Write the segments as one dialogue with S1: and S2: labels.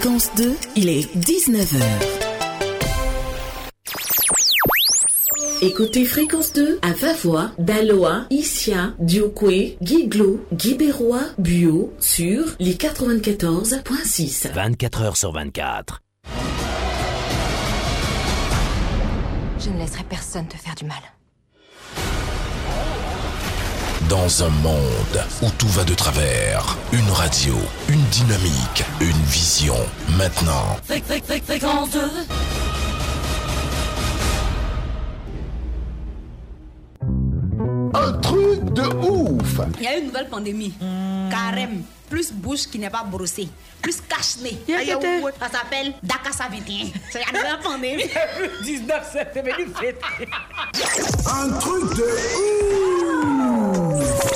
S1: France 2, il est 19h. Écoutez Fréquence 2 à Vavois, Daloa, Issia, Diokwe, Guiglo, Guibérois, Buot sur les 94.6.
S2: 24 heures sur 24.
S3: Je ne laisserai personne te faire du mal.
S4: Dans un monde où tout va de travers, une radio, une dynamique, une vision. Maintenant,
S5: Fréquence 2
S6: Un truc de ouf
S7: Il y a une nouvelle pandémie.
S5: Hmm.
S7: Carême. Plus bouche qui n'est pas brossée. Plus cache-nez.
S8: Il y a
S7: Aïe,
S8: quelqu'un-
S7: ouh, Ça s'appelle Dakassa 21. C'est la nouvelle pandémie.
S8: 19, c'est venu fêter.
S6: Un truc de ouf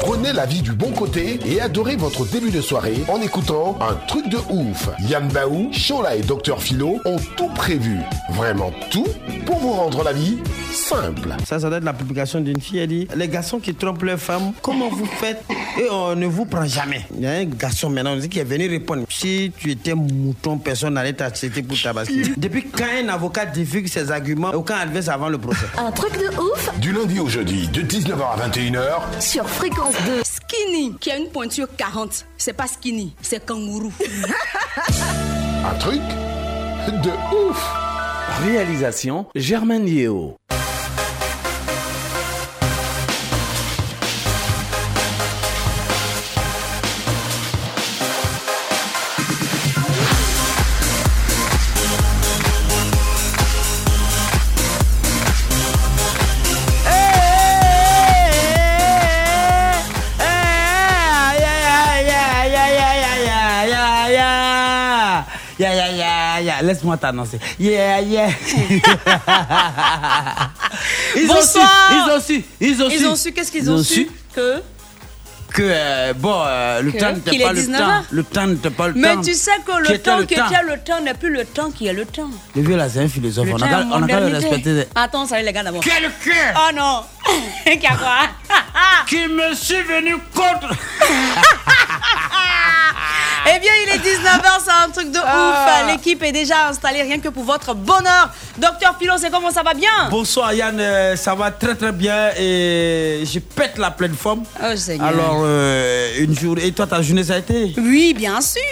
S6: Prenez la vie du bon côté et adorez votre début de soirée en écoutant un truc de ouf. Yann Baou, Chola et Docteur Philo ont tout prévu. Vraiment tout pour vous rendre la vie simple.
S9: Ça, ça doit être la publication d'une fille. Elle dit Les garçons qui trompent leurs femmes, comment vous faites Et on ne vous prend jamais. Il y a un garçon maintenant on dit, qui est venu répondre Si tu étais mouton, personne n'allait t'accepter pour tabasser. Depuis quand un avocat divulgue ses arguments, aucun adverse avant le procès.
S1: Un truc de ouf
S6: Du lundi au jeudi, de 19h à 21h,
S1: sur Fréquence 2.
S7: Skinny, qui a une pointure 40. C'est pas skinny, c'est kangourou.
S6: un truc de ouf
S2: Réalisation Germaine Yeo.
S8: Yeah, yeah, yeah, yeah. Laisse-moi t'annoncer. Yeah, yeah. ils
S5: Bonsoir.
S8: ont su, ils ont su,
S5: Ils ont su, qu'est-ce qu'ils ont, su Que
S8: que euh, bon, euh, le
S5: Que
S8: temps n'était
S5: qu'il est
S8: pas le
S5: 19
S8: temps.
S5: heures.
S8: Le temps n'était pas le
S5: Mais
S8: temps.
S5: tu sais que
S8: Qui
S5: le
S8: était
S5: temps qui
S8: temps.
S5: était le temps n'est plus le temps qui est le temps.
S8: Le vieux là, c'est un philosophe.
S5: Le
S8: On
S5: temps
S8: a
S5: est
S8: qu'à- on a qu'à le
S5: modernité.
S8: respecter.
S5: Attends, salut les gars d'abord.
S8: Quelqu'un
S5: Oh non Qui a quoi
S8: qui me suis venu contre.
S5: Eh bien, il est 19h, c'est un truc de
S8: Ah.
S5: ouf. L'équipe est déjà installée rien que pour votre bonheur. Docteur Philo, c'est comment ça va bien
S8: Bonsoir Yann, euh, ça va très très bien et je pète la pleine forme.
S5: Oh Seigneur.
S8: Alors, euh, une journée. Et toi, ta journée, ça a été
S5: Oui, bien sûr.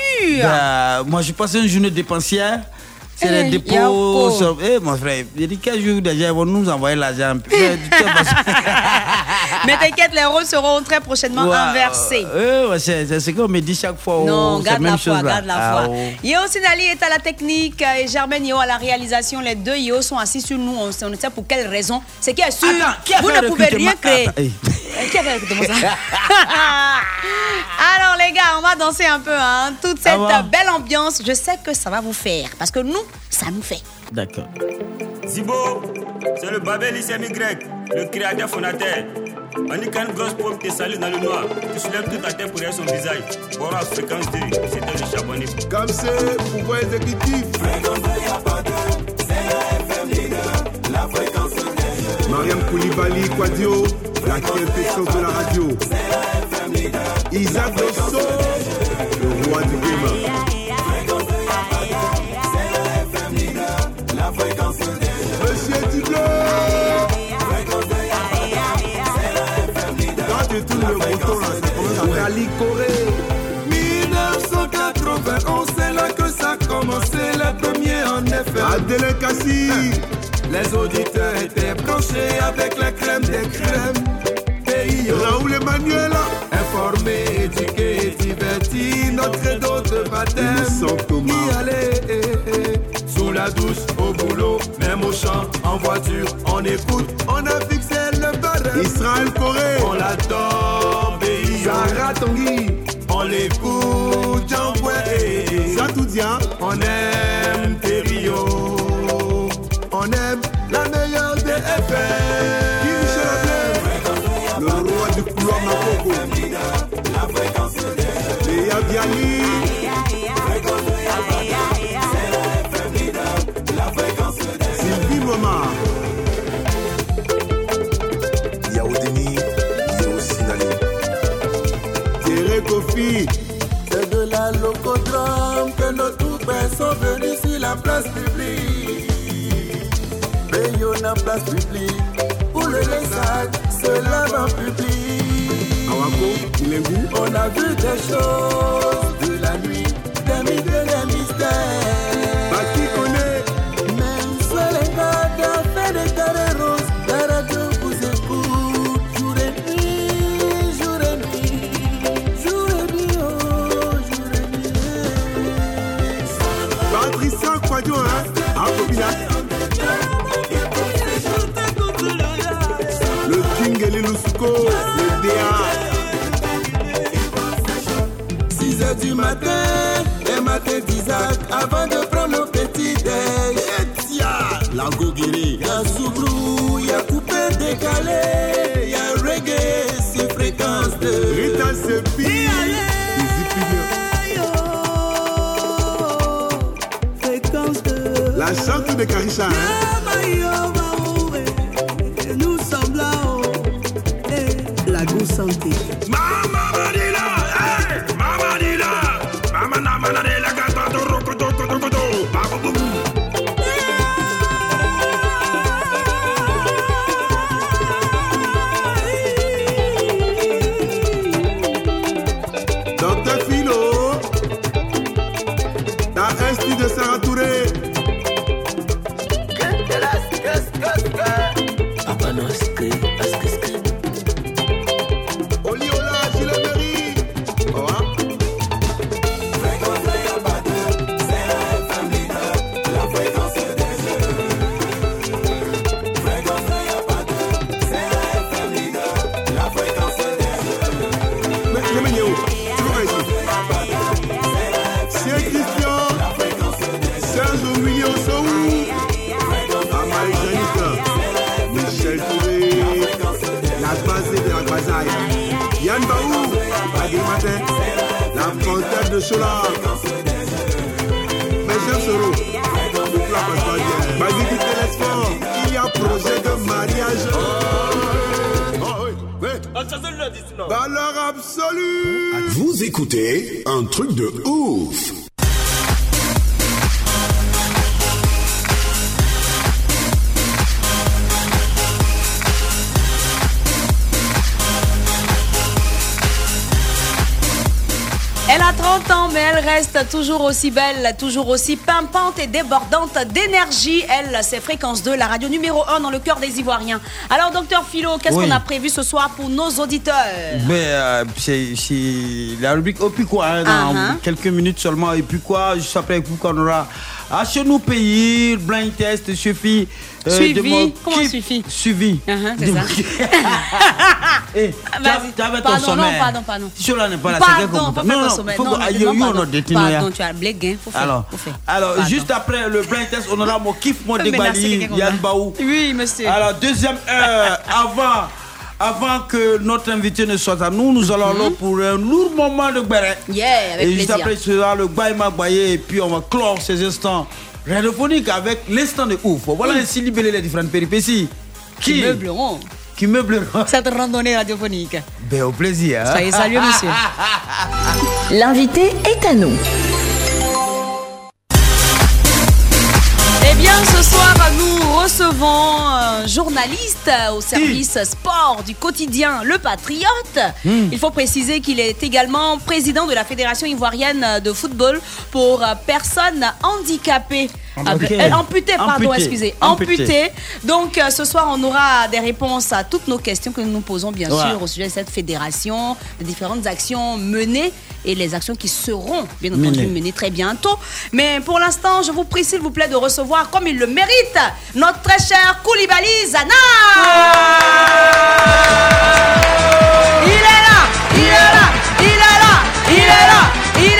S8: Bah, Moi, j'ai passé une journée dépensière. C'est les
S5: Eh, Yoko.
S8: dépôts. sur- Eh, mon frère, il dit 15 jours déjà, ils vont nous envoyer l'argent. Mais de toute façon-
S5: Mais t'inquiète, les rôles seront très prochainement
S8: Ouais,
S5: inversés.
S8: euh, ouais, c'est c'est ce qu'on me dit chaque fois.
S5: Non,
S8: oh, c'est
S5: garde
S8: même
S5: la foi,
S8: chose, là.
S5: garde la
S8: Ah,
S5: foi.
S8: oh.
S5: Yeo Sinali est à la technique euh, et Germaine Yeo à la réalisation. Les deux Yeo sont assis sur nous. On on ne sait pour quelle raison. C'est qui est sûr.
S8: Attends, qui a
S5: vous
S8: fait Ah,
S5: ne
S8: le
S5: pouvez rien
S8: recrutement
S5: créer.
S8: Attends, hey.
S5: Euh, Qui a fait le recrutement, ça Alors les gars, on va danser un peu. hein. Toute cette
S8: Ah bon
S5: euh, belle ambiance, je sais que ça va vous faire. Parce que nous, ça nous fait.
S8: D'accord.
S10: Zibo, c'est le Babel ICMY, le créateur fondateur. On dit qu'un gosse pauvre te salue dans le noir. Tu soulèves toute ta tête pour aller son visage. Bora fréquence 2, c'était le charbonnier.
S6: Comme c'est pouvoir exécutif.
S11: Mariam Koulibaly Quadio, la quintessence de la radio. Isaac Dosso, le roi du game. Monsieur Diblé Quand tu tournes le bouton là, ça commence à Rally Corée 1991, c'est là que ça a commencé, les premiers en effet. Adèle Cassie les auditeurs étaient branchés avec la crème des crèmes. PIO. Raoul Emmanuel, informés, éduqués et divertis, notre credo de baptême. Y aller, eh, eh. sous la douche, au boulot, même au champ, en voiture, on écoute. On a fixé le barème. Israël Corée, on l'adore, PIO. Sarah Tanguy, on l'écoute, Jean-Pouet. Zatoudia, on aime Terrio. On aime la meilleure des FM. Le roi du couloir Makoko. Léa Bialy. Sylvie Moma. Yaoudini, Yaosinali. Thierry Kofi. C'est de la locodrome que nos troupes frères sont venus sur la place publique. Payons la place publique pour le laissage, cela va public. On a vu des choses de la nuit, des mythes et des mystères. Pas qui connaît Même sur les gardes, on fait des carrés roses. La radio vous écoute jour et nuit, jour et nuit, jour et nuit, oh, jour et nuit. Patricia Quadio, hein, à Copenhague. Le King et les Loussouko, le DA. 6 heures du matin, les matins d'Isaac, avant de prendre le petit déj. Y'a la goguiri, y'a Zouglou, y'a coupé décalé, y'a reggae sur fréquence de Rita Sepi. La chante de hein. Karisha. Nous sommes là, oh. La go santé. Mama Manila, hey, Mama Manila, Mama na Mama de la gata do roko do ko do ko do, Baba Bubu. Docteur Philo, ta esti de Sarah Touré. Yann Baou, Adil Matin, la fontaine de Chola. Mes chers Soro, couple à Pascal, vas-y qui te laisse fort, il y a projet de mariage. Valeur absolue
S12: Vous écoutez un truc de ouf.
S5: Elle a 30 ans, mais elle reste toujours aussi belle, toujours aussi pimpante et débordante d'énergie. Elle, c'est Fréquence 2, la radio numéro 1 dans le cœur des Ivoiriens. Alors, docteur Philo, qu'est-ce
S8: Oui.
S5: qu'on a prévu ce soir pour nos auditeurs
S8: Mais euh, c'est c'est la rubrique au plus quoi, hein, dans
S5: Ah, hein.
S8: quelques minutes seulement. Et puis quoi, juste après, et puis quoi, on aura à chez nous pays, blind test euh, suffit.
S5: Suivi, Ah,
S8: comment suffit Suivi.
S5: c'est
S8: De
S5: ça. Ah,
S8: mon- Eh,
S5: Vas-y.
S8: tu avais ton
S5: Pardon,
S8: sommeil.
S5: non, pardon, pardon.
S8: Si cela n'est pas là, c'est
S5: Pardon,
S8: quelqu'un
S5: faut
S8: comme-
S5: faire
S8: Non,
S5: ton
S8: non,
S5: sommeil.
S8: faut
S5: Non,
S8: que- Ah,
S5: mais
S8: aïe,
S5: non,
S8: aïe, on
S5: pardon.
S8: a détenu, hein.
S5: Pardon, tu as blégué, faut faire.
S8: Alors,
S5: faut faire.
S8: alors
S5: Pardon.
S8: juste après le blind test, on aura mon kiff, mon
S5: Menacer
S8: débali,
S5: quelqu'un,
S8: Yann
S5: hein.
S8: Baou.
S5: Oui, monsieur.
S8: Alors, deuxième heure, avant, avant que notre invité ne soit à nous, nous allons là pour un lourd moment de béret.
S5: Mhm. Yeah, avec
S8: et juste
S5: plaisir.
S8: après, ce sera le Baïma Baye, et puis on va clore ces instants radiophoniques avec l'instant de ouf. Oh, Voilà ainsi libellé les différentes péripéties. Qui,
S5: Qui meubleront
S8: Qui meubleront
S5: cette randonnée radiophonique.
S8: Ben, au plaisir. hein.
S5: Soyez salués, monsieur.
S13: L'invité est à nous.
S5: Eh bien, ce soir, nous recevons un journaliste au service sport du quotidien Le Patriote.
S1: Mm.
S5: Il faut préciser qu'il est également président de la Fédération ivoirienne de football pour euh, personnes handicapées.
S1: Handicapées.
S5: Avec- euh, amputées, pardon,
S1: Amputées.
S5: excusez.
S1: Amputées.
S5: Amputées. Donc, euh, ce soir, on aura des réponses à toutes nos questions que nous nous posons, bien
S1: Ouais.
S5: sûr, au sujet de cette fédération, des différentes actions menées et les actions qui seront, bien
S1: Menées.
S5: entendu, menées mener très bientôt. Mais pour l'instant, je vous prie, s'il vous plaît, de recevoir, comme il le mérite, notre très cher Koulibaly Zana. Il est là, il est là, il est là, il est là, il est là,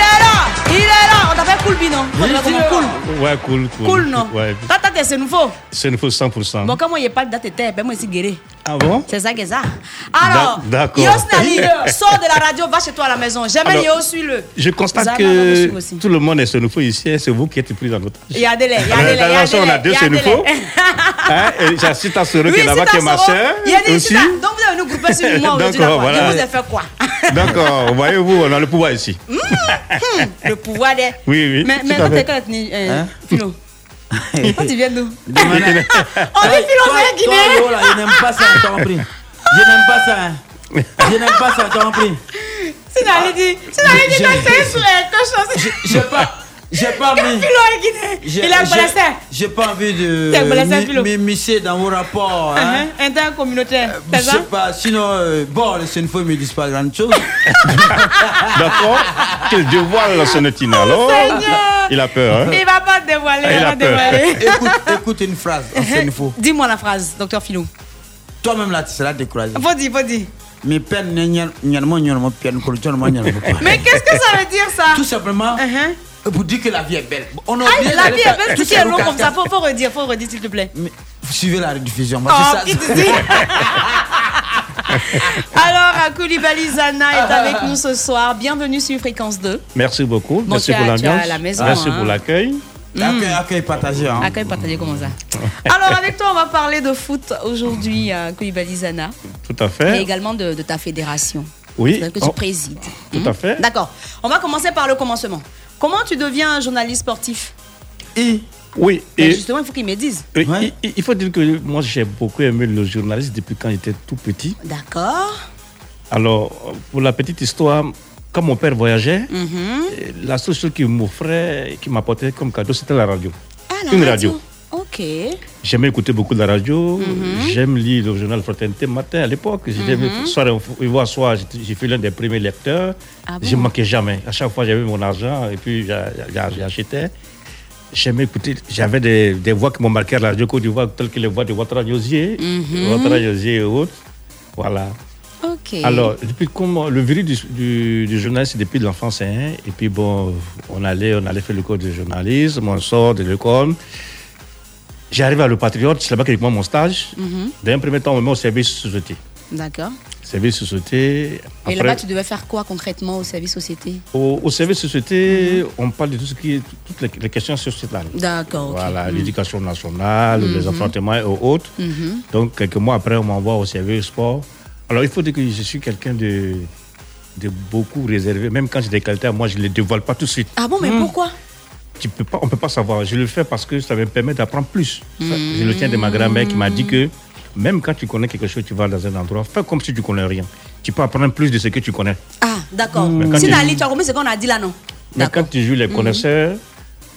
S5: il est là. On t'appelle Koulbi, non On t'appelle comment Koul
S14: Ouais, cool, cool.
S5: Cool, non
S14: Ouais.
S5: Tata date est Senufo.
S14: Senufo 100%.
S5: Bon, comme il n'y a pas de date, était, ben moi, c'est guéri.
S14: Ah bon
S5: C'est ça que ça. Alors,
S14: D'accord.
S5: Yosnali, sors de la radio, va chez toi à la maison. Jamais Yo,
S14: Alors,
S5: suis-le.
S14: Je constate
S5: Zana,
S14: que
S5: moi, je suis aussi.
S14: tout le monde est Senufo ici. et C'est vous qui êtes pris en otage.
S5: Il y a des laits, il y a
S14: Alors,
S5: des laits, il y a
S14: attention,
S5: des
S14: on a
S5: laits,
S14: deux
S5: il y a des
S14: Senufo.
S5: laits.
S14: Hein, et J'assiste à Soro
S5: Oui,
S14: qui est là-bas,
S5: c'est
S14: qui est ma
S5: Tassoro.
S14: soeur.
S5: Il y a des
S14: aussi.
S5: Sita. Donc, vous allez nous grouper sur moi aujourd'hui.
S14: D'accord,
S5: d'accord.
S14: voilà.
S5: Je vous ai fait quoi
S14: D'accord, voyez-vous, on a le pouvoir ici.
S5: Hmm, Le pouvoir des.
S14: Oui, oui.
S5: Mais, mais
S14: tout à
S5: quand t'es
S14: fait.
S5: quand tu
S14: Hein
S5: Philo. euh, Quand tu viens d'où On dit
S8: Toi,
S5: Philo,
S8: toi,
S5: c'est la
S8: Yo, là, je
S5: Guinée.
S8: n'aime pas ça, t'as compris. Je n'aime pas ça. hein. Je n'aime pas ça, t'as compris.
S5: Si t'avais dit, si t'avais dit,
S8: Je-
S5: t'as essayé sur les cochons.
S8: J'ai pas, j'ai pas
S5: Philo,
S8: mis.
S5: la Guinée.
S8: j'ai-
S5: Il a
S8: j'ai-
S5: blessé.
S8: J'ai pas envie de
S5: T'as blessé,
S8: mi-
S5: Philo.
S8: m'immiscer dans vos rapports. hein.
S5: Ah, Intercommunautaire.
S8: Je
S5: C'est ça
S8: sais pas, sinon, euh, bon, les Senfo me disent pas grand chose.
S14: D'accord Qu'il dévoile Sonotina.
S5: Oh,
S14: Alors, il a peur. Hein
S5: Il va pas te dévoiler.
S14: Ah, il
S5: va pas
S14: a
S5: te
S14: peur.
S5: dévoiler.
S8: écoute, écoute Ah, une phrase, en Senfo.
S5: Dis-moi la phrase, docteur Philou.
S8: Toi-même là, tu seras découragé.
S5: Faut dire, faut dire.
S8: Mais peine, gnal- gnalmo, gnalmo, peine, colo, gnalmo, gnalmo.
S5: Mais qu'est-ce que ça veut dire ça
S8: Tout simplement, vous dites que la vie est belle. On a
S5: Ah,
S8: oublié
S5: la
S8: d'aller
S5: vie
S8: faire
S5: est belle,
S8: tout
S5: tout est long
S8: au
S5: comme ça.
S8: cascade.
S5: Faut, faut redire, faut redire, s'il te plaît.
S8: Vous suivez la rediffusion. parce
S5: Oh,
S8: que ça-
S5: qui te dit Alors, Koulibaly Zana
S8: Ah,
S5: est avec nous ce soir. Bienvenue sur Fréquence 2.
S14: Merci beaucoup.
S5: Bon,
S14: Merci
S5: tu
S14: pour
S5: as- tu as
S14: l'ambiance.
S5: la maison,
S14: Merci
S5: hein.
S14: pour l'accueil.
S8: Accueil, partagé. hein.
S14: Hein.
S5: Accueil partagé, comment ça Alors, avec toi, on va parler de foot aujourd'hui, euh, Koulibaly Zana.
S14: Tout à
S5: Et
S14: fait.
S5: également de, de ta fédération.
S14: Oui.
S5: Celle Que tu
S14: Oh.
S5: présides. Hmm
S14: Tout à fait.
S5: D'accord. On va commencer par le commencement. Comment tu deviens un journaliste sportif
S14: Oui.
S5: Ben,
S14: Et
S5: Justement, il faut qu'ils me disent.
S14: Oui, il- il, il faut dire que moi, j'ai beaucoup aimé le journalisme depuis quand j'étais tout petit.
S5: D'accord.
S14: Alors, pour la petite histoire, quand mon père voyageait,
S5: Mhm.
S14: euh, la seule chose qu'il m'offrait, qu'il m'apportait comme cadeau, c'était la radio.
S5: Ah, la
S14: Une
S5: radio.
S14: radio.
S5: Ok.
S14: J'aimais écouter beaucoup de la radio.
S5: Mhm.
S14: J'aime lire le journal Fraternité matin à l'époque. J'étais
S5: Mhm.
S14: soir, au- au voir soir, j'étais- j'ai fait l'un des premiers lecteurs.
S5: Ah
S14: je
S5: bon
S14: manquais jamais. À chaque fois, j'avais mon argent et puis j'a- j'a- j'achetais. J'aimais écouter. J'avais des, des voix qui m'ont marqué à la radio Côte d'Ivoire, telles que les voix de Ouattara Yosier,
S5: Mhm.
S14: Ouattara Yosier et autres. Voilà.
S8: ah,
S5: Ok.
S8: eh.
S14: Alors, depuis comment le virus du, du, du journaliste, c'est depuis l'enfance, hein, et puis bon, on allait, on allait faire le cours de journalisme, on sort de l'école. J'arrive à Le Patriote, c'est là-bas que j'ai commencé mon stage.
S5: Mhm.
S14: D'un premier temps, on me met au service société.
S5: D'accord.
S14: Service société.
S5: Et
S14: après-
S5: là-bas, tu devais faire quoi concrètement au service société
S14: au, au service société, on parle de tout ce qui est toutes les, les questions sociétales.
S5: Mhm. D'accord. ok.
S14: Voilà,
S5: Mm.
S14: l'éducation nationale, les
S5: Mhm.
S14: affrontements et autres.
S5: Mhm.
S14: Donc, quelques mois après, on m'envoie au service sport. Alors, il faut dire que je suis quelqu'un de, de beaucoup réservé. Même quand j'ai des qualités à moi, je ne les dévoile pas tout de suite.
S5: Ah bon, mais pourquoi
S14: Tu peux pas, on ne peut pas savoir. Je le fais parce que ça me permet d'apprendre plus. Ça, Je le tiens de ma
S5: Hmm.
S14: grand-mère qui m'a dit que même quand tu connais quelque chose, tu vas dans un endroit, fais comme si tu connais rien. Tu peux apprendre plus de ce que tu connais.
S5: Ah, d'accord.
S14: Mais quand
S5: Si
S14: tu-
S5: Nali, tu as compris ce qu'on a dit là, non
S14: Mais quand tu joues les
S5: Mhm.
S14: connaisseurs,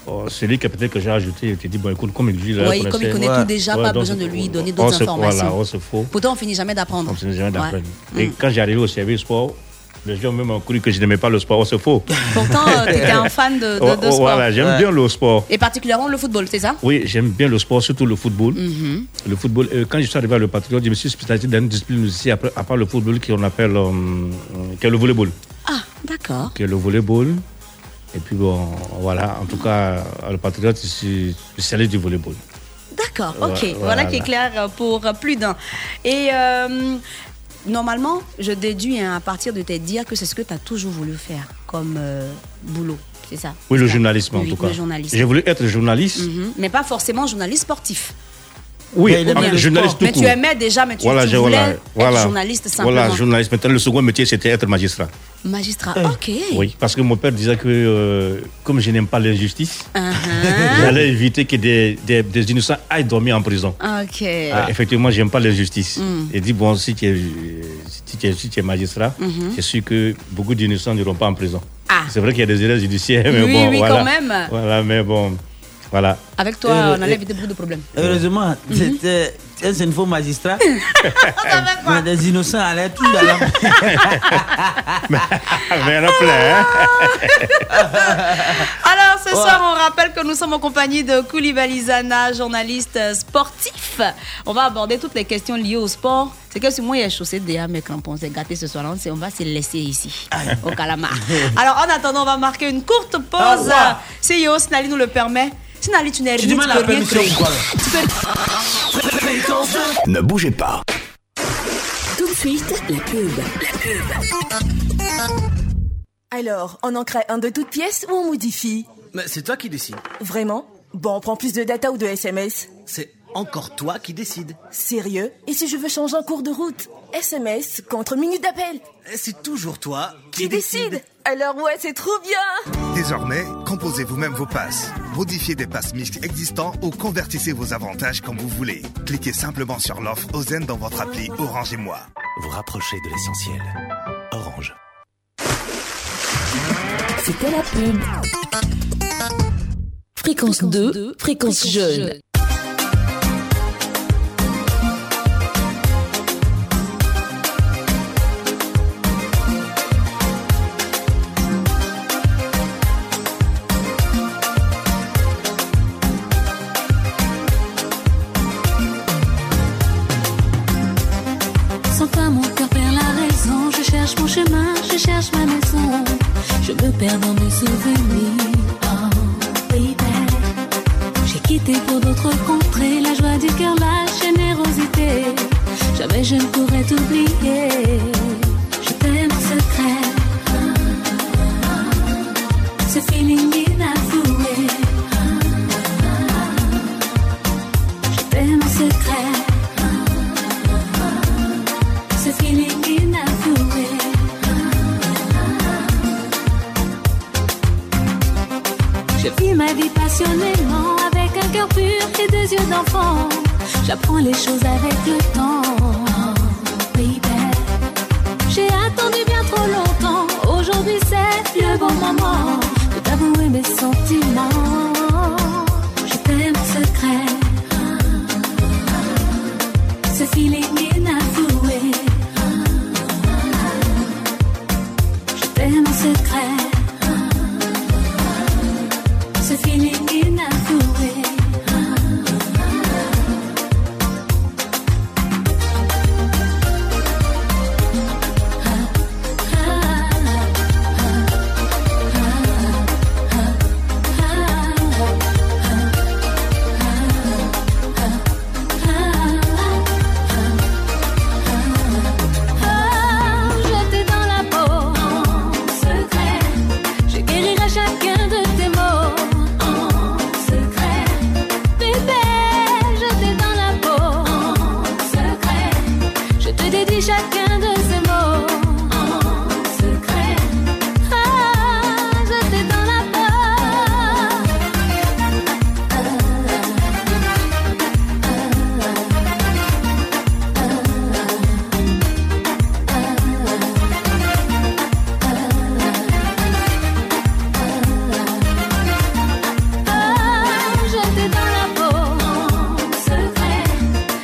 S14: oh, celui que peut-être que j'ai ajouté, il te dit, bon, écoute, comme il joue
S5: Oui,
S14: les
S5: comme il connaît tout déjà, pas
S14: donc,
S5: besoin de lui donner
S14: on
S5: d'autres
S14: se-
S5: informations.
S14: Voilà, oh, on se faut.
S5: Pourtant, on finit jamais d'apprendre.
S14: On se jamais d'apprendre.
S5: Ouais. Mm.
S14: Et quand j'arrivais au service sport, les gens même ont cru que je n'aimais pas le sport, on se faut.
S5: Pourtant, tu étais Oh, un fan de, de- de
S14: Oh, oh,
S5: sport.
S14: Voilà, j'aime bien le sport.
S5: Et particulièrement le football, c'est ça
S14: Oui, j'aime bien le sport, surtout le football.
S5: Mhm.
S14: Le football, euh, quand je suis arrivé à Le Patriote, je me suis spécialisé dans une discipline aussi, après- à part le football, qu'on appelle, euh, qui est le volleyball.
S5: Ah, d'accord.
S14: qui est le volleyball. Et puis bon, voilà, en tout cas, à le Patriote, je suis spécialiste du volleyball.
S5: D'accord,
S14: Ouais,
S5: ok. Voilà,
S14: voilà.
S5: qui est clair euh, pour euh, plus d'un. Et euh, normalement, je déduis hein, à partir de tes dires que c'est ce que tu as toujours voulu faire comme euh, boulot, c'est ça
S14: Oui, le journalisme, en
S5: Oui,
S14: tout cas.
S5: le journalisme.
S14: J'ai voulu être journaliste.
S5: Mhm. Mais pas forcément journaliste sportif.
S14: Oui,
S5: Mais il aimait
S14: ah,
S5: le
S14: journaliste
S5: sport.
S14: tout
S5: Mais tu
S14: court.
S5: aimais déjà, Ah, mais tu- tu
S14: j'ai-
S5: voulais être journaliste simplement.
S14: Voilà, journaliste. Maintenant, le second métier, c'était être magistrat.
S5: Magistrat, ok.
S14: Hein. Oui, parce que mon père disait que euh, comme je n'aime pas l'injustice,
S5: Uh-huh.
S14: j'allais éviter que des, des- des innocents aillent dormir en prison.
S5: Ok.
S14: Euh, Effectivement, j'aime pas l'injustice.
S5: Mm.
S14: Et dit, bon, si tu es, si tu es- si tu es magistrat,
S5: Mhm.
S14: je suis que beaucoup d'innocents n'iront pas en prison.
S5: Ah.
S14: C'est vrai qu'il y a des erreurs judiciaires, mais
S5: Oui,
S14: bon,
S5: oui,
S14: voilà.
S5: quand même.
S14: Voilà, mais bon, voilà.
S5: Avec toi,
S8: Euh,
S5: on allait
S8: euh,
S5: éviter beaucoup de problèmes.
S8: Heureusement, c'était un info magistrat. Mais des innocents allaient tout dans la-
S14: mais on a plein, Bah, hein.
S5: Alors, ce soir, on rappelle que nous sommes en compagnie de Koulibaly Zana, journaliste euh, sportif. On va aborder toutes les questions liées au sport. C'est que si moi, il y a chaussée déjà, mes crampons, c'est gâté ce soir. On sait- on va se laisser ici, au calamar. Alors, en attendant, on va marquer une courte pause.
S8: Ah,
S7: Au revoir.
S5: Si Yo Snali nous le permet, Sinon, Ali, tu n'es
S8: Tu
S5: rien,
S8: demandes
S5: tu peux
S8: la
S5: rien
S8: permission
S5: créer.
S8: ou quoi, là
S5: Tu peux-
S2: Ne bougez pas.
S1: Tout de suite, la pub.
S15: Alors, on en crée un de toutes pièces ou on modifie
S16: Mais c'est toi qui décides.
S15: Vraiment Bon, on prend plus de data ou de SMS
S16: C'est encore toi qui décides.
S15: Sérieux Et si je veux changer en cours de route SMS contre minute d'appel
S16: C'est toujours toi
S15: Qui décide Alors ouais, c'est trop bien
S17: Désormais, composez vous-même vos passes. Modifiez des passes mixtes existants ou convertissez vos avantages comme vous voulez. Cliquez simplement sur l'offre Ozen dans votre appli Orange et moi.
S2: Vous rapprochez de l'essentiel. Orange.
S18: C'était la pub. Fréquence 2, fréquence jeune.
S19: Sans toi, mon cœur perd la raison. Je cherche mon chemin, je cherche ma maison. Je me perds dans mes souvenirs. Oh, baby. J'ai quitté pour d'autres contrées la joie du cœur, la générosité. Jamais je ne pourrais t'oublier. Je t'aime en secret. Ce feeling inavoué. Je t'aime en secret. Ce feeling inavoué. Je vis ma vie passionnément avec un cœur pur et deux yeux d'enfant. J'apprends les choses avec le temps. Baby. J'ai attendu bien trop longtemps. Aujourd'hui, c'est le bon moment de t'avouer mes sentiments. Je t'aime en secret. Ce feeling inavoué. Je t'aime en secret. Ce feeling inavoué. Ah, J'étais dans la peau en secret. Je guérirai chacun de tes mots en secret. Bébé, j'étais dans la peau en secret. Je te dédie chacun de ces mots en secret. Ah, j'étais dans la Ah, j'étais dans la peau en secret.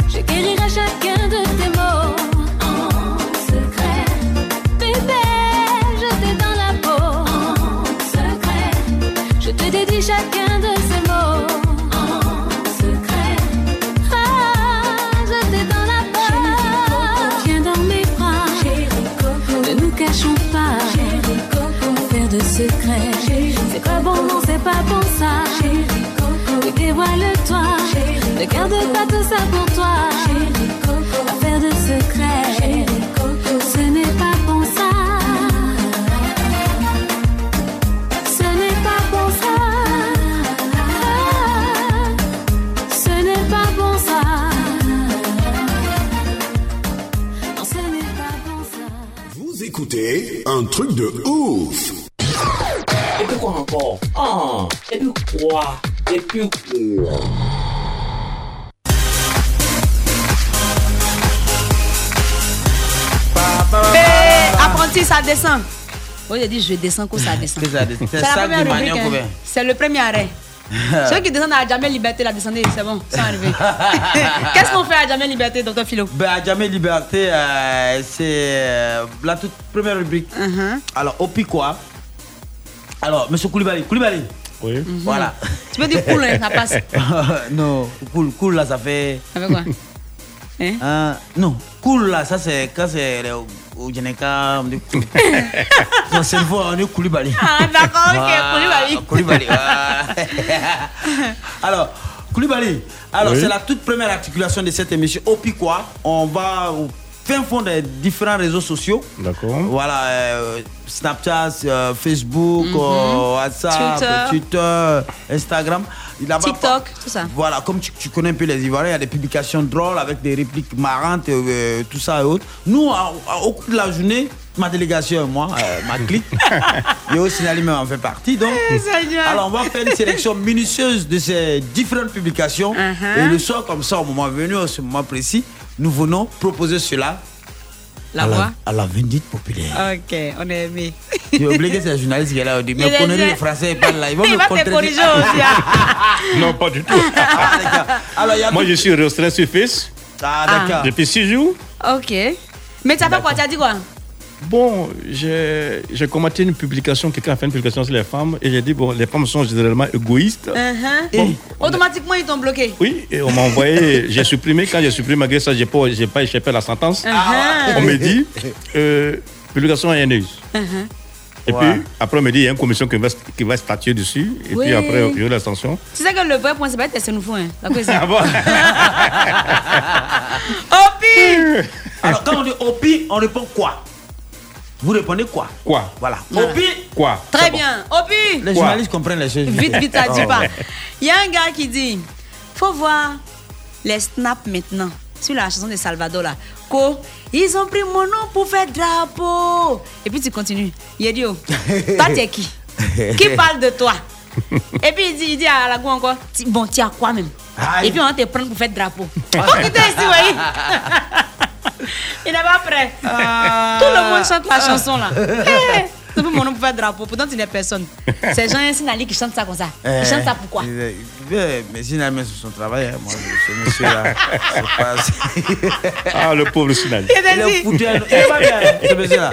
S19: Je guérirai chacun de tes mots en secret. Bébé, j'étais dans la peau en secret. Je te dédie chacun de ces mots en secret. Ah, j'étais dans la peau. Viens dans mes bras, ne nous cachons pas. Affaire de secret, c'est pas bon, non, c'est pas bon ça. Oui, dévoile-toi, ne garde pas tout ça pour toi. Affaire de secret, ce n'est pas bon ça. Ce n'est pas bon ça. Ce n'est pas bon ça. Non, ce n'est pas bon ça.
S6: Vous écoutez un truc de ouf.
S12: Et puis quoi encore Ah, et puis quoi Et puis quoi
S5: Eh, apprenti, ça descend. Oui, j'ai dit, Oh, je descends, que ça descend.
S8: C'est ça qui m'a dit,
S5: rubrique, hein.
S8: on peut-
S5: C'est le premier arrêt. Ceux qui descendent à jamais liberté, la descendez, c'est bon, c'est arrivé. Qu'est-ce qu'on fait à jamais liberté, docteur Philo
S8: Ben, à jamais liberté, euh, c'est euh, la toute première rubrique.
S5: Uh-huh.
S8: Alors, au pic quoi Alors, monsieur Koulibaly, Koulibaly.
S14: Oui.
S8: Voilà.
S5: Mhm. Tu peux dire cool, hein, ça passe.
S8: non, cool, cool là, ça fait.
S5: Ça fait quoi Hein
S8: Ah, Hein, non, cool là, ça c'est quand c'est les Oudjeneka, on est Dans cette voix, on est Koulibaly.
S5: Ah, d'accord, ok,
S8: Ah,
S5: Koulibaly.
S8: Koulibaly, voilà. Alors, Koulibaly, alors
S20: Oui.
S8: c'est la toute première articulation de cette émission. Au quoi on va au fin fond des différents réseaux sociaux.
S14: D'accord.
S8: Voilà, euh, Snapchat, euh, Facebook, euh, WhatsApp,
S5: Mhm. Twitter.
S8: euh, Twitter, Instagram. Là-bas,
S5: TikTok, tout ça.
S8: voilà, comme tu, tu connais un peu les Ivoiriens, il y a des publications drôles avec des répliques marrantes, euh, tout ça et autres. Nous, à- à- au cours de la journée, ma délégation et moi, euh, ma clique, Yo Sinali même en fait partie. Donc,
S5: Eh, Seigneur.
S8: alors on va faire une sélection minutieuse de ces différentes publications.
S5: Uh-huh.
S8: Et le soir, comme ça, au moment venu, à ce moment précis, nous venons proposer cela
S5: La
S8: à,
S5: voix.
S8: la, à la vendite populaire.
S5: Ok, on est aimé.
S8: J'ai oublié que c'est un journaliste qui est là au début.
S5: Il
S8: Mais
S5: est
S8: on connaît
S5: bien.
S8: les Français, ils parlent là. Ils vont
S5: Il
S8: me
S5: va te
S8: contredire.
S5: corriger aussi. hein.
S14: Non, pas du tout.
S5: Ah,
S8: Alors, il y a
S14: Moi, je suis resté sur Face.
S8: Ah,
S5: d'accord.
S14: Depuis six jours.
S5: Ok. Mais t'as fait quoi T'as dit quoi
S14: Bon, j'ai j'ai commenté une publication, quelqu'un a fait une publication sur les femmes, et j'ai dit, bon, les femmes sont généralement égoïstes.
S5: Uh-huh.
S8: Oh.
S5: Automatiquement, ils t'ont bloqué.
S14: Oui. Et on m'a envoyé, j'ai supprimé, quand j'ai supprimé, malgré ça, j'ai pas, j'ai pas échappé à la sentence.
S5: Ah ouais.
S14: On me dit, euh, publication haineuse.
S5: Uh-huh.
S14: Et puis, après, on me dit, il y a une commission qui va, qui va statuer dessus, et
S5: Oui.
S14: puis après, il y a eu la sanction.
S5: Tu sais que le vrai point, c'est pas être nous hein. La cause,
S14: Ah bon
S5: Opi
S8: Alors, quand on dit Opi, on répond quoi Vous répondez quoi
S14: Quoi
S8: Voilà. Opi
S14: Quoi
S5: Très bien. Opi
S8: Les journalistes comprennent les choses.
S5: Vite, vite, ça dit
S8: Oh.
S5: pas. Il y a un gars qui dit faut voir les snaps maintenant sur la chanson de Salvador là. Ko, ils ont pris mon nom pour faire drapeau. Et puis tu continues. Yedio, toi t'es qui Qui parle de toi Et puis il dit, il dit à la go encore Ti- bon, tu as quoi même Et puis on va te prendre pour faire drapeau. Faut quitter ici, voyez. Il n'est pas prêt. Tout le monde chante la chanson là. Hey, C'est pour mon nom pour faire drapeau. Pourtant, tu n'es personne. C'est Jean Sinali qui chante ça comme ça.
S8: Eh,
S5: Il Euh, chante ça pourquoi
S8: il est- il est- Mais il a même sur son travail, hein, moi, ce monsieur-là. c'est pas-
S14: Ah, le pauvre Sinali.
S5: Il est
S8: Il est
S5: dit.
S8: foutu, hein. Il est pas bien, hein, ce monsieur-là.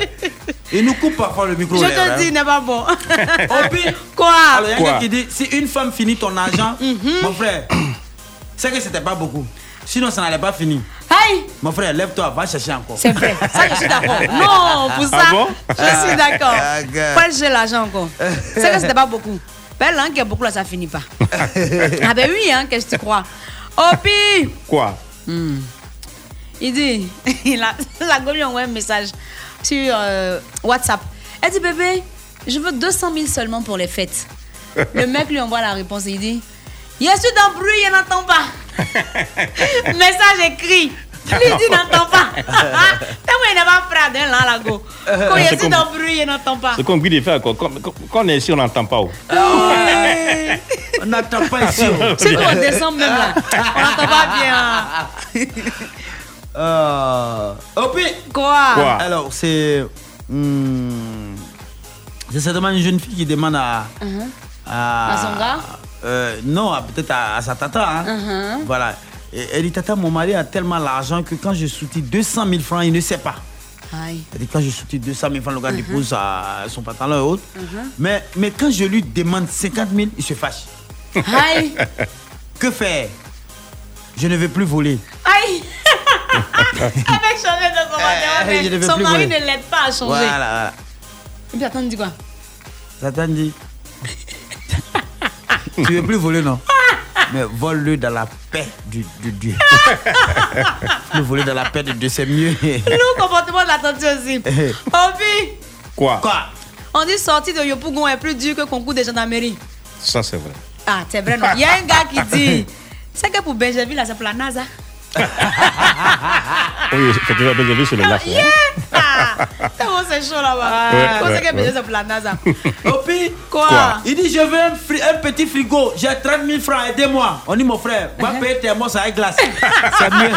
S8: Il nous coupe parfois le
S5: Je
S8: micro. hein.
S5: te dis, il n'est pas bon. Quoi Mm-hmm.
S8: Alors, il y a quelqu'un qui dit si une femme finit ton argent, mon frère, c'est que c'était pas beaucoup. Sinon, ça n'allait pas finir.
S5: Aïe
S8: Mon frère, lève-toi, va chercher encore.
S5: C'est vrai, ça je suis d'accord. Non, pour ça,
S8: Ah bon
S5: je suis d'accord.
S8: Ah, gars.
S5: Pas j'ai l'argent encore. C'est que c'était pas beaucoup. Ben là, qu'il y a beaucoup là, ça finit pas. ah ben oui, hein, qu'est-ce que tu crois Opi,
S14: Quoi
S5: Hmm. il dit, il a, la gueule lui a envoyé un message sur euh, WhatsApp. Elle dit, bébé, je veux 200 000 seulement pour les fêtes. Le mec lui envoie la réponse et il dit, je suis dans le bruit, il n'entend pas. Message écrit. Lui dit, n'entend pas. Tellement il n'est pas prêt d'un là, la go. Quand
S14: Ah,
S5: il
S14: c'est
S5: est
S14: comme-
S5: dans le bruit, il n'entend pas.
S14: C'est comme Guy de Fer, quoi. Quand, quand- quand on est ici, on n'entend pas. oh.
S8: On n'attend pas ici. oh.
S5: C'est nous, on descend même là. On n'entend pas bien.
S8: Euh, oh, puis-
S5: Quoi
S8: Alors, c'est. hmm, c'est certainement une jeune fille qui demande à.
S5: Mhm.
S8: à-
S5: À son gars
S8: euh, Non, à- peut-être à, à sa tata. hein.
S5: Mhm.
S8: Voilà. Et elle dit Tata, mon mari a tellement l'argent que quand je soutire 200 000 francs, il ne sait pas.
S5: Aïe.
S8: Elle dit Quand je soutire 200 000 francs, le gars
S5: Mhm.
S8: dépose à son pantalon et autres.
S5: Mhm.
S8: Mais, mais quand je lui demande 50 000, il se fâche.
S5: Aïe.
S8: que faire Je ne veux plus voler.
S5: Aïe Avec changer de commentaire,
S8: Eh, je ne
S5: mais
S8: veux
S5: son
S8: plus
S5: mari
S8: voler.
S5: ne l'aide pas à changer.
S8: Voilà.
S5: Et puis attends, il dit quoi
S8: Satan dit Tu veux plus voler, non Mais vole-le dans la paix du, du Dieu. Le voler dans la paix de Dieu, c'est mieux.
S5: Le comportement de la tante aussi. Obi,
S14: Eh, Quoi
S5: on dit sortie de Yopougon est plus dur é que concours de gendarmerie.
S14: Ça, c'est vrai.
S5: Ah, c'est vrai, non Il y a un gars qui dit c'est que pour Benjamin, là, c'est pour la NASA.
S14: Oui, quand tu vas bien vu, c'est le laf.
S5: Yeah Ah, então C'est bon, c'est chaud là-bas.
S14: Ouais,
S5: Comment
S14: ouais,
S5: c'est que Benjamin,
S14: ouais.
S5: c'est pour la NASA
S8: Au pire,
S5: Quoi
S8: Il dit Je veux un, fri- un petit frigo, j'ai 30 000 francs, aidez-moi. On dit Mon frère, va
S5: Uh-huh.
S8: payer tes morceaux avec glace. c'est mieux.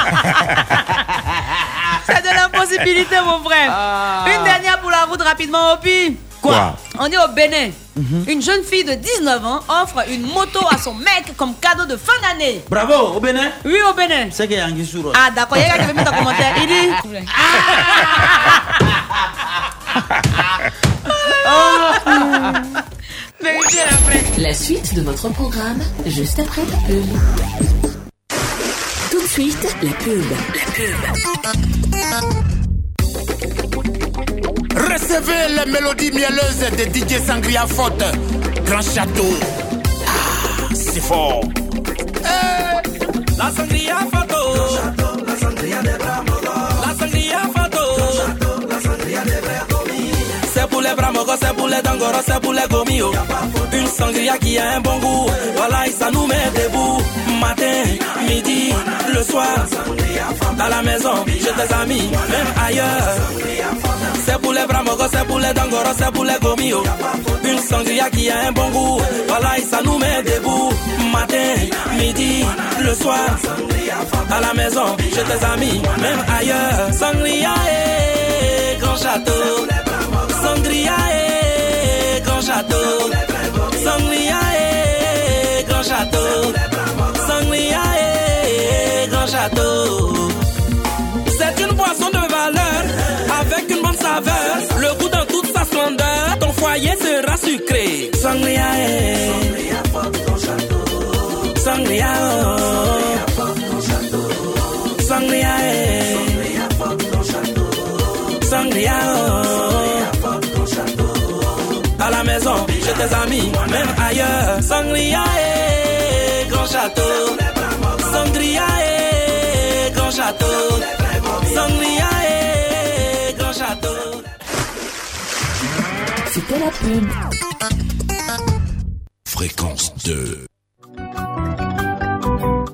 S5: C'est de l'impossibilité, mon frère.
S8: Ah.
S5: Une dernière pour la route rapidement, Opi.
S14: Quoi
S5: On est au Bénin.
S8: Mhm.
S5: Une jeune fille de 19 ans offre une moto à son mec comme cadeau de fin d'année.
S8: Bravo, au Bénin
S5: Oui, au Bénin.
S8: C'est qu'il y a un guissouro.
S5: Ah, d'accord, il y a quelqu'un qui veut mettre un commentaire. Il dit.
S1: La suite de votre programme, juste après la pub. Tout de suite, la pub. La pub.
S21: Recevez les mélodies mielleuses de DJ Sangria Forte. Grand château. Ah, c'est fort.
S19: La sangria fato. La sangria de Bramogos. La sangria fato. La sangria de
S11: C'est pour les bramogos, c'est pour les dangoros, c'est pour les gomillos. Une sangria qui a un bon goût. Voilà, et ça nous met debout. Matin, midi, le soir. Dans la maison, chez tes amis, même ailleurs. C'est pour les bramogos, c'est pour les dangoros, c'est pour les gomillos. Une sangria qui a un bon goût. Voilà, et ça nous met debout. Matin, midi, le soir. Dans la maison, chez tes amis, même ailleurs. Sangria et grand château. Sangria et grand château. Sangria et grand château. Sangria et grand château. C'est une boisson de valeur avec une bonne saveur. Le goût dans toute sa splendeur. Ton foyer sera sucré. Sangria et Sangria. oh. Sangria et Sangria. oh. À la maison, chez tes amis, même ailleurs. Sangria et grand château. Sangria et grand château. Sangria et grand château.
S18: C'était la pub.
S22: Fréquence 2.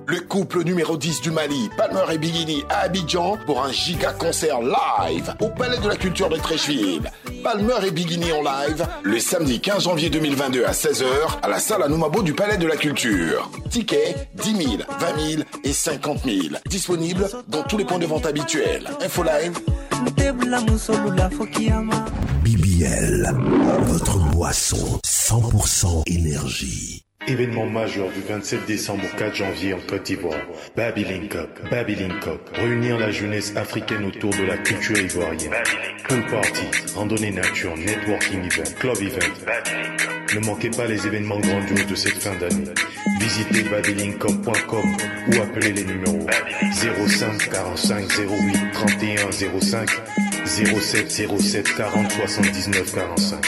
S6: Le couple numéro 10 du Mali, Palmer et Bigini à Abidjan pour un giga concert live au Palais de la Culture de Trécheville. Palmer et Bigini en live le samedi 15 janvier 2022 à 16h à la salle Anoumabo du Palais de la Culture. Tickets 10 000, 20 000 et 50 000. Disponibles dans tous les points de vente habituels. Info live.
S22: BBL, votre boisson 100% énergie.
S23: Événement majeur du 27 décembre au 4 janvier en Côte d'Ivoire. Babylin Cup, Babylin Cup. Réunir la jeunesse africaine autour de la culture ivoirienne. Pool party, randonnée nature, networking event, club event. Ne manquez pas les événements grandioses de cette fin d'année. Visitez babylingcom.com ou appelez les numéros 05 45 08 31 05 07 07 40 79 45.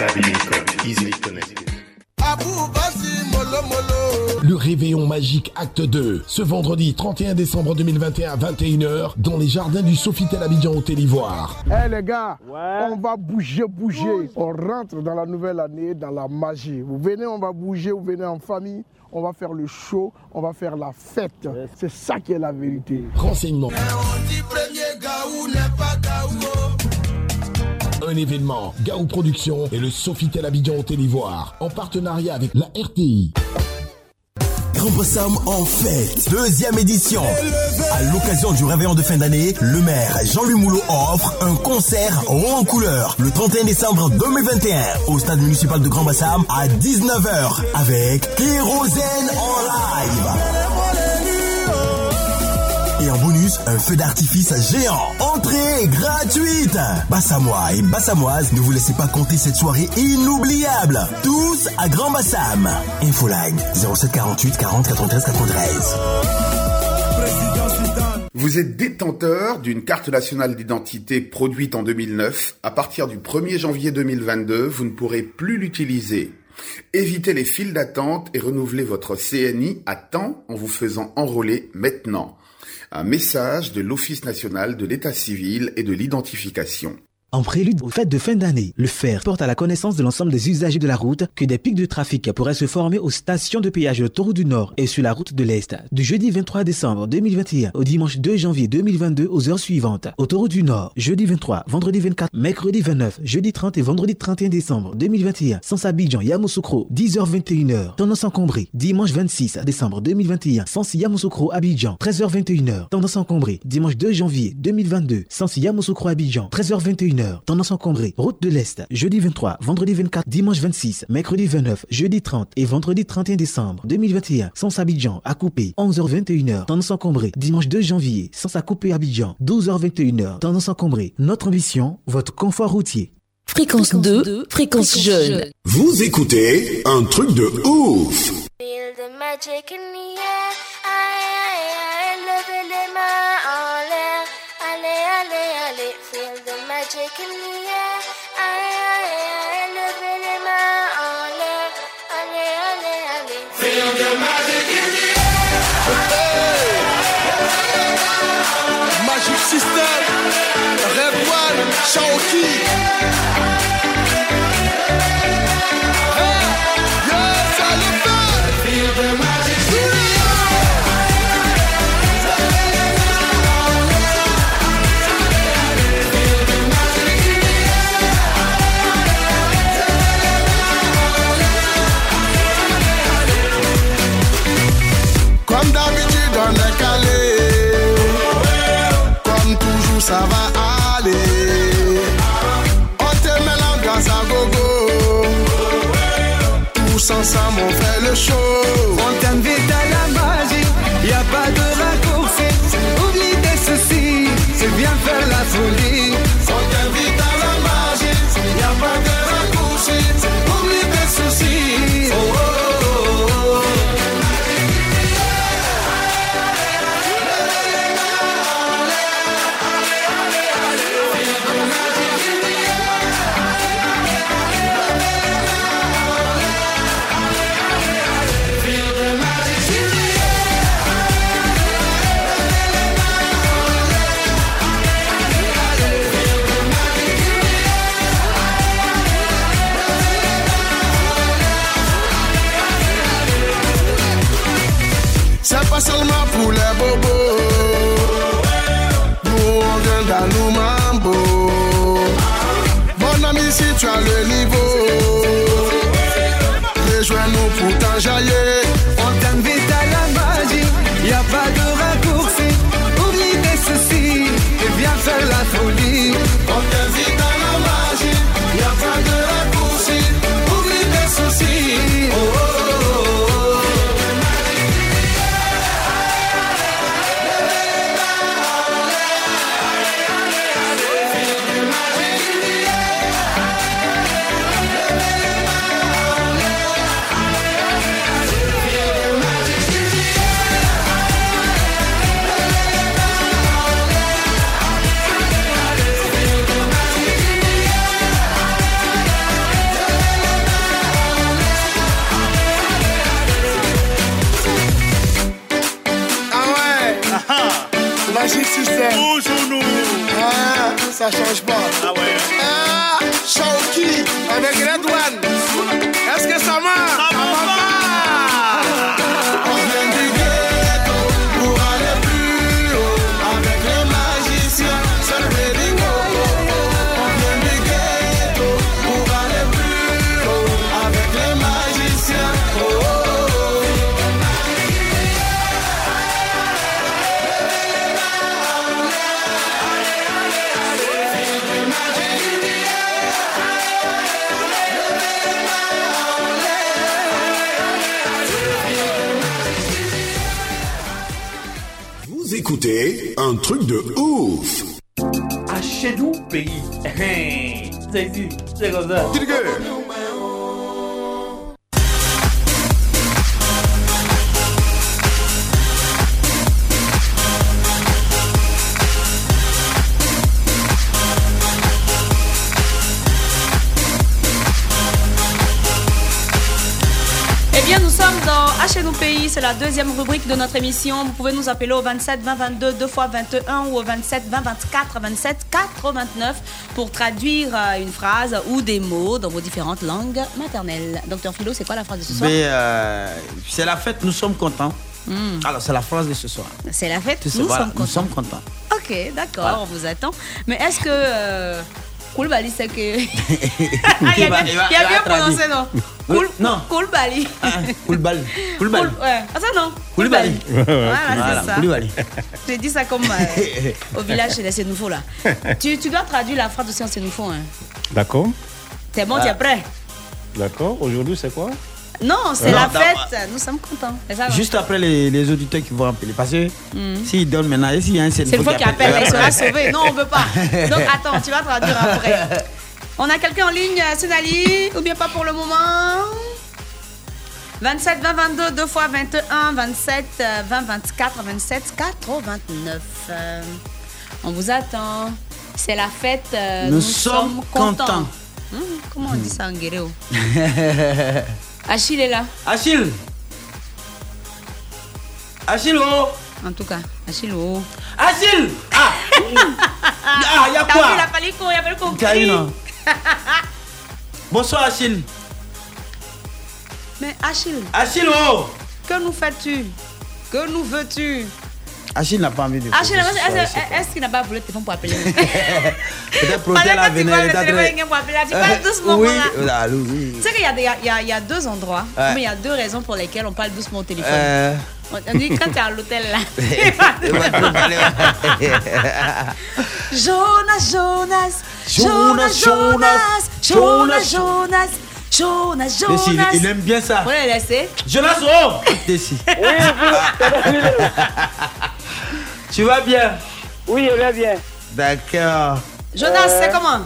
S23: Babylin Cup, easily connected.
S6: Le Réveillon Magique Acte 2, ce vendredi 31 décembre 2021 21h dans les jardins du Sofitel Abidjan Hôtel Ivoire.
S24: Eh les gars, on va bouger, bouger. On rentre dans la nouvelle année, dans la magie. Vous venez, on va bouger, vous venez en famille, on va faire le show, on va faire la fête. C'est ça qui est la vérité.
S6: Renseignements.
S25: Premier gaou n'est pas gaou.
S6: Un événement, Gaou Productions et le Sofitel Abidjan Hôtel Ivoire en partenariat avec la RTI.
S4: Grand Possum en fête, deuxième édition. À l'occasion du réveillon de fin d'année, le maire Jean-Louis Moulot offre un concert haut en couleur le 31 décembre 2021 au stade municipal de Grand Bassam à 19h avec Kérosène en live. Et en bonus, un feu d'artifice géant. Entrée gratuite. Bassamois et Bassamoises, ne vous laissez pas compter cette soirée inoubliable. Tous à Grand Bassam. Infoline 0748 40 93 93.
S26: Vous êtes détenteur d'une carte nationale d'identité produite en 2009. À partir du 1er janvier 2022, vous ne pourrez plus l'utiliser. Évitez les files d'attente et renouvelez votre CNI à temps en vous faisant enrôler maintenant. Un message de l'Office national de l'état civil et de l'identification.
S27: En prélude aux fêtes de fin d'année, le fer porte à la connaissance de l'ensemble des usagers de la route que des pics de trafic pourraient se former aux stations de péage de Taureau du Nord et sur la route de l'Est. Du jeudi 23 décembre 2021 au dimanche 2 janvier 2022 aux heures suivantes. Au Taureau du Nord, jeudi 23, vendredi 24, mercredi 29, jeudi 30 et vendredi 31 décembre 2021. Sans Abidjan, Yamoussoukro, 10h21h. Tendance encombrée. Dimanche 26 décembre 2021. Sans Yamoussoukro, Abidjan, 13h21h. Tendance encombrée. Dimanche 2 janvier 2022. Sans Yamoussoukro, Abidjan, 13h21h. 21h, tendance encombrée, route de l'Est, jeudi 23, vendredi 24, dimanche 26, mercredi 29, jeudi 30 et vendredi 31 décembre 2021, sans Abidjan, à couper, 11h21h, tendance encombrée, dimanche 2 janvier, sans à couper Abidjan, 12h21h, tendance encombrée. Notre ambition, votre confort routier.
S18: Fréquence 2, fréquence jeune.
S22: Vous écoutez un truc de ouf
S19: Feel the magic in the air. Aïe, aïe, aïe, levez les mains en l'air. Allez, allez, allez. Feel the magic in the air.
S11: System, Red One, Shaoki. Hey, yes, I love that. Feel the magic. Comme d'habitude, on est calé. Comme toujours, ça va aller. On te met l'ambiance à gogo. Tous ensemble, on fait le show. On t'invite à la magie. Y a pas de raccourci. Oublie tes soucis. C'est bien faire la folie. On t'invite à la magie. Y a pas de raccourci. Oublie tes soucis. Oh, oh, oh, oh. C'est pas seulement pour les bobos. Nous on vient dans nous mambo. Mon ami, si tu as le niveau, rejoins-nous pour t'enjailler. On t'invite à la magie, y a pas de raccourci. Oublie tes soucis et viens faire la folie. On t'invite à la magie, y a pas de raccourci. Oublie tes soucis. Oh, oh, oh, oh, oh. Ah ouais Magic System Toujours nous Ah, ça change pas Ah ouais Ah, Shawty avec Red One Est-ce que ça marche Ça marche pas On vient du ghetto pour aller plus haut Avec les magiciens, c'est le bingo On vient du ghetto pour aller plus haut Avec les magiciens, oh, oh, oh.
S12: Vous écoutez un truc de ouf.
S10: À chez nous, pays.
S8: Eh,
S10: C'est ici, c'est comme ça.
S5: Eh bien, nous sommes dans H&O Pays, c'est la deuxième rubrique de notre émission. Vous pouvez nous appeler au 27 20 22 2 fois 21 ou au 27 20 24 27 89 pour traduire euh, une phrase ou des mots dans vos différentes langues maternelles. Docteur Philo, c'est quoi la phrase de ce soir
S8: Mais, euh, c'est la fête, nous sommes contents.
S5: Hmm.
S8: Alors, c'est la phrase de ce soir.
S5: C'est la fête,
S8: Tu sais,
S5: nous
S8: voilà,
S5: sommes
S8: nous
S5: contents.
S8: sommes contents.
S5: Ok, d'accord, on vous attend. Mais est-ce que... euh, Koulibaly, c'est que... Ah, il
S8: Il va-
S5: a
S8: il va-
S5: bien, il
S8: il
S5: a
S8: va
S5: bien
S8: traduire.
S5: prononcé, non Koul-
S8: Non, Ah,
S5: Koulibaly.
S8: Koulibaly. Koulibaly.
S5: Ouais, ah ça non
S8: Koulibaly.
S5: Voilà, c'est ça.
S8: Koulibaly.
S5: J'ai dit ça comme euh,
S14: hein.
S5: au village chez les Sénoufos, là. tu, tu dois traduire la phrase de Sciences Sénoufos. Hein.
S14: D'accord
S5: T'es bon,
S14: Ah.
S5: t'es prêt
S14: D'accord. Aujourd'hui, c'est quoi
S5: Non, c'est
S8: Non,
S5: la
S8: t'as-
S5: fête. Nous sommes contents. Et ça va.
S8: Juste après les, les auditeurs qui vont appeler. Parce que
S5: Mhm.
S8: s'ils donnent maintenant, et s'il y a un
S5: C'est le fois qui appelle, il sera sauvé. Non, on veut pas. Donc attends, tu vas traduire après. On a quelqu'un en ligne, euh, Sonali, ou bien pas pour le moment 27 20 22 2 fois 21 27 euh, 20 24 27 89. Euh, on vous attend. C'est la fête. euh,
S8: Nous sommes contents.
S5: Hum, comment on dit ça en guéréo Achille est là.
S8: Achille Achille, oh
S5: En tout cas, Achille. oh.
S8: Achille Ah Ah, il y a
S5: T'as
S8: quoi
S5: vu, Il a fallu qu'on- il a fallu qu'on
S8: T'as
S5: crie.
S8: une, hein. Bonsoir Achille.
S5: Mais Achille.
S8: Achille, oh
S5: Que nous fais-tu Que nous veux-tu
S8: Achille n'a pas envie de.
S5: Achille,
S8: poser ce
S5: est-ce
S8: soir,
S5: est-ce- est-ce qu'il n'a pas voulu le téléphone pour appeler
S8: c'est- Peut-être pour tel
S5: Tu
S8: avenir,
S5: vois, le
S8: peut-être-
S5: téléphone il vient pour appeler. Tu parles doucement.
S8: Oui,
S5: voilà.
S8: voilà, Eh, oui.
S5: Tu sais qu'il y, a des- il y a- il y a- il y a deux endroits,
S8: Ouais.
S5: mais il y a deux raisons pour lesquelles on parle doucement au téléphone.
S8: Euh.
S5: On on dit quand tu es à l'hôtel là. Jonas, Jonas, Jonas, Jonas, Jonas, Jonas, Jonas, Jonas.
S8: Décide, il aime bien ça.
S5: On l'a laissé.
S8: Jonas, oh Décide. Tu vas bien
S2: Oui, je vais bien.
S8: D'accord.
S5: Jonas,
S2: Euh,
S5: c'est comment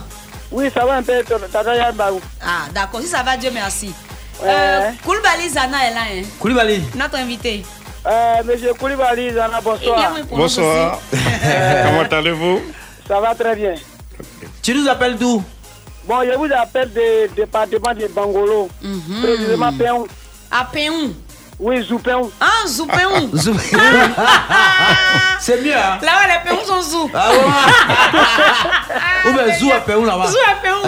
S2: Oui, ça va un peu. Tonton Yann Barou.
S5: Ah, d'accord, si ça va, Dieu merci. Euh, Koulibaly Zana est là, hein,
S8: Koulibaly.
S5: notre invité. Eh
S2: Euh, monsieur Koulibaly Zana, bonsoir.
S14: Bonsoir.
S5: Euh.
S14: Comment allez-vous
S2: Ça va très bien.
S8: Tu nous appelles d'où
S2: Bon, je vous appelle du département de Bangolo. Précisément Péon.
S5: À Mhm. Ah, Péon
S2: Oui, Zoupéon.
S5: Ah, Zoupéon
S8: C'est mieux, hein Ah,
S5: Là-bas, les Péons sont Zou.
S8: Ou bien Zou à Péou là-bas.
S5: Zou à Péon.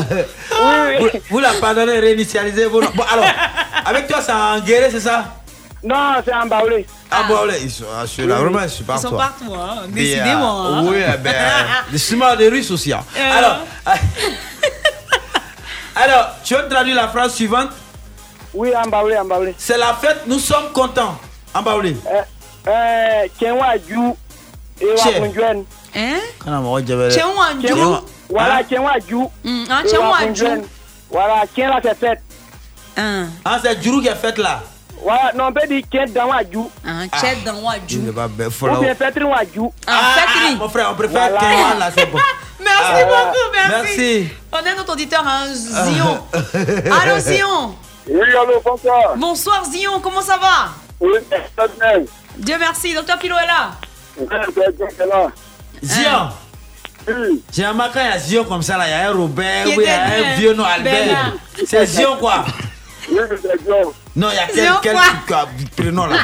S5: Ah,
S8: Vous, vous la pardonnez, réinitialisez vos noms. Bon, alors, avec toi, c'est en guéret, c'est ça
S2: Non, c'est en Baoulé.
S8: Ah, Baoulé, ils sont ah, ceux-là, vraiment, ils sont
S5: Ils
S8: partout.
S5: sont partout, hein.
S8: Des, euh,
S5: décidément. hein.
S8: Oui, eh ben, des cinémas de Russes aussi. hein.
S5: Euh.
S8: Alors, alors, tu as traduit la phrase suivante
S2: Oui, en Baoulé, en Euh. Baoulé.
S8: C'est la fête, nous sommes contents. En Baoulé.
S2: Euh, Kenwa Djou et
S8: Tiens. Euh,
S2: Wapunjuen.
S5: Hein
S2: Kenwa Djou. Voilà,
S8: Hein?
S2: Kenwa Djou.
S5: Hum, hein, Kenwa Djou.
S2: Voilà, Kenwa c'est fête.
S8: Ah, c'est Djourou qui est faite là.
S2: Voilà, non, on peut dire Kenwa Djou.
S5: Un chat dans Wadjou.
S8: Il est pas bête, faut
S2: Ah. Ou bien
S8: là-haut.
S2: fête Wadjou.
S8: Ah, ah, mon frère, on préfère
S2: Voilà.
S8: Kenwan là, c'est bon.
S5: Merci
S8: Ah.
S5: beaucoup, merci.
S8: Merci.
S5: On a notre auditeur, hein, Zion.
S8: Ah.
S5: allô, Zion.
S2: Oui, allô, bonsoir.
S5: Bonsoir, Zion, comment ça va
S2: Oui, ça bien.
S5: Dieu merci, docteur Philo est là.
S8: Zion. J'ai remarqué il y a Zion comme ça là, il y a un Robert,
S5: Qui
S8: oui, il y a
S5: était
S8: un
S5: bien.
S8: vieux nom Albert.
S5: Bernard.
S8: C'est Zion quoi
S2: Oui, c'est Zion.
S8: Non, il y a quel,
S5: Zion
S8: quel
S5: quoi
S8: quoi, prénom là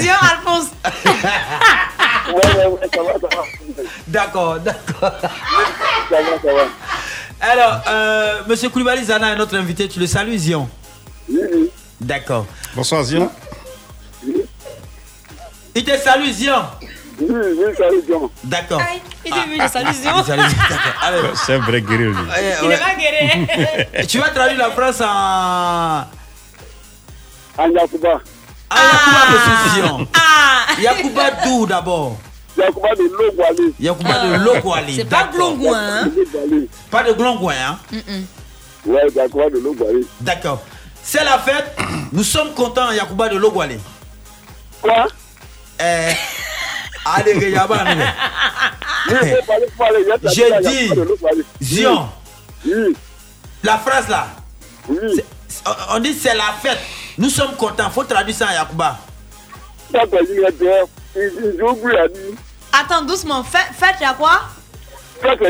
S5: Zion Alphonse.
S8: D'accord, d'accord. Alors, euh, Monsieur Koulibaly Zana est notre invité, tu le salues Zion D'accord.
S14: Bonsoir Zion.
S8: Il te salue Zion
S2: Oui, oui, salut Zion.
S8: D'accord.
S5: Ah,
S8: Ah.
S5: Il est venu, je salue Zion.
S14: C'est un vrai guerrier, lui.
S5: Il est pas guéri.
S8: Et tu vas traduire la France en.
S2: En Yakuba.
S8: Ah, Yakuba, monsieur Zion.
S5: Ah.
S8: Yakuba d'où d'abord
S2: Yakuba de Logwali.
S8: Yakuba
S5: Ah.
S8: de Logwali.
S2: C'est pas
S8: d'accord.
S2: Glongouin, hein
S8: Pas de Glongouin, hein
S2: Ouais, Yakuba de Logwali.
S8: D'accord. C'est la fête. Nous sommes contents, Yakuba de Logwali.
S2: Quoi
S8: Eh. Allez, Yaba, non, mais. J'ai dit, Zion, la phrase là, c'est- on- on dit c'est la fête. Nous sommes contents, faut traduire ça à Yakuba.
S5: Attends, doucement, faites faites la quoi Faites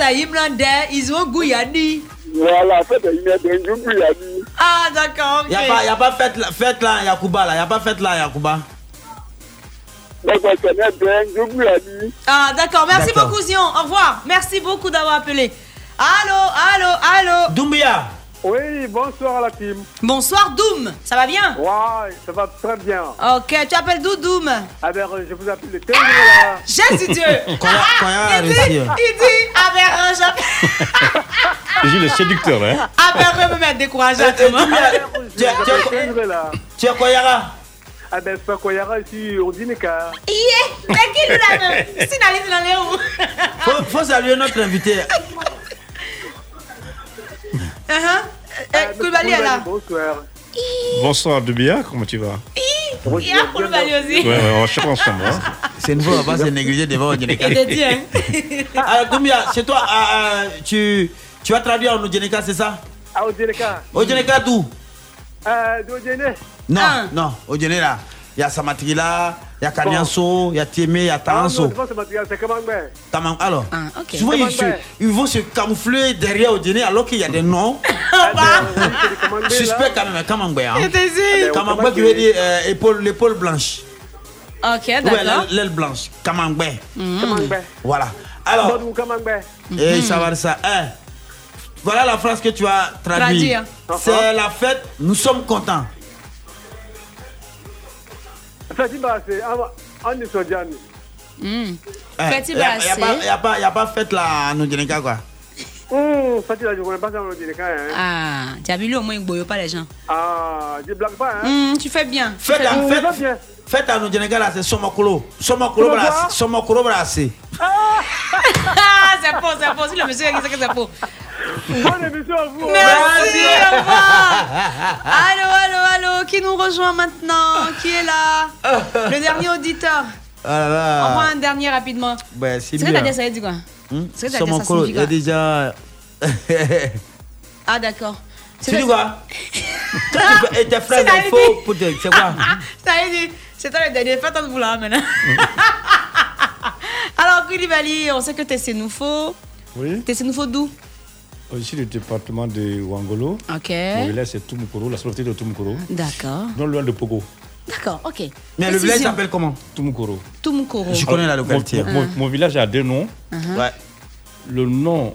S5: euh, à Yimlande, ils ont Gouyani.
S2: Voilà, faites à Yimlande, ils ont Gouyani.
S5: Ah, d'accord, ok.
S8: Il n'y a, pas- y a pas fête, là- fête là à Yakuba, là. Il n'y a pas fête là à Yakuba.
S5: Ah, d'accord, merci
S8: D'accord.
S5: beaucoup, Zion. Au revoir. Merci beaucoup d'avoir appelé. Allô, allô, allô.
S8: Doumbia.
S2: Oui, bonsoir à la team.
S5: Bonsoir, Doum. Ça va bien
S2: Ouais, ça va très bien.
S5: Ok, tu appelles d'où, Doum Ah,
S2: Alors, je vous appelle le téléphone là.
S5: Jésus Dieu
S8: Koya
S5: Il dit, il dit, Aberrant, j'appelle.
S14: J'ai le séducteur, hein.
S5: Aberrant me mettre découragé à tout moment.
S2: Eh,
S8: Tu es Ah, Tu es Koyara
S2: Ah ben, c'est pas Koyara, je suis Ordinika.
S5: Yeah, mais qui nous l'a même Si n'allez dans les où
S8: Faut, faut saluer notre invité.
S5: Uh-huh. Eh, Koulibaly est là.
S2: Bonsoir.
S14: Bonsoir Dubia, comment tu vas
S5: Il y a Koulibaly
S14: Ouais,
S5: aussi.
S14: ouais, on chante ensemble. hein.
S8: C'est une fois, on va se négliger devant Odjenika.
S5: Il te dit, hein.
S8: Alors, Ah, Doumbia, c'est toi, euh, euh, tu, tu vas traduire en Odjenika, c'est ça
S2: Ah, Ordinika.
S8: Odjenika d'où
S2: Euh, Dojene.
S8: Non, non, Odjenika là. Il y a Samatri là, il y a Kanyanso, il y a Tieme, il y a
S2: Ah, non,
S8: Taranso.
S2: c'est pas ce matériel, c'est comment, ben
S8: Tamang- alors,
S5: Ah,
S2: ok.
S8: souvent ils, se-
S2: Camembert.
S8: ils vont se camoufler derrière Odjené alors qu'il y a des noms Ah, suspects quand même. Camembert. hein. Eh ben,
S2: Il était sûr.
S8: Camembert qui veut dire euh, épaule, l'épaule blanche.
S5: Ah, Ok,
S8: Ou bien
S5: Eh, d'accord.
S8: l'aile- l'aile blanche, camembert.
S5: Mhm.
S2: Camembert.
S8: Voilà. Alors,
S2: Camembert.
S8: et ça va de ça. Hein. Voilà la phrase que tu as traduite.
S2: Traduire.
S8: C'est la fête, nous sommes contents.
S2: Fati b'a se an b'a- an nisɔndiya ni.
S5: Mhm. Fête,
S8: Il n'y a,
S5: bah,
S8: Eh, y a
S5: c'est-
S8: pas- y a pas- y a pas fête là, nous, Jenica, quoi.
S2: Hum, Fati la ɲɔgɔn ye basa kɔnɔ jeli kan yɛrɛ.
S5: Ah, tu as vu le mot Igboyo, pas les gens.
S2: hein. Ah, je blague pas hein.
S5: Hum, tu fais bien. tu
S8: Fête
S5: fais
S8: à,
S5: bien.
S8: fête, fête à nous, Jenica, là, c'est Somakolo. Somakolo,
S5: Comment
S8: Brassé-
S5: ça
S8: Somakolo, Brassé.
S5: Ah, c'est faux, c'est faux. Si le monsieur a dit que c'est faux.
S2: Bonne émission à
S8: hein.
S2: vous.
S5: Merci, au revoir. Allô, allô, allô. Qui nous rejoint maintenant Qui est là Le dernier auditeur.
S8: Ah là là.
S5: Envoie un dernier rapidement.
S8: Ben, c'est
S5: C'est que t'as dit,
S8: bien.
S5: ça veut dire quoi
S8: Hum,
S5: C'est que t'as dit, ça
S8: Somakolo,
S5: signifie
S8: il y a
S5: quoi
S8: déjà.
S5: Ah, d'accord.
S8: Tu dis quoi Toi, tu fais- Et tes
S5: C'est Ah,
S8: frères,
S5: la
S8: il faut. pour te- C'est quoi
S5: Ça y est, c'est toi le dernier. Fais ton boulot hein, maintenant. Alors, Koulibaly, on sait que t'es Sénoufo.
S14: Oui. Euh,
S5: T'es Sénoufo d'où
S14: Ici, le département de Wangolo.
S5: Ok.
S14: Mon village, c'est Tumukoro, la société de Tumukoro.
S5: D'accord.
S14: Non loin de Pogo.
S5: D'accord, ok. Précision.
S14: s'appelle
S8: comment
S14: Tumukoro.
S5: Tumukoro.
S14: Alors, Euh, mon-
S5: Ah.
S14: Mon, mon- mon village a deux noms.
S5: Uh-huh.
S14: Le nom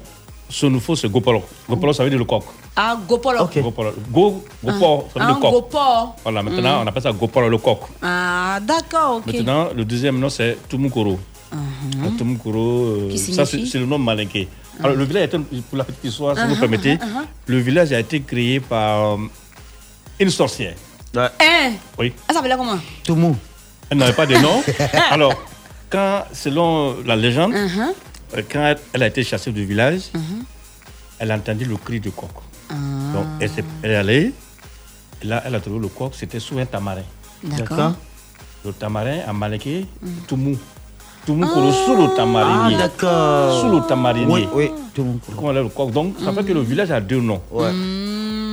S14: Sonufo, c'est Goporo. Goporo, ça veut dire le coq.
S5: Ah, Gopolo.
S14: Goporo. Go, Goporo, ça veut
S5: Ah,
S14: dire le coq.
S5: Gopor.
S14: Voilà, maintenant,
S5: Mhm.
S14: on appelle ça Goporo, le coq.
S5: Ah, d'accord, ok.
S14: Maintenant, le deuxième nom, c'est Tumukoro.
S5: Mhm.
S14: À Tumukuro, euh,
S5: Qui
S14: ça c'est
S5: signifie
S14: c'est le nom malinqué. Alors le village, a été- pour la petite histoire, si vous
S5: Uh-huh,
S14: permettez,
S5: uh-huh, uh-huh.
S14: le village a été créé par euh, une sorcière.
S5: Hein
S14: Oui.
S5: Ah, ça s'appelle comment
S8: Tumu.
S14: Elle n'avait pas de nom. Alors, quand, selon la légende,
S5: Mhm.
S14: euh, quand elle a été chassée du village,
S5: Uh-huh.
S14: elle a entendu le cri du coq.
S5: Ah.
S14: Donc elle, s'est- elle est allée, et là elle a trouvé le coq, c'était sous un tamarin.
S5: D'accord. Mm. D'accord.
S14: Le tamarin a malinqué Tumu. Tumu Koro sous le tamarinier.
S8: Ah, d'accord.
S14: Sous le tamarinier.
S8: Oui, oui.
S14: C'est comme on lève le coq. Donc, ça fait que le
S5: Mm.
S14: village a deux noms.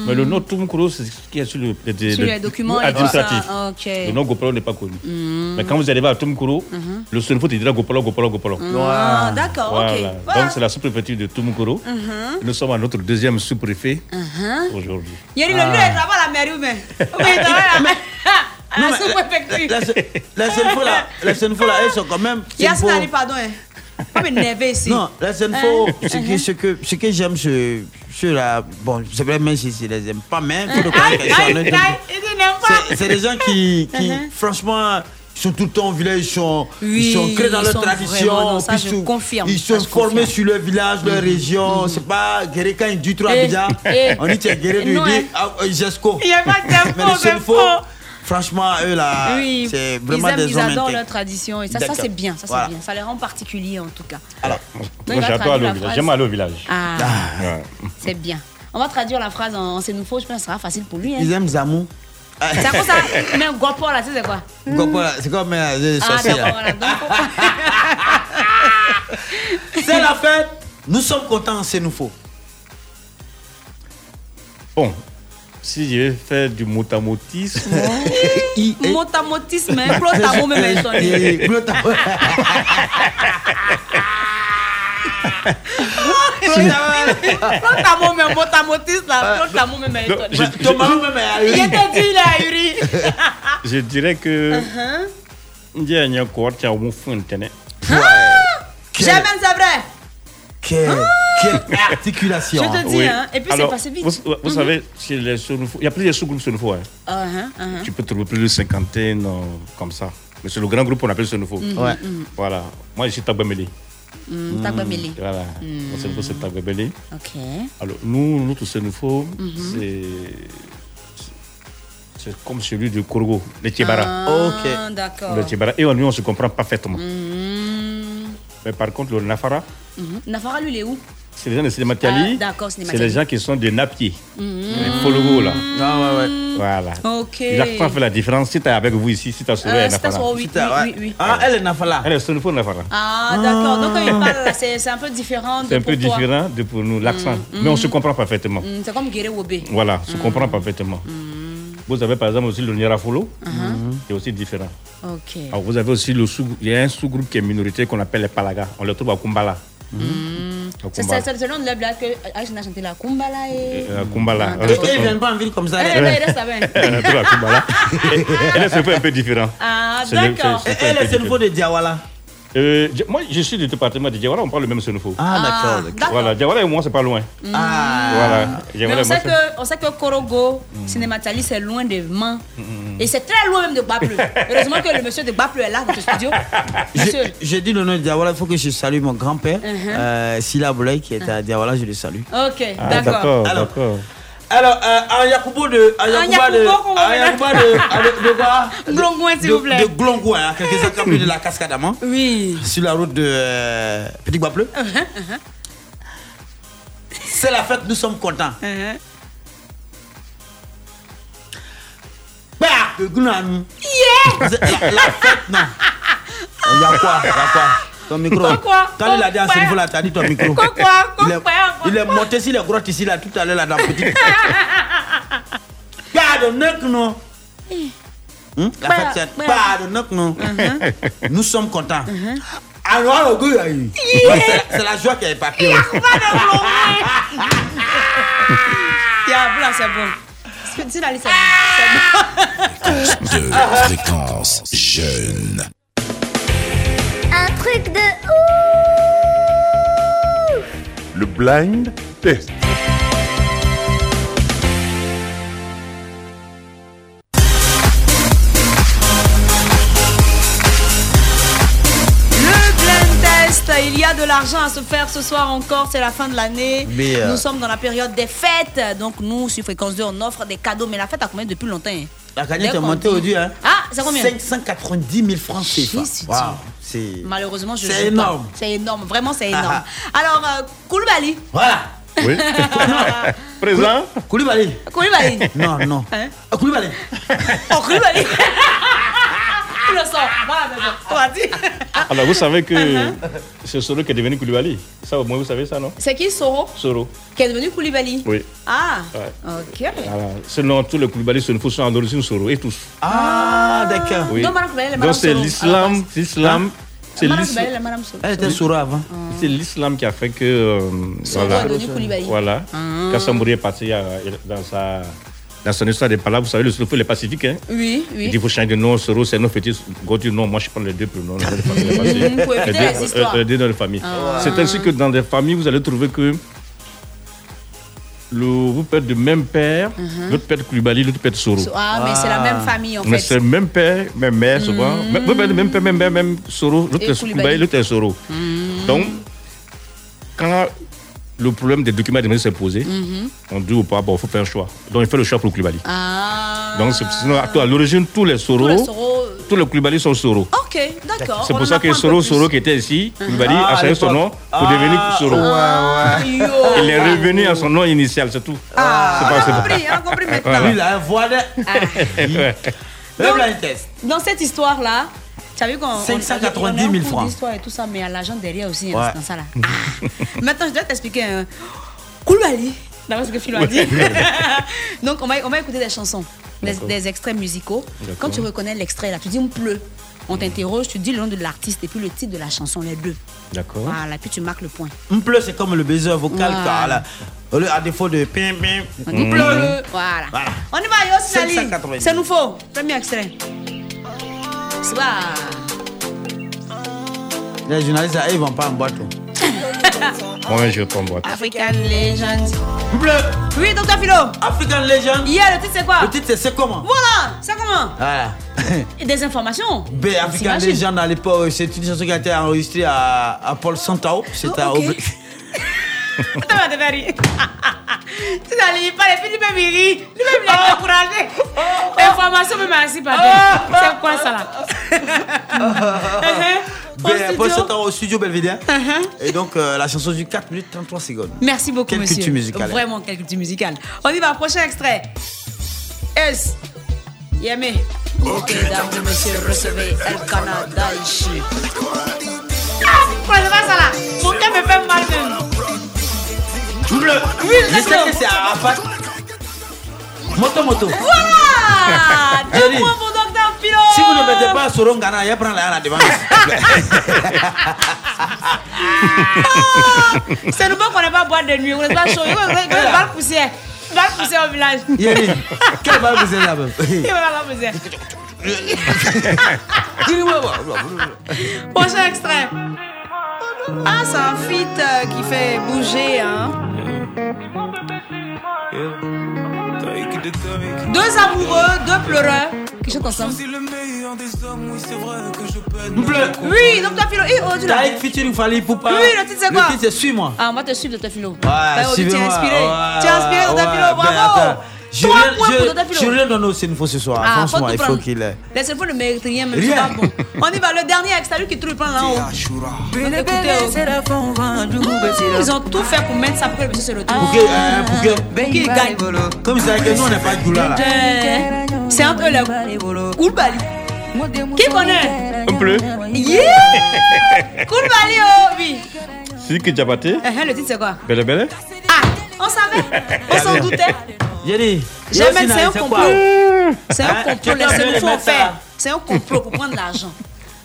S14: Mais le nom Tumkuro, c'est ce qui est sur le, le-
S5: Sur
S14: le-
S5: les documents
S14: le
S5: et tout
S14: administratif.
S5: ça. Ok.
S14: Le nom Gopolo n'est pas connu.
S5: Hmm.
S14: Mais quand vous arrivez à Tumkuro,
S5: Mhm.
S14: le sonneau te dira Gopolo, Gopolo, Gopolo.
S5: Ah, d'accord, ok.
S14: Voilà.
S5: Voilà.
S14: Donc, c'est la sous-préfecture de Tumkuro.
S5: Mhm.
S14: Nous sommes à notre deuxième sous-préfet
S5: Mhm.
S14: aujourd'hui.
S5: Yeri, le
S14: Ah.
S5: lui, il travaille à la mairie ou bien Ou bien il travaille à la
S14: Ah.
S5: à la sous-préfecture.
S8: La, se- la seule fois là, la seule fois là, elles sont quand même.
S5: Yasna, Ali, pardon. hein. Pas m'énerver ici.
S8: Non, la seule
S5: Hein
S8: fois, ce
S5: Mhm.
S8: que, ce que, ce que j'aime, ce, là, bon, c'est vrai, même si je les aime pas, mais il faut reconnaître qu'elles sont
S5: Aïe,
S8: honnêtes.
S5: aïe, Ah, il n'aime pas.
S8: C'est- C'est des gens qui, qui
S5: Mhm.
S8: franchement, ils sont tout le temps au village, ils sont,
S5: Oui,
S8: ils sont créés dans
S5: ils
S8: leur
S5: sont
S8: tradition.
S5: vraiment dans ça,
S8: puis
S5: je
S8: ils sont-
S5: confirme,
S8: Ils
S5: ça,
S8: sont
S5: je
S8: formés
S5: confirme.
S8: sur leur village, leur région. C'est pas guéri quand ils disent trois
S5: Eh,
S8: déjà.
S5: eh.
S8: On dit tu es guéri, tu
S5: Non, hein.
S8: dis ah, euh, Jesco.
S5: Il y a pas de tempo,
S8: Mais les
S5: c'est
S8: seuls faux, franchement, eux là,
S5: Oui,
S8: Ah, c'est vraiment
S5: ils aiment,
S8: des
S5: ils
S8: hommes
S5: adorent
S8: intègres.
S5: leur tradition et ça, ça
S8: D'accord.
S5: c'est bien, ça c'est
S8: Voilà. Ah.
S5: bien, ça les rend particuliers en tout cas.
S8: Alors,
S5: il va
S14: moi, j'adore
S5: traduire
S14: aller
S5: la
S14: au village.
S5: phrase.
S14: J'aime aller au village.
S5: Ah,
S14: Ouais.
S5: c'est bien. On va traduire la phrase en, en sénoufo, je pense que ça sera facile pour lui. Hein.
S8: Ils aiment Zamou.
S5: C'est à cause ça, même Gopo là, tu sais c'est quoi
S8: Gopo, là, C'est comme euh, des
S5: Ah,
S8: sorciers,
S5: d'accord,
S8: là.
S5: voilà, donc-
S8: C'est la fête. Nous sommes contents, c'est nous faux.
S14: Bon, si je vais faire du motamotisme.
S5: Motamotisme, hein, Plotamo même hein, son
S14: Eh, eh,
S5: nom.
S8: Plotamo.
S5: Plotamo même, motamotisme
S8: Ah,
S5: là, Plotamo même hein, son nom.
S14: Non, je- je- Tomamo même, hein, ahuri.
S5: Il était dit, il est ahuri.
S14: je dirais que.
S5: Uh-huh. Ah.
S14: Ndiye anya kwa cha umufu ntene.
S5: Jamais c'est vrai.
S8: Quelle, quelle articulation.
S5: Je te dis,
S14: Oui.
S5: hein, et puis
S14: Alors,
S5: c'est passé vite.
S14: Vous, vous
S5: Mhm.
S14: savez, chez les Sonofo- il y a plusieurs sous-groupes Sonofo, hein.
S5: Uh-huh, uh-huh.
S14: Tu peux trouver plus de cinquantaine euh, comme ça. Mais c'est le grand groupe qu'on appelle Sonofo.
S5: Mhm, Ouais. mhm.
S14: Voilà. Moi, je suis Tagbameli.
S5: Mm, Tagbameli.
S14: Voilà.
S5: Mhm.
S14: Mon Sonofo, c'est Tagbameli.
S5: Ok.
S14: Alors, nous, notre Sonofo,
S5: Mhm.
S14: c'est- c'est comme celui de Korgo, le Tchibara.
S5: Ah, D'accord.
S14: Le Tchibara. Et on- nous, on se comprend parfaitement.
S5: Mhm.
S14: Mais par contre, le Nafara,
S5: Mhm. Nafara, lui, il est où
S14: c'est les gens de Sénématali.
S5: Ah, d'accord, Sénématali.
S14: C'est les gens qui sont des Napiers.
S5: Mhm.
S14: Les Fologo, là.
S8: Ah, ouais, ouais.
S14: Voilà.
S5: Ok.
S14: Jacques Franck fait la différence. Si t'es avec vous ici, si t'as sauvé,
S5: Ah,
S14: elle
S5: si
S14: n'a
S5: t'as
S14: pas
S5: sauvé, oui, Si t'as- oui, oui, oui.
S8: Ah, elle est Nafala.
S14: Elle est Sonofo Nafara.
S5: Ah, d'accord. Donc, quand il parle, là, c'est c'est un peu différent. de
S14: C'est un peu
S5: pourquoi.
S14: différent de pour nous, l'accent. Mais on se comprend parfaitement.
S5: Mm, c'est comme Guéré Wobé.
S14: Voilà, on se comprend parfaitement. Vous avez par exemple aussi le Nirafolo, qui est aussi différent.
S5: Uh-huh. Ok.
S14: Alors, vous avez aussi le sous, il y a un sous-groupe qui est minoritaire qu'on appelle les Palagas. On les trouve à Kumbala.
S5: Mm. C'est
S14: Kumbala.
S5: c'est- c'est le nom de la blague que Aïcha a chanté là. Kumbala et.
S14: Euh, à Kumbala.
S5: Ah,
S14: Reste-
S5: ils viennent
S8: pas en ville comme
S5: ça, Eh, là. ben, il reste à vingt.
S14: Elle est à eh, Kumbala. Et- Euh, Elle est un peu- un peu différent.
S5: Ah,
S14: C'est le-
S5: d'accord.
S14: c'est- c'est un peu différent.
S8: de Diawala
S14: Euh, Di- Moi, je suis du département de Diawala, on parle le même Sénoufo.
S5: Ah, d'accord, Ah, d'accord.
S14: Voilà, Diawala et moi, c'est pas loin. Voilà,
S5: Mm. Mais
S14: Diawala
S5: on
S14: et moi,
S5: sait,
S14: c'est-
S5: que, on sait que Korogo, Cinématali, c'est loin de Mans. Et c'est très loin même de Bapleu. Heureusement que le monsieur de Bapleu est là dans ce studio. Monsieur.
S8: J'ai dit le nom de Diawala, il faut que je salue mon grand-père,
S5: Mhm.
S8: euh, Silla Boulay, qui était à Diawala, je le salue.
S5: Uh-huh.
S8: Ah,
S5: Ok, d'accord.
S8: Alors, alors euh, Ayakubo de. Ayakuba de.
S5: Ayakubo qu'on va
S8: Ayakuba
S5: mettre.
S8: de. De, de quoi
S5: Glongouin, s'il
S8: De-
S5: vous plaît.
S8: De Glongouin, hein, quelques accablés de la cascade à Mans,
S5: Oui. Uh-huh,
S8: Sur la route de euh, Petit Guapleux. C'est la fête, nous sommes contents.
S5: Uh-huh.
S8: Bah, de Gounan.
S5: Yeah!
S8: C'est La, la fête, non. Il y a quoi Il y a quoi Ton micro.
S5: Pourquoi
S8: Quand il a dit à
S5: Pourquoi
S8: ce là t'as dit ton micro.
S5: Pourquoi
S8: il, est, il est monté sur les grottes ici, là, tout à l'heure, là, dans le petit. Pas de neuf, non.
S14: Eh.
S8: Hum? La
S5: Bah,
S8: fête, c'est
S5: bah.
S8: pas de neuf, non.
S5: Mhm.
S8: Nous sommes contents. Alors, Uh-huh. Ah, le goût, là, il-
S5: Yeah.
S8: c'est la- c'est la joie qui est partie.
S5: Tiens, voilà, c'est bon. C'est c'est la liste, c'est bon.
S22: De fréquence jeune.
S19: Un truc de ouf
S9: Le blind test.
S5: Le blind test, il y a de l'argent à se faire ce soir encore, c'est la fin de l'année.
S8: Mais, euh,
S5: Nous sommes dans la période des fêtes, donc nous, sur Fréquence 2, on offre des cadeaux, mais la fête a commencé depuis longtemps. hein.
S8: La gagnante
S5: Dès
S8: est
S5: qu'on
S8: montée
S5: dit-
S8: aujourd'hui. Hein.
S5: Ah, c'est combien
S8: 590 000 francs CFA. Waouh, c'est.
S5: Malheureusement, je
S8: C'est
S5: joue pas.
S8: énorme. Ah,
S5: C'est énorme, vraiment, c'est énorme. Alors, euh, Koulibaly.
S8: Voilà.
S14: Oui. Présent.
S8: Koulibaly.
S5: Koulibaly.
S8: Non, non.
S5: Hein
S8: Ah, Koulibaly.
S5: Oh, Koulibaly. Tu Ah, le sens. Voilà, d'accord.
S8: Ah,
S5: On va dire.
S14: Alors, vous savez que c'est Soro qui est devenu Koulibaly. Ça, au moins, vous savez ça, non
S5: C'est qui Soro
S14: Soro.
S5: qui est devenu Koulibaly
S14: Oui.
S5: Ah,
S14: Ouais.
S5: ok.
S14: Alors, sinon, tous les Koulibaly Sénoufo sont en origine Soro et tous.
S8: Ah, d'accord.
S14: Oui.
S5: Donc, Madame Koulibaly est Madame
S14: Donc, c'est
S5: Soro, à la
S14: l'islam.
S5: base.
S14: l'islam. C'est
S5: Madame
S14: l'islam.
S5: Koulibaly est Madame Soro.
S8: Elle était
S14: Oui.
S8: Soro avant.
S14: C'est l'islam qui a fait que. euh,
S5: Soro
S14: voilà.
S5: est devenu Koulibaly.
S14: Voilà.
S5: Ah.
S14: Quand Sambouri est parti euh, dans, sa, dans son histoire des palabres, vous savez, le Sénoufo, il est pacifique. Hein
S5: Oui, oui.
S14: Il dit, faut changer de nom, Soro, c'est un nom fétiche. Gauthier, non, moi, je prends les deux prénoms. Les deux familles, les
S5: Mmh,
S14: familles.
S5: pour éviter
S14: Les
S5: les
S14: deux-
S5: histoires.
S14: euh, Les deux dans les familles.
S5: Ah.
S14: C'est ainsi que dans les familles, vous allez trouver que le, vous père du même père,
S5: Mhm.
S14: l'autre père Koulibaly, l'autre père Soro.
S5: Ah, mais c'est la même famille, en fait.
S14: Mais
S5: Mhm.
S14: c'est le même père, même mère, souvent. Même- Vous père du même père, même mère, même Soro, l'autre
S5: Et
S14: est
S5: Koulibaly. Mhm.
S14: Koulibaly, l'autre est Soro. Donc, quand le problème des documents de s'est posé,
S5: Mhm.
S14: on dit au papa, bon, il faut faire un choix. Donc, il fait le choix pour Koulibaly.
S5: Ah.
S14: Donc, c'est- sinon, à à l'origine, tous les
S5: Tous les
S14: Soros,
S5: Soro.
S14: tous les Koulibaly sont Soros.
S5: Ok, d'accord.
S14: C'est
S5: on
S14: pour
S5: en
S14: ça
S5: apprend
S14: que
S5: un peu
S14: Soro
S5: plus.
S14: Soro qui était ici, Koulibaly
S8: Ah,
S14: a
S8: à
S14: changé son
S8: l'époque.
S14: nom pour devenir
S5: Ah,
S14: Soro.
S8: ouais, ouais.
S14: Il est revenu à son nom initial, c'est tout.
S5: Ah,
S14: C'est pas- c'est pas-
S5: hein,
S14: Voilà.
S8: Lui, là, voilà.
S14: Ouais.
S8: Le blind test.
S5: Dans cette histoire-là, tu as vu qu'on. on-
S8: 590
S5: on est
S8: 000
S5: en cours
S8: francs.
S5: d'histoire et tout ça, mais à l'agent derrière aussi, hein,
S8: Ouais.
S5: c'est dans ça là. Ah. Maintenant, je dois t'expliquer. Hein. Koulibaly, d'abord ce que Philo a dit.
S19: Ouais.
S5: Donc, on va, on va écouter des chansons, des,
S19: D'accord.
S5: des extraits musicaux.
S19: D'accord.
S5: Quand tu reconnais l'extrait là, tu dis on pleut. On t'interroge, tu dis le nom de l'artiste et puis le titre de la chanson, les deux.
S14: D'accord.
S5: Voilà, puis tu marques le point.
S8: Mple, c'est comme le baiser vocal.
S5: Ouais.
S8: car là, au lieu- à défaut de pim, pim.
S5: On dit
S8: Mple.
S5: pleut. Voilà.
S8: Voilà.
S5: On y va, yo, Sali.
S8: 590.
S5: C'est nouveau. Premier extrait. Soir.
S8: Les journalistes, là, ils vont pas en boîte. hein.
S14: Moi, je vais pas en boîte.
S5: African Legends.
S8: Bleu.
S5: Oui, docteur Philo.
S8: African Legend.
S5: Hier, le titre c'est quoi
S8: Le titre, c'est c'est comment
S5: Voilà, ça comment
S8: Voilà.
S5: Et des informations.
S8: B, African
S5: T'imagines
S8: Legend à l'époque, c'est une chanson qui a été enregistrée à, à Paul Santao. C'était à
S5: Oh, ok.
S8: Aubry.
S5: Attends, ma devait Tu n'as lié pas les filles, lui-même il rit. Lui-même il
S8: Ah.
S5: est encouragé. Information même ainsi, pardon. C'est quoi ça là
S8: B, Ah.
S5: Au studio. Uh-huh.
S8: Paul Santao au studio Belvedere. Et donc, euh, la chanson du 4 minutes 33 secondes.
S5: Merci beaucoup,
S8: Quelle
S5: monsieur.
S8: culture musicale. hein.
S5: Vraiment, quelle culture musicale. On y va, prochain extrait. S. Yemé. Ok, mesdames et messieurs, recevez El Canada ici. Ah, pourquoi c'est pas ça là Mon cœur me fait mal même.
S8: Bleu.
S5: Oui,
S8: Je sais
S5: let's go.
S8: que c'est à Arafat. Moto, moto.
S5: Voilà Deux
S8: Jerry.
S5: points pour Docteur Pilo
S8: Si vous ne mettez pas Soron Ghana, il prend la la devant.
S5: C'est nous qu'on n'est pas boire de nuit, on n'est pas chaud. Il va le pousser. Il va le pousser au village.
S8: Yéli, quelle balle vous êtes là
S5: Il
S8: meuf
S5: va le pousser. Prochain extrait. Ah, c'est un feat euh, qui fait bouger. Hein. Deux amoureux, deux pleureux qui chantent ensemble.
S8: Double.
S5: Oui, donc toi, Philo. eh, oh, tu l'as.
S8: Taïk featuring Fali Poupa.
S5: Oui, le titre, c'est quoi
S8: Le titre c'est Suis-moi.
S5: Ah, on va te suivre, Dr. Philo.
S8: Ouais,
S5: tu es
S8: suivez-moi.
S5: inspiré.
S8: Ouais,
S5: tu es inspiré, Dr.
S8: ouais,
S5: Philo.
S8: ben,
S5: Bravo.
S8: attends. Je
S5: Trois
S8: rien-
S5: points pour
S8: je-
S5: Dr. Philo.
S8: Je rien donne au Sénifo ce soir.
S5: Ah, faut
S8: Franchement,
S5: tout
S8: hein, il faut
S5: prendre.
S8: qu'il ait.
S5: Les infos ne méritent rien, mais c'est
S8: Rien.
S5: pas bon. On y va, le dernier extrait, lui qui trouve le plan là-haut. On écoute, oh. Mmh, Ils ont tout fait pour mettre ça pour que le monsieur se retrouve.
S8: Pour que- euh, pour que-
S5: Pour qu'il gagne.
S8: Comme ça, que nous on n'est pas de là.
S5: Euh, C'est entre eux là. Koulibaly. Qui connaît
S14: Un peu.
S5: Yeah Koulibaly, oh, oui.
S14: Celui qui Diabaté,
S5: Eh, eh, Le titre, c'est quoi
S14: Belle Belle.
S5: Ah, On savait On s'en doutait.
S8: Yéli.
S5: Jamais,
S8: Yossi,
S5: c'est un
S8: quoi
S5: complot. C'est un
S8: Hein,
S5: complot,
S8: tu t'en veux
S5: laissez-nous
S8: les
S5: faut
S8: mettre ça.
S5: faire. C'est un complot pour prendre l'argent.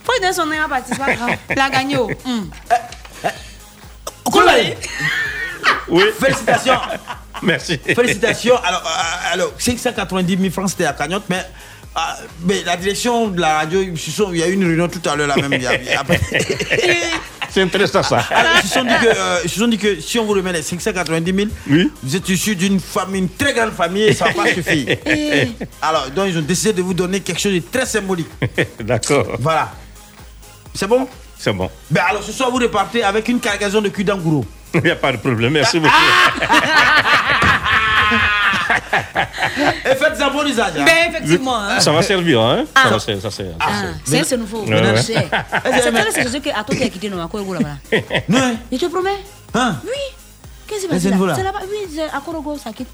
S5: Faut lui donner son air à partie, c'est pas grave. La gagne. oh. Hum.
S8: Koulibaly.
S14: Oui.
S8: Félicitations.
S14: Merci.
S8: Félicitations. Alors, euh, alors 590 000 francs, c'était la cagnotte, mais, euh, mais la direction de la radio, ils se sont- il y a eu une réunion tout à l'heure là même. il y a- il y a- après-
S14: C'est intéressant ça.
S8: Alors, ils, se sont dit que, euh, ils se sont dit que si on vous remet les 590 000, vous êtes issus d'une famille, une très grande famille, et ça va pas suffire. Alors, donc, ils ont décidé de vous donner quelque chose de très symbolique.
S14: D'accord.
S8: Voilà. C'est bon
S14: C'est bon.
S8: Ben alors, ce soir, vous repartez avec une cargaison de cul d'angourou.
S14: Il n'y a pas de problème. Merci beaucoup.
S8: Et faites-en bon usage. hein.
S5: Ben, effectivement. hein.
S14: Ça va servir, hein
S5: Ah.
S14: Ça va servir, ça sert.
S5: Ah, c'est ce nouveau.
S14: Ouais, ouais.
S5: C'est c'est vrai, c'est Jésus que à toi qui a quitté le Mako et Goula. voilà.
S8: Non.
S5: Je te promets.
S8: Hein
S5: Oui. Qu'est-ce qui
S8: Mais
S5: va
S8: c'est
S5: se
S8: nouveau, là.
S5: passer là-bas Oui, c'est à Korogo, ça quitte.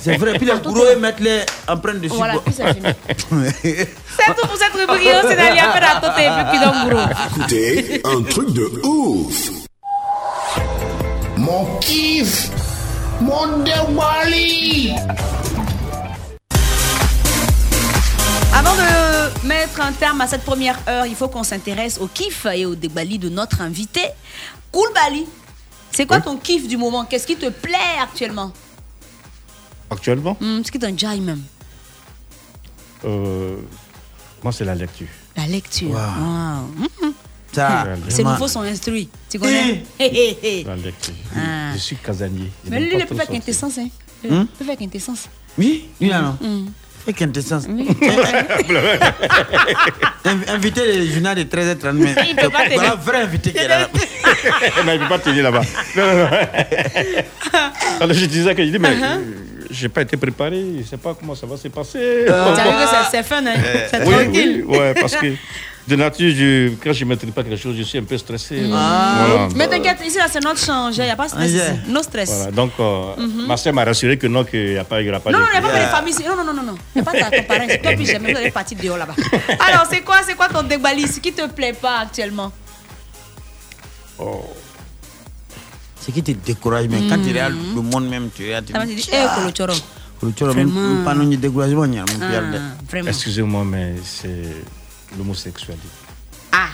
S8: C'est vrai. Puis les gourous, ils mettent les empreintes dessus.
S5: Voilà,
S8: quoi.
S5: puis c'est fini. C'est tout pour cette rubrique. hein, C'est d'aller après la tête et puis d'Angourou.
S6: Écoutez, un truc de ouf.
S3: Mon kiff, mon déwali.
S5: Avant de mettre un terme à cette première heure, il faut qu'on s'intéresse au kiff et au débali de notre invité. Cool Bali, c'est quoi ton kiff du moment Qu'est-ce qui te plaît actuellement
S14: Actuellement,
S5: Hmm, Ce qui t'enjaille même
S14: euh, moi, c'est la lecture.
S5: La lecture.
S14: Wow.
S5: Wow. Mhm. Ces
S14: Ça, Ah, vraiment.
S5: nouveaux sont instruits. Tu connais Hé, hé, hé.
S14: La lecture.
S5: Ah.
S14: Je suis casanier. Je
S5: Mais
S14: n'aime
S5: lui, il
S14: pas
S5: est
S14: trop
S5: plus avec
S14: sortir.
S5: quintessence. Hein. Il
S14: Hmm
S5: est plus avec quintessence.
S8: Oui Oui, alors.
S5: Hmm.
S8: C'est quintessence. Inv- Invité le journal de 13h30. mais-
S14: Il peut pas t'aider.
S8: Voilà, vrai invité qui est là.
S14: non, il ne peut pas tenir là-bas. Non, non, non. Alors, je disais que je dis, mais
S5: Uh-huh.
S14: euh, j'ai pas été préparé. Je ne sais pas comment ça va se passer.
S5: Euh, T'as vu que c'est- c'est fun, hein
S14: Euh,
S5: C'est
S14: oui,
S5: tranquille.
S14: oui, ouais, parce que de nature, je- quand je ne maîtrise pas quelque chose, je suis un peu stressé.
S5: Hmm.
S14: Voilà.
S5: Ah. Mais t'inquiète, ici, là, c'est notre change. Il n'y a pas de stress.
S14: Ah, yeah.
S5: ici. No stress.
S14: Voilà, donc, euh,
S5: Mhm.
S14: ma sœur m'a rassuré que non, qu'il n'y a pas, il y aura pas
S5: Non,
S14: de.
S5: non, il n'y a pas que les familles. c'est- Non, non, non, non, non. Il n'y a pas ta ton parent. Toi, puis jamais, vous allez partir dehors là-bas. Alors, c'est quoi, c'est quoi ton débali Ce qui te plaît pas actuellement
S14: Oh.
S8: Ce qui te décourage, mais quand
S5: Mm.
S8: tu regardes le monde même, tu regardes.
S5: Ça va, tu dis, eh, Kolo Choro.
S8: Le choro, même,
S5: Vraiment.
S8: le panneau de découragement, il y a mon
S5: Ah,
S8: père, là.
S5: vraiment.
S14: Excusez-moi, mais c'est l'homosexualité.
S5: Ah,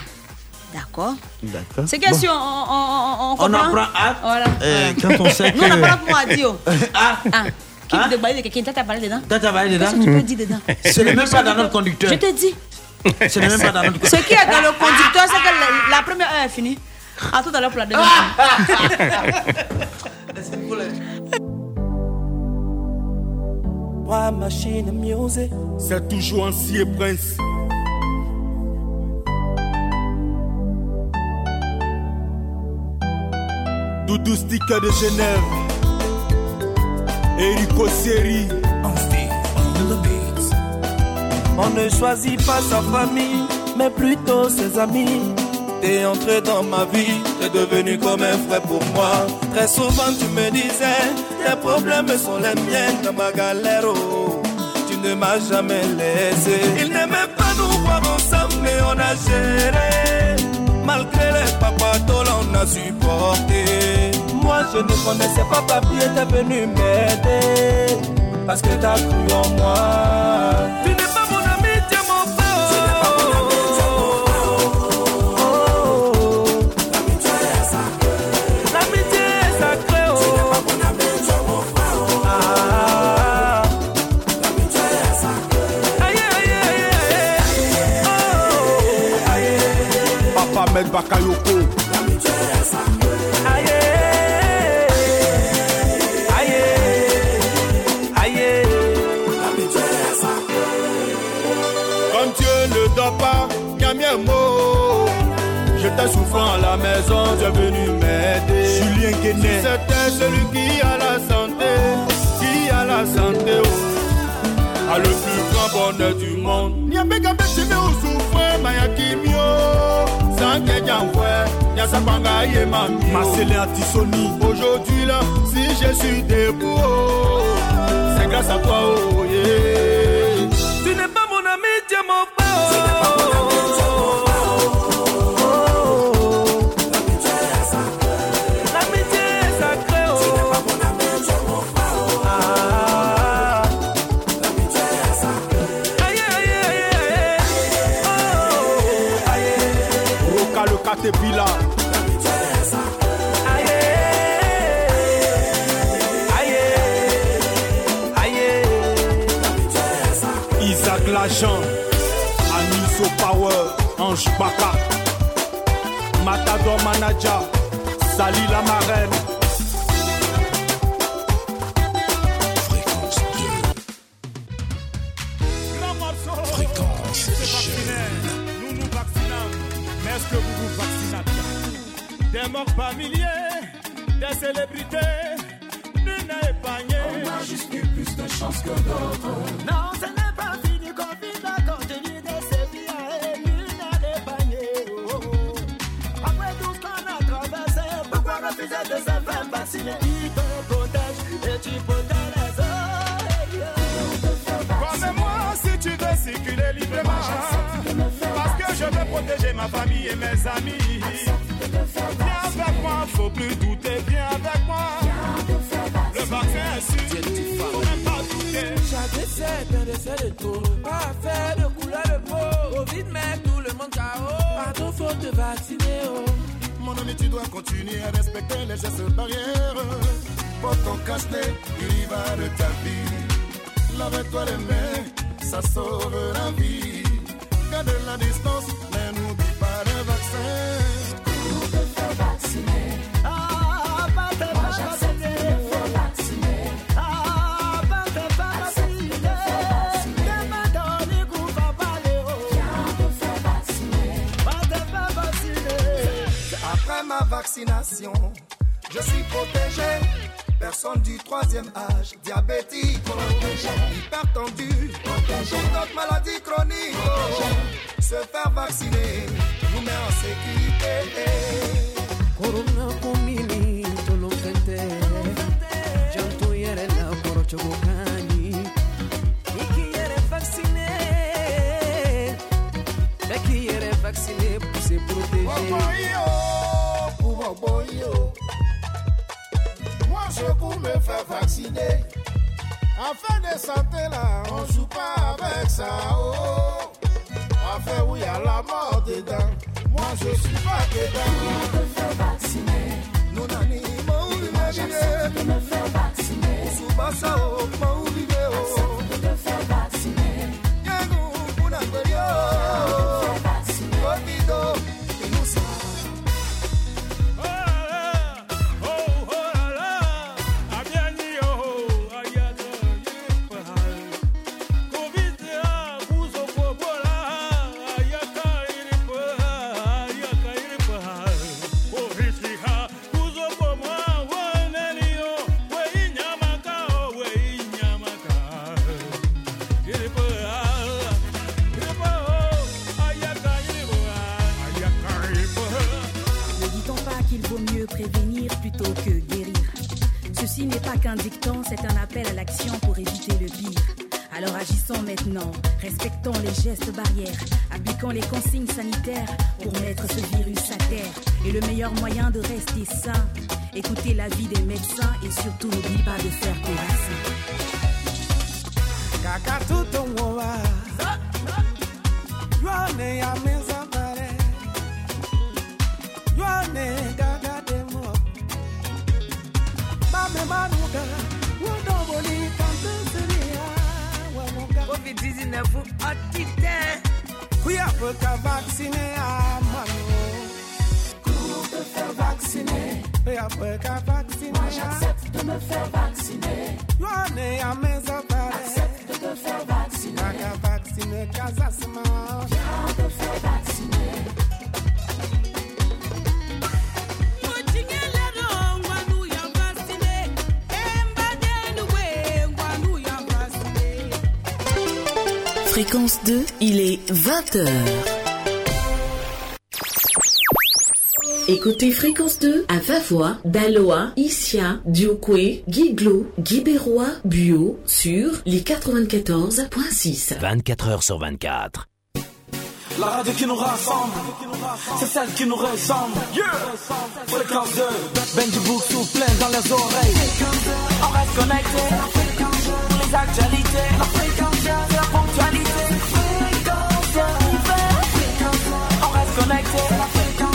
S5: d'accord.
S8: D'accord.
S5: C'est
S14: Hein? Bon.
S5: question, on, on, on, on
S14: On
S5: comprend.
S14: apprend à-
S5: Voilà. Ah.
S8: Euh, quand on sait
S5: Nous, on
S8: que-
S5: apprend comment à dire.
S8: Ah,
S5: ah. Qui te débali de quelqu'un, t'as t'as parlé dedans
S8: T'as travaillé dedans
S5: Qu'est-ce que tu
S14: Mm.
S5: peux dire dedans
S8: Ce n'est même pas dans notre conducteur.
S5: Je te dis.
S8: Ce n'est même pas dans notre
S5: Ce qui est dans le conducteur, c'est que la, la première heure est finie. À tout à l'heure pour la deuxième.
S20: C'est toujours ainsi et prince. Doudou Stika de Genève. Erico Seri.
S11: On ne choisit pas sa famille, mais plutôt ses amis. T'es entré dans ma vie, t'es devenu comme un frère pour moi. Très souvent tu me disais, tes problèmes sont les miens dans ma galère. oh. tu ne m'as jamais laissé. Il n'aimait pas nous voir ensemble, mais on a géré. Malgré les papatoles, on a supporté. Moi je ne connaissais pas papier, t'es venu m'aider. Parce que t'as cru en moi. Tu n'es pas mon ami, tu es mon frère. Tu n'es pas mon ami, tu es mon frère. Oh, oh, oh. Ami, tu es Oh. Ah.
S10: Mohamed Bakayoko.
S11: Comme Dieu ne dort pas, Kamiamo. J'étais souffrant à la maison, tu es venu m'aider. Julien Guéné. C'était celui qui a la santé, qui a la santé, oh. a le plus grand bonheur du monde. Nyambeka mbeshime usufwe maya kimio Sanke jangwe Nyasapanga ye mamio Marcelin Atisoni Aujourd'hui là si je suis debout oh, C'est grâce à toi oh yeah Tu n'es pas mon ami tu es mon frère Tu n'es pas mon ami tu es mon L'amitié est sacrée oh. Tu n'es pas mon ami tu es mon frère oh. ah, L'amitié est sacrée Aïe aïe aïe aïe
S10: Roka le Katepila.
S11: Isaac Lajan, Aniso Power, Ange Baka,
S10: Matador Manager, Sali la marraine.
S11: Fréquence Nous nous vaccinons, mais est-ce que vous vous vaccinez Des morts par milliers, des célébrités, nul n'a épargné. On a juste eu plus de chance que d'autres. Non, ce n'est pas fini, Covid a continué de se et nul n'a épargné. Oh, oh. Après tout ce qu'on a traversé, pourquoi refuser de se faire vacciner Tu te protèges et tu protèges les comme moi si tu veux circuler librement. Parce que je veux protéger ma famille et mes amis. Viens avec moi, faut plus douter, viens avec moi. Le vaccin est sûr, faut même pas douter.
S28: Chaque décès est un décès de trop. Parfait de couleur de peau. Covid met tout le monde KO. Pardon, faut te vacciner. Oh.
S11: Mon ami, tu dois continuer à respecter les gestes barrières. Porte ton cache-nez, il y va de ta vie. Lave-toi les mains, ça sauve la vie. Garde la distance, mais n'oublie pas le vaccin. Pour te faire vacciner. Ah, pas te faire vacciner. Ah, pas te faire vacciner. T'es maintenant, n'y coupe pas les hauts. Viens te faire vacciner. Pas te faire vacciner.
S28: Après ma vaccination, je suis protégé. Personne du troisième âge, diabétique, protégé. hypertendu, protégé. toute maladie chronique. oh. Se faire vacciner nous met en sécurité.
S19: Corona kumili tulofete Jantu yere la korocho gokani Iki yere vaccine Beki yere vaccine pour se protéger
S11: Pour bon yo. Moi je cours me faire vacciner. Afin de santé là, on joue pas avec ça. Oh. Affaire où il y a la mort dedans. Moi je suis pas dedans. me faire vacciner. Nous n'animons imaginer. me faire vacciner. Souvent ça, oh, moi oublié. Accepte de faire vacciner. Y'a nous, on a
S1: Ne dit-on pas qu'il vaut mieux prévenir plutôt que guérir Ceci n'est pas qu'un dicton, c'est un appel à l'action pour éviter le pire. Alors agissons maintenant, respectons les gestes barrières, appliquons les consignes sanitaires pour mettre ce virus à terre. Et le meilleur moyen de rester sain, écoutez l'avis des médecins et surtout n'oublie pas de faire tes vaccins.
S28: Kaka tuto mwowa Yone ya meza mare Yone gaga demo Bame manuga Wodo boli kante seria Wamuga Covid-19 otite Kuya poka vaccine ya manu
S25: après ta vaccination.
S12: Moi j'accepte de me faire vacciner.
S25: On est à mes appareils.
S12: Accepte de te faire vacciner.
S25: Pas qu'à vacciner, casa se mange.
S12: Viens te faire vacciner.
S18: Fréquence 2, il est 20h. Écoutez Fréquence 2 à Vavois, Daloa, Issia, Diokwe, Guiglo, Guibérois, Buo sur les 94.6.
S21: 24 heures sur 24.
S23: La radio qui nous rassemble, c'est celle qui nous ressemble. Yeah. Fréquence 2, Benji Boussou plein dans les oreilles. On reste connecté, pour les actualités. La fréquence 2, c'est la ponctualité. Fréquence 2, on reste connecté, pour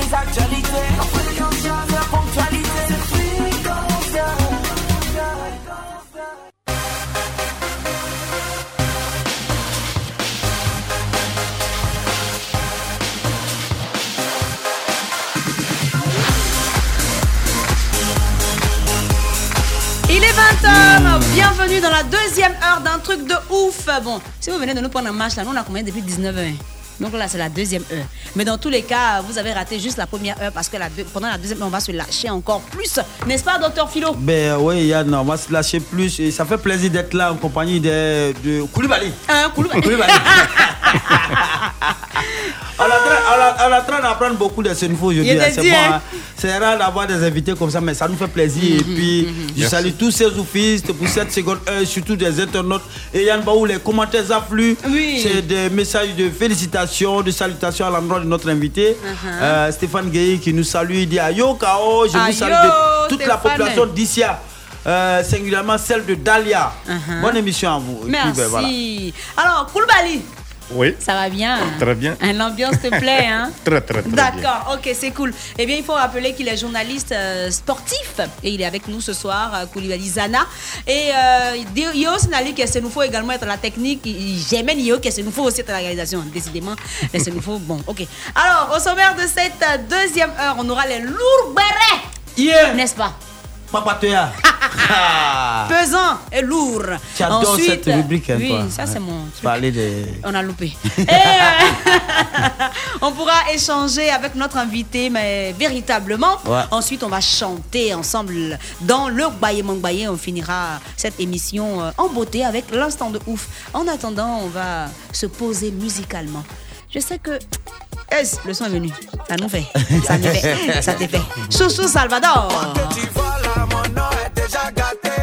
S23: les actualités. La fréquence 2, c'est la ponctualité. Fréquence 2.
S5: Il est 20h, bienvenue dans la deuxième heure d'un truc de ouf. Bon, si vous venez de nous prendre en marche, là, nous on a combien depuis 19h Donc là, c'est la deuxième heure. Mais dans tous les cas, vous avez raté juste la première heure parce que la deux- pendant la deuxième heure, on va se lâcher encore plus. N'est-ce pas, docteur Philo
S8: Ben oui, Yann, on va se lâcher plus. Et ça fait plaisir d'être là en compagnie de, de Koulibaly.
S5: Hein, Koulibaly.
S8: On est en train- on est- on est en train d'apprendre beaucoup de ce nouveau aujourd'hui.
S7: Il
S8: hein,
S7: était
S8: C'est
S7: dit,
S8: bon,
S7: hein.
S8: hein. C'est rare d'avoir des invités comme ça, mais ça nous fait
S7: Mhm,
S8: plaisir. Et puis, je
S7: Merci.
S8: salue tous ces oufistes pour cette seconde heure, surtout des internautes. Et Yann Baou, les commentaires affluent. C'est des messages de félicitations, de salutations à l'endroit de notre invité.
S7: Uh-huh.
S8: Euh, Stéphane Gueye qui nous salue. Il dit Ayo, Kao, je
S7: Ayo,
S8: vous salue de toute la
S7: Stéphane.
S8: population d'Issia. euh, singulièrement celle de Dahlia.
S5: Uh-huh.
S8: Bonne émission à vous. Et puis,
S5: Merci.
S8: ben, voilà.
S5: Alors, Koulibaly,
S14: Oui,
S5: ça va bien hein
S14: très bien.
S5: Hein, L'ambiance te plaît, hein
S14: Très, très, très bien.
S5: D'accord, ok, c'est cool. Eh bien, il faut rappeler qu'il est journaliste euh, sportif et il est avec nous ce soir, euh, Koulibaly Zana. Et euh, Dio- Yo Sinali Kesenufo également être la technique. Il- il- J'aime Yo Kesenufo aussi être la réalisation. Décidément, Kesenufo, bon, ok. Alors, au sommaire de cette euh, deuxième heure, on aura les lourds bérets. N'est-ce pas
S8: Papa Toya. Ah.
S5: Pesant et lourd.
S8: Tu adores
S5: Ensuite,
S8: cette rubrique. hein,
S5: Oui,
S8: toi.
S5: ça c'est mon
S8: Parler des.
S5: on a loupé. Et, euh, on pourra échanger avec notre invité, mais véritablement.
S8: Ouais.
S5: Ensuite, on va chanter ensemble dans le Baye Mangbaye. On finira cette émission euh, en beauté avec l'instant de ouf. En attendant, on va se poser musicalement. Je sais que. Yes, le son est venu. Ça nous fait. Ça nous fait. Ça te fait. Chouchou Salvador.
S11: tu vois là, mon nom est déjà gâté.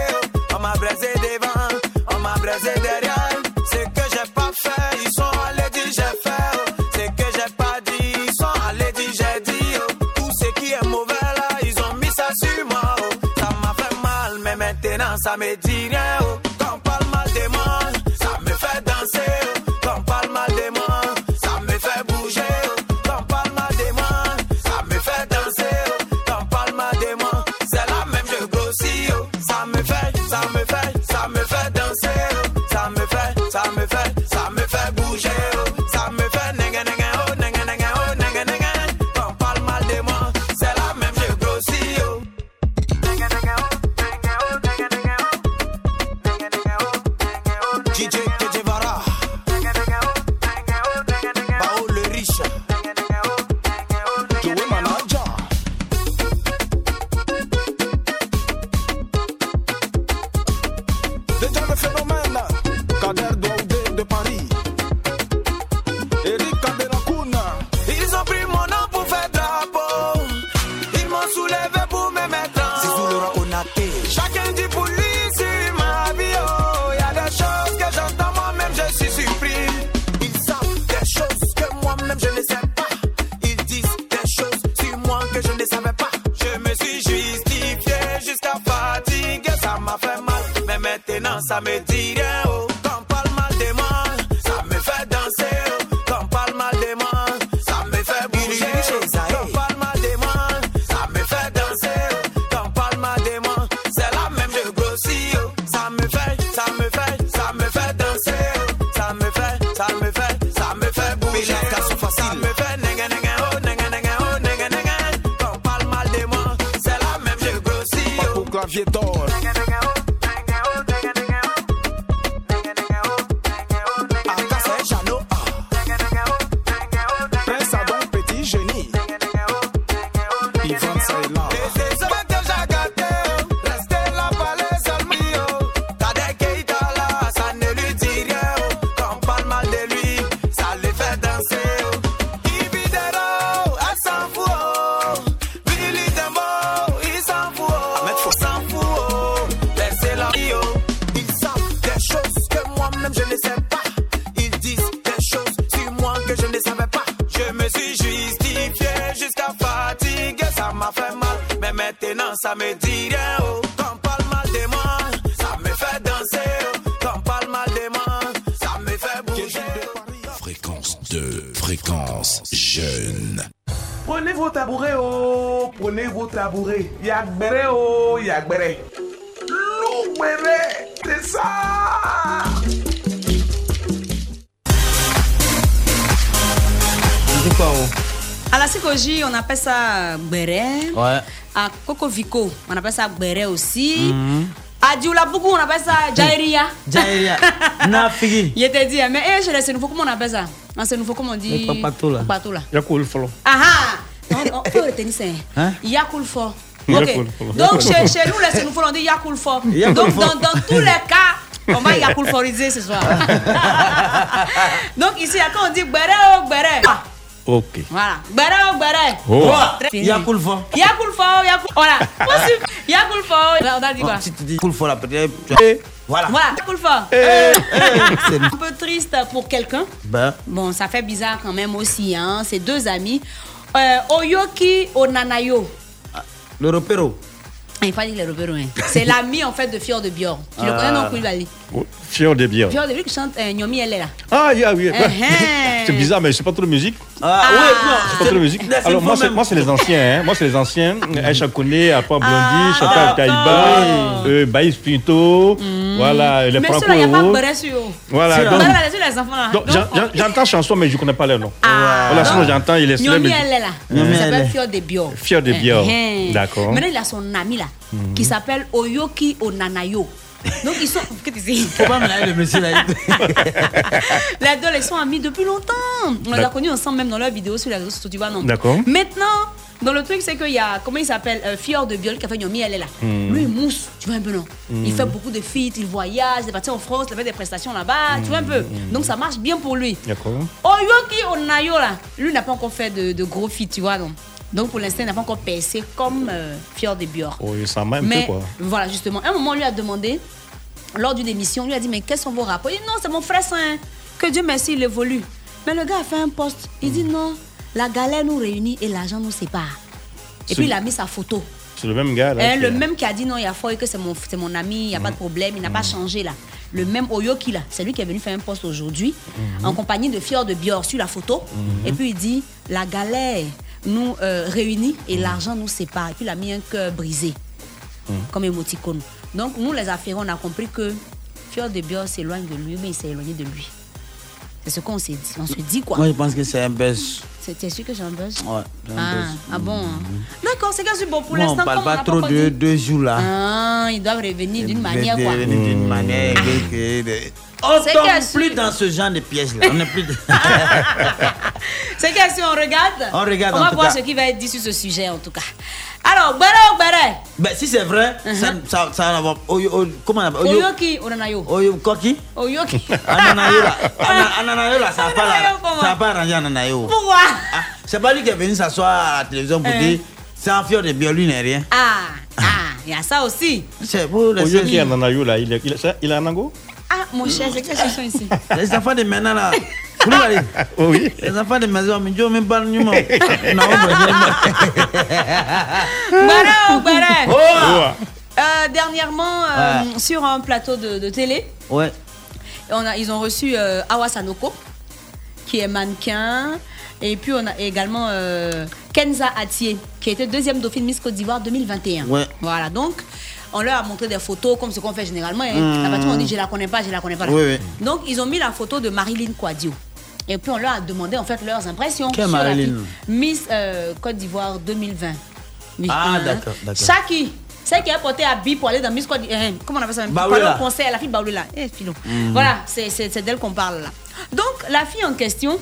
S11: On m'a brisé devant, on m'a brisé derrière. Ce que j'ai pas fait, ils sont allés dire j'ai fait. oh. Ce que j'ai pas dit, ils sont allés dire j'ai dit. oh. Tout ce qui est mauvais là, ils ont mis ça sur moi. oh. Ça m'a fait mal, mais maintenant ça me dit rien. oh. Quand on parle mal de moi, ça me fait danser. oh. Quand on parle mal de moi, ça me fait bouger. oh. Quand on parle mal de moi, ça me fait danser. T'en parles mal de moi, c'est la même je grossis. oh. Ça me fait, ça me fait, ça me fait danser. oh. Ça me fait, ça me fait, ça me fait bouger. oh. Ça me fait nenga nenga oh nenga nenga oh nenga nenga. T'en parles mal de moi, c'est la même je grossis. oh. Nenga nenga oh nenga oh nenga nenga oh nenga nenga oh nenga oh. DJ DJ Vara. Nenga nenga oh nenga oh nenga nenga. Bao le riche. Nenga nenga oh nenga oh nenga nenga. Joey Manager.
S23: Déjà le phénomène, Kader Douaoudé de Paris. Eric Kaderakoun.
S11: Ils ont pris mon nom pour faire drapeau. Ils m'ont soulevé pour me mettre en. C'est vous le Chacun dit pour lui sur ma vie. Oh, y a des choses que j'entends moi-même, je suis surpris. Ils savent des choses que moi-même je ne sais pas. Ils disent des choses sur moi que je ne savais pas. Je me suis justifié jusqu'à fatiguer. Ça m'a fait mal, mais maintenant ça me dit rien. Oh, quand on parle mal de moi, ça me fait danser. Oh, quand on parle mal de moi, ça me fait bouger. Quand on parle mal de moi, ça me fait danser. Quand on parle mal de moi, c'est la même je grossis. Oh, ça me fait, ça me fait, ça me fait danser. Oh, ça me fait, ça me fait, ça me fait bouger. Ça me fait nenga nenga oh nenga nenga oh nenga nenga. Quand on parle mal de hein. moi, c'est la oh,
S23: me dit rien, oh. Quand on parle mal de moi, ça me fait danser, oh. Quand on parle mal de moi, ça me fait bouger.
S21: Fréquence 2, fréquence jeune.
S7: Prenez vos tabourets, oh, prenez vos tabourets. Yagbere, oh, yagbere. Loubere, c'est ça.
S8: Je quoi, oh
S5: À la psychologie, on appelle ça béret.
S8: Ouais.
S5: À Cocovico, on appelle ça béret aussi.
S8: Mm. Mhm.
S5: À Dioulabougou, on appelle ça Jairia.
S8: Jairia. Na figi.
S5: Il était dit, mais eh, je laisse nouveau, comment on appelle ça Ah, C'est nouveau, comment on dit
S8: Eh, papatou, là.
S5: Papatou, là.
S14: Yakul Folo.
S5: Ah ah On- On peut retenir ça.
S14: Hein
S5: Yakul fort.
S14: Yakul
S5: Ok.
S14: fort.
S5: Donc
S14: Yakul
S5: chez,
S14: fort.
S5: chez nous, là, c'est nous on dit Yakul fort.
S14: Yakul
S5: Donc dans,
S14: fort.
S5: dans tous les cas, on va Yakul fortiser ce soir. Donc ici, là, quand on dit Gbere oh Gbere. ah,
S14: Ok.
S5: Voilà. Gbere oh Gbere.
S14: Oh.
S5: Très fini.
S8: Yakul fort.
S5: Yakul fort, Yakul. Voilà. Possible. Yakul fort. Là, On a dit quoi
S8: Si Oh, tu dis cool fort, là, peut-être. tu- Voilà.
S5: Voilà, Yakul fort.
S8: Eh. c'est-
S5: Un peu triste pour quelqu'un.
S8: Ben,
S5: Bon, ça fait bizarre quand même aussi, hein. Ces deux amis. Euh, Oyoki Onanayo.
S8: le repéro.
S5: Ah, Il faut dire les repères, hein. C'est l'ami en fait de Fior de Bior. Tu le
S14: Ah.
S5: connais non Koulibaly
S14: Fier de bien.
S5: Fior de lui qui chante euh, Nyomi elle est là.
S14: Ah, yeah, oui.
S5: Eh, eh.
S14: C'est bizarre, mais je sais pas trop de musique.
S8: Ah,
S5: ouais,
S14: non. Je sais pas trop de musique.
S8: c'est
S14: Alors,
S8: une
S14: moi,
S8: fois
S14: c'est,
S8: même.
S14: moi, c'est les anciens. Hein. Moi, c'est les anciens. Aïcha Kone, après
S5: Ah,
S14: Blondie, Chantal
S5: d'accord.
S14: Taïba, euh, Baïs Pinto. Voilà, euh, les
S5: ah. Hmm. Mais ceux-là, il n'y a pas de
S14: Franco-Euros.
S5: beret sur eux.
S14: Voilà,
S5: On
S14: donc-
S5: va regarder sur les enfants là.
S14: Donc,
S5: Donc,
S14: j'en- j'en- j'entends chanson, mais je connais pas leur nom.
S5: Ah.
S14: voilà, sinon
S5: Donc,
S14: j'entends, il est célèbre.
S5: Nyomi elle est là.
S14: Nyomi
S5: Il s'appelle
S14: elle est.
S5: Fior de Bior.
S14: Fior de
S5: Eh,
S14: Bior.
S5: eh.
S14: D'accord. Mhm.
S5: Maintenant, il a son ami là, qui s'appelle Oyoki Onanayo. Donc, ils sont. Qu'est-ce que c'est
S8: Faut pas me laver le monsieur là.
S5: Les deux, ils sont amis depuis longtemps. On les a
S14: D'ac-
S5: connus ensemble, même dans leurs vidéos sur les réseaux sociaux, tu vois, non
S14: D'accord.
S5: Maintenant, dans le truc, c'est qu'il y a, comment il s'appelle euh, Fior de Biol qui a fait Yomi, elle est là.
S14: Hmm.
S5: Lui, il mousse, tu vois un peu, non Il
S14: Hmm.
S5: fait beaucoup de feats, il voyage, il est parti en France, il a fait des prestations là-bas, tu vois un peu.
S14: Hmm.
S5: Donc, ça marche bien pour lui.
S14: D'accord.
S5: Oyoki Onayo, là, lui n'a pas encore fait de, de gros feats, tu vois, non Donc, pour l'instant, il n'a pas encore percé comme euh, Fior de Biol.
S14: Oh, il s'en met un
S5: Mais
S14: peu, quoi.
S5: voilà, justement, à un moment, on lui a demandé, lors d'une émission, on lui a dit Mais quels sont vos rapports Il dit Non, c'est mon frère saint. Que Dieu merci, il évolue. Mais le gars a fait un poste. Il
S14: Mm.
S5: dit Non, la galère nous réunit et l'argent nous sépare. Et
S14: C'est-
S5: puis il a mis sa photo.
S14: C'est le même
S8: Ah,
S14: gars, là.
S5: Hein,
S14: qui-
S5: le même qui a dit non, il y a foi que c'est mon, c'est mon ami, il n'y a
S8: Mhm.
S5: pas de problème, il n'a pas changé là. Le même Oyoki là, c'est lui qui est venu faire un poste aujourd'hui
S8: Mhm.
S5: en compagnie de Fior de Bior sur la photo.
S12: Mhm.
S5: Et puis il dit la galère nous euh, réunit et
S8: Mhm.
S5: l'argent nous sépare. Et puis il a mis un cœur brisé comme émoticône. Donc nous les affaires, on a compris que Fior de Bior s'éloigne de lui, mais il s'est éloigné de lui. C'est ce qu'on s'est dit. On se dit quoi
S8: Moi, je pense que c'est un buzz.
S5: C'est- T'es sûr que j'ai un buzz
S8: Ouais, c'est un
S5: ah,
S8: buzz.
S5: ah bon D'accord, c'est que c'est bon pour
S8: Moi,
S5: l'instant.
S8: on parle
S5: comme
S8: pas
S5: n'a
S8: trop
S5: encore
S8: de
S5: dit-
S8: deux jours là.
S5: ah, ils doivent revenir d'une manière
S8: Des-
S5: quoi.
S8: des- D'une manière. des- des- On
S5: C'est
S8: tombe
S5: qu'elle
S8: plus dans ce genre de pièces là. On n'est plus.
S5: C'est que si on regarde,
S8: On regarde,
S5: on
S8: en
S5: va
S8: tout
S5: voir
S8: cas.
S5: ce qui va être dit sur ce sujet en tout cas. Alors, Gbere Gbere,
S8: Ben, si c'est vrai,
S5: Uh-huh.
S8: ça, ça, ça va avoir. Oyo- oyo- comment on appelle Oyo-
S5: Oyoki Onanayo.
S8: Oyo Koki
S5: Oyoki.
S8: Ananayo là. Ana- Ananayo là, ça va pas
S5: Ananayo,
S8: la-
S5: comment
S8: ça va pas arranger Ananayo.
S5: Pourquoi
S8: C'est pas lui qui est venu s'asseoir à la télévision pour
S5: Hein.
S8: dire c'est un fier de bien, lui n'est rien.
S5: Ah, ah, il y a ça aussi.
S8: C'est beau,
S14: Au
S8: les
S14: lieu qu'il y en a un Anayou, là, il est, il est, il est un Anango
S5: Ah, mon cher, c'est que ce sont ici.
S8: Les enfants de maintenant là. Vous le voyez
S14: Oh Oui.
S8: Les enfants de maison, mais Dieu me parle du monde. Non, on va
S5: Gbere Gbere.
S8: Oh.
S5: Euh, dernièrement, euh,
S8: Ouais.
S5: sur un plateau de, de télé,
S8: Ouais.
S5: on a, ils ont reçu euh, Awa Sanoko, qui est mannequin. Et puis on a également euh, Kenza Atier, qui était deuxième dauphine Miss Côte d'Ivoire 2021.
S12: Ouais.
S5: Voilà, donc on leur a montré des photos comme ce qu'on fait généralement. hein.
S12: Mhm.
S5: La partie où on dit je la connais pas, je la connais pas. là.
S12: Oui, oui.
S5: Donc ils ont mis la photo de Marilyn Quadio. Et puis on leur a demandé en fait leurs impressions.
S8: Qui est
S5: sur la
S8: Marilyn
S5: fille. Miss euh, Côte d'Ivoire 2020. Oui,
S8: Ah,
S5: hein.
S8: d'accord, d'accord.
S5: Chaki, celle qui a porté à Bi pour aller dans Miss Côte d'Ivoire. euh, comment on appelle ça même Pour aller
S8: Baoula.
S5: au concert, la fille Baoula. Eh, filou.
S8: Mhm.
S5: Voilà, c'est- c'est c'est d'elle qu'on parle là. Donc, la fille en question,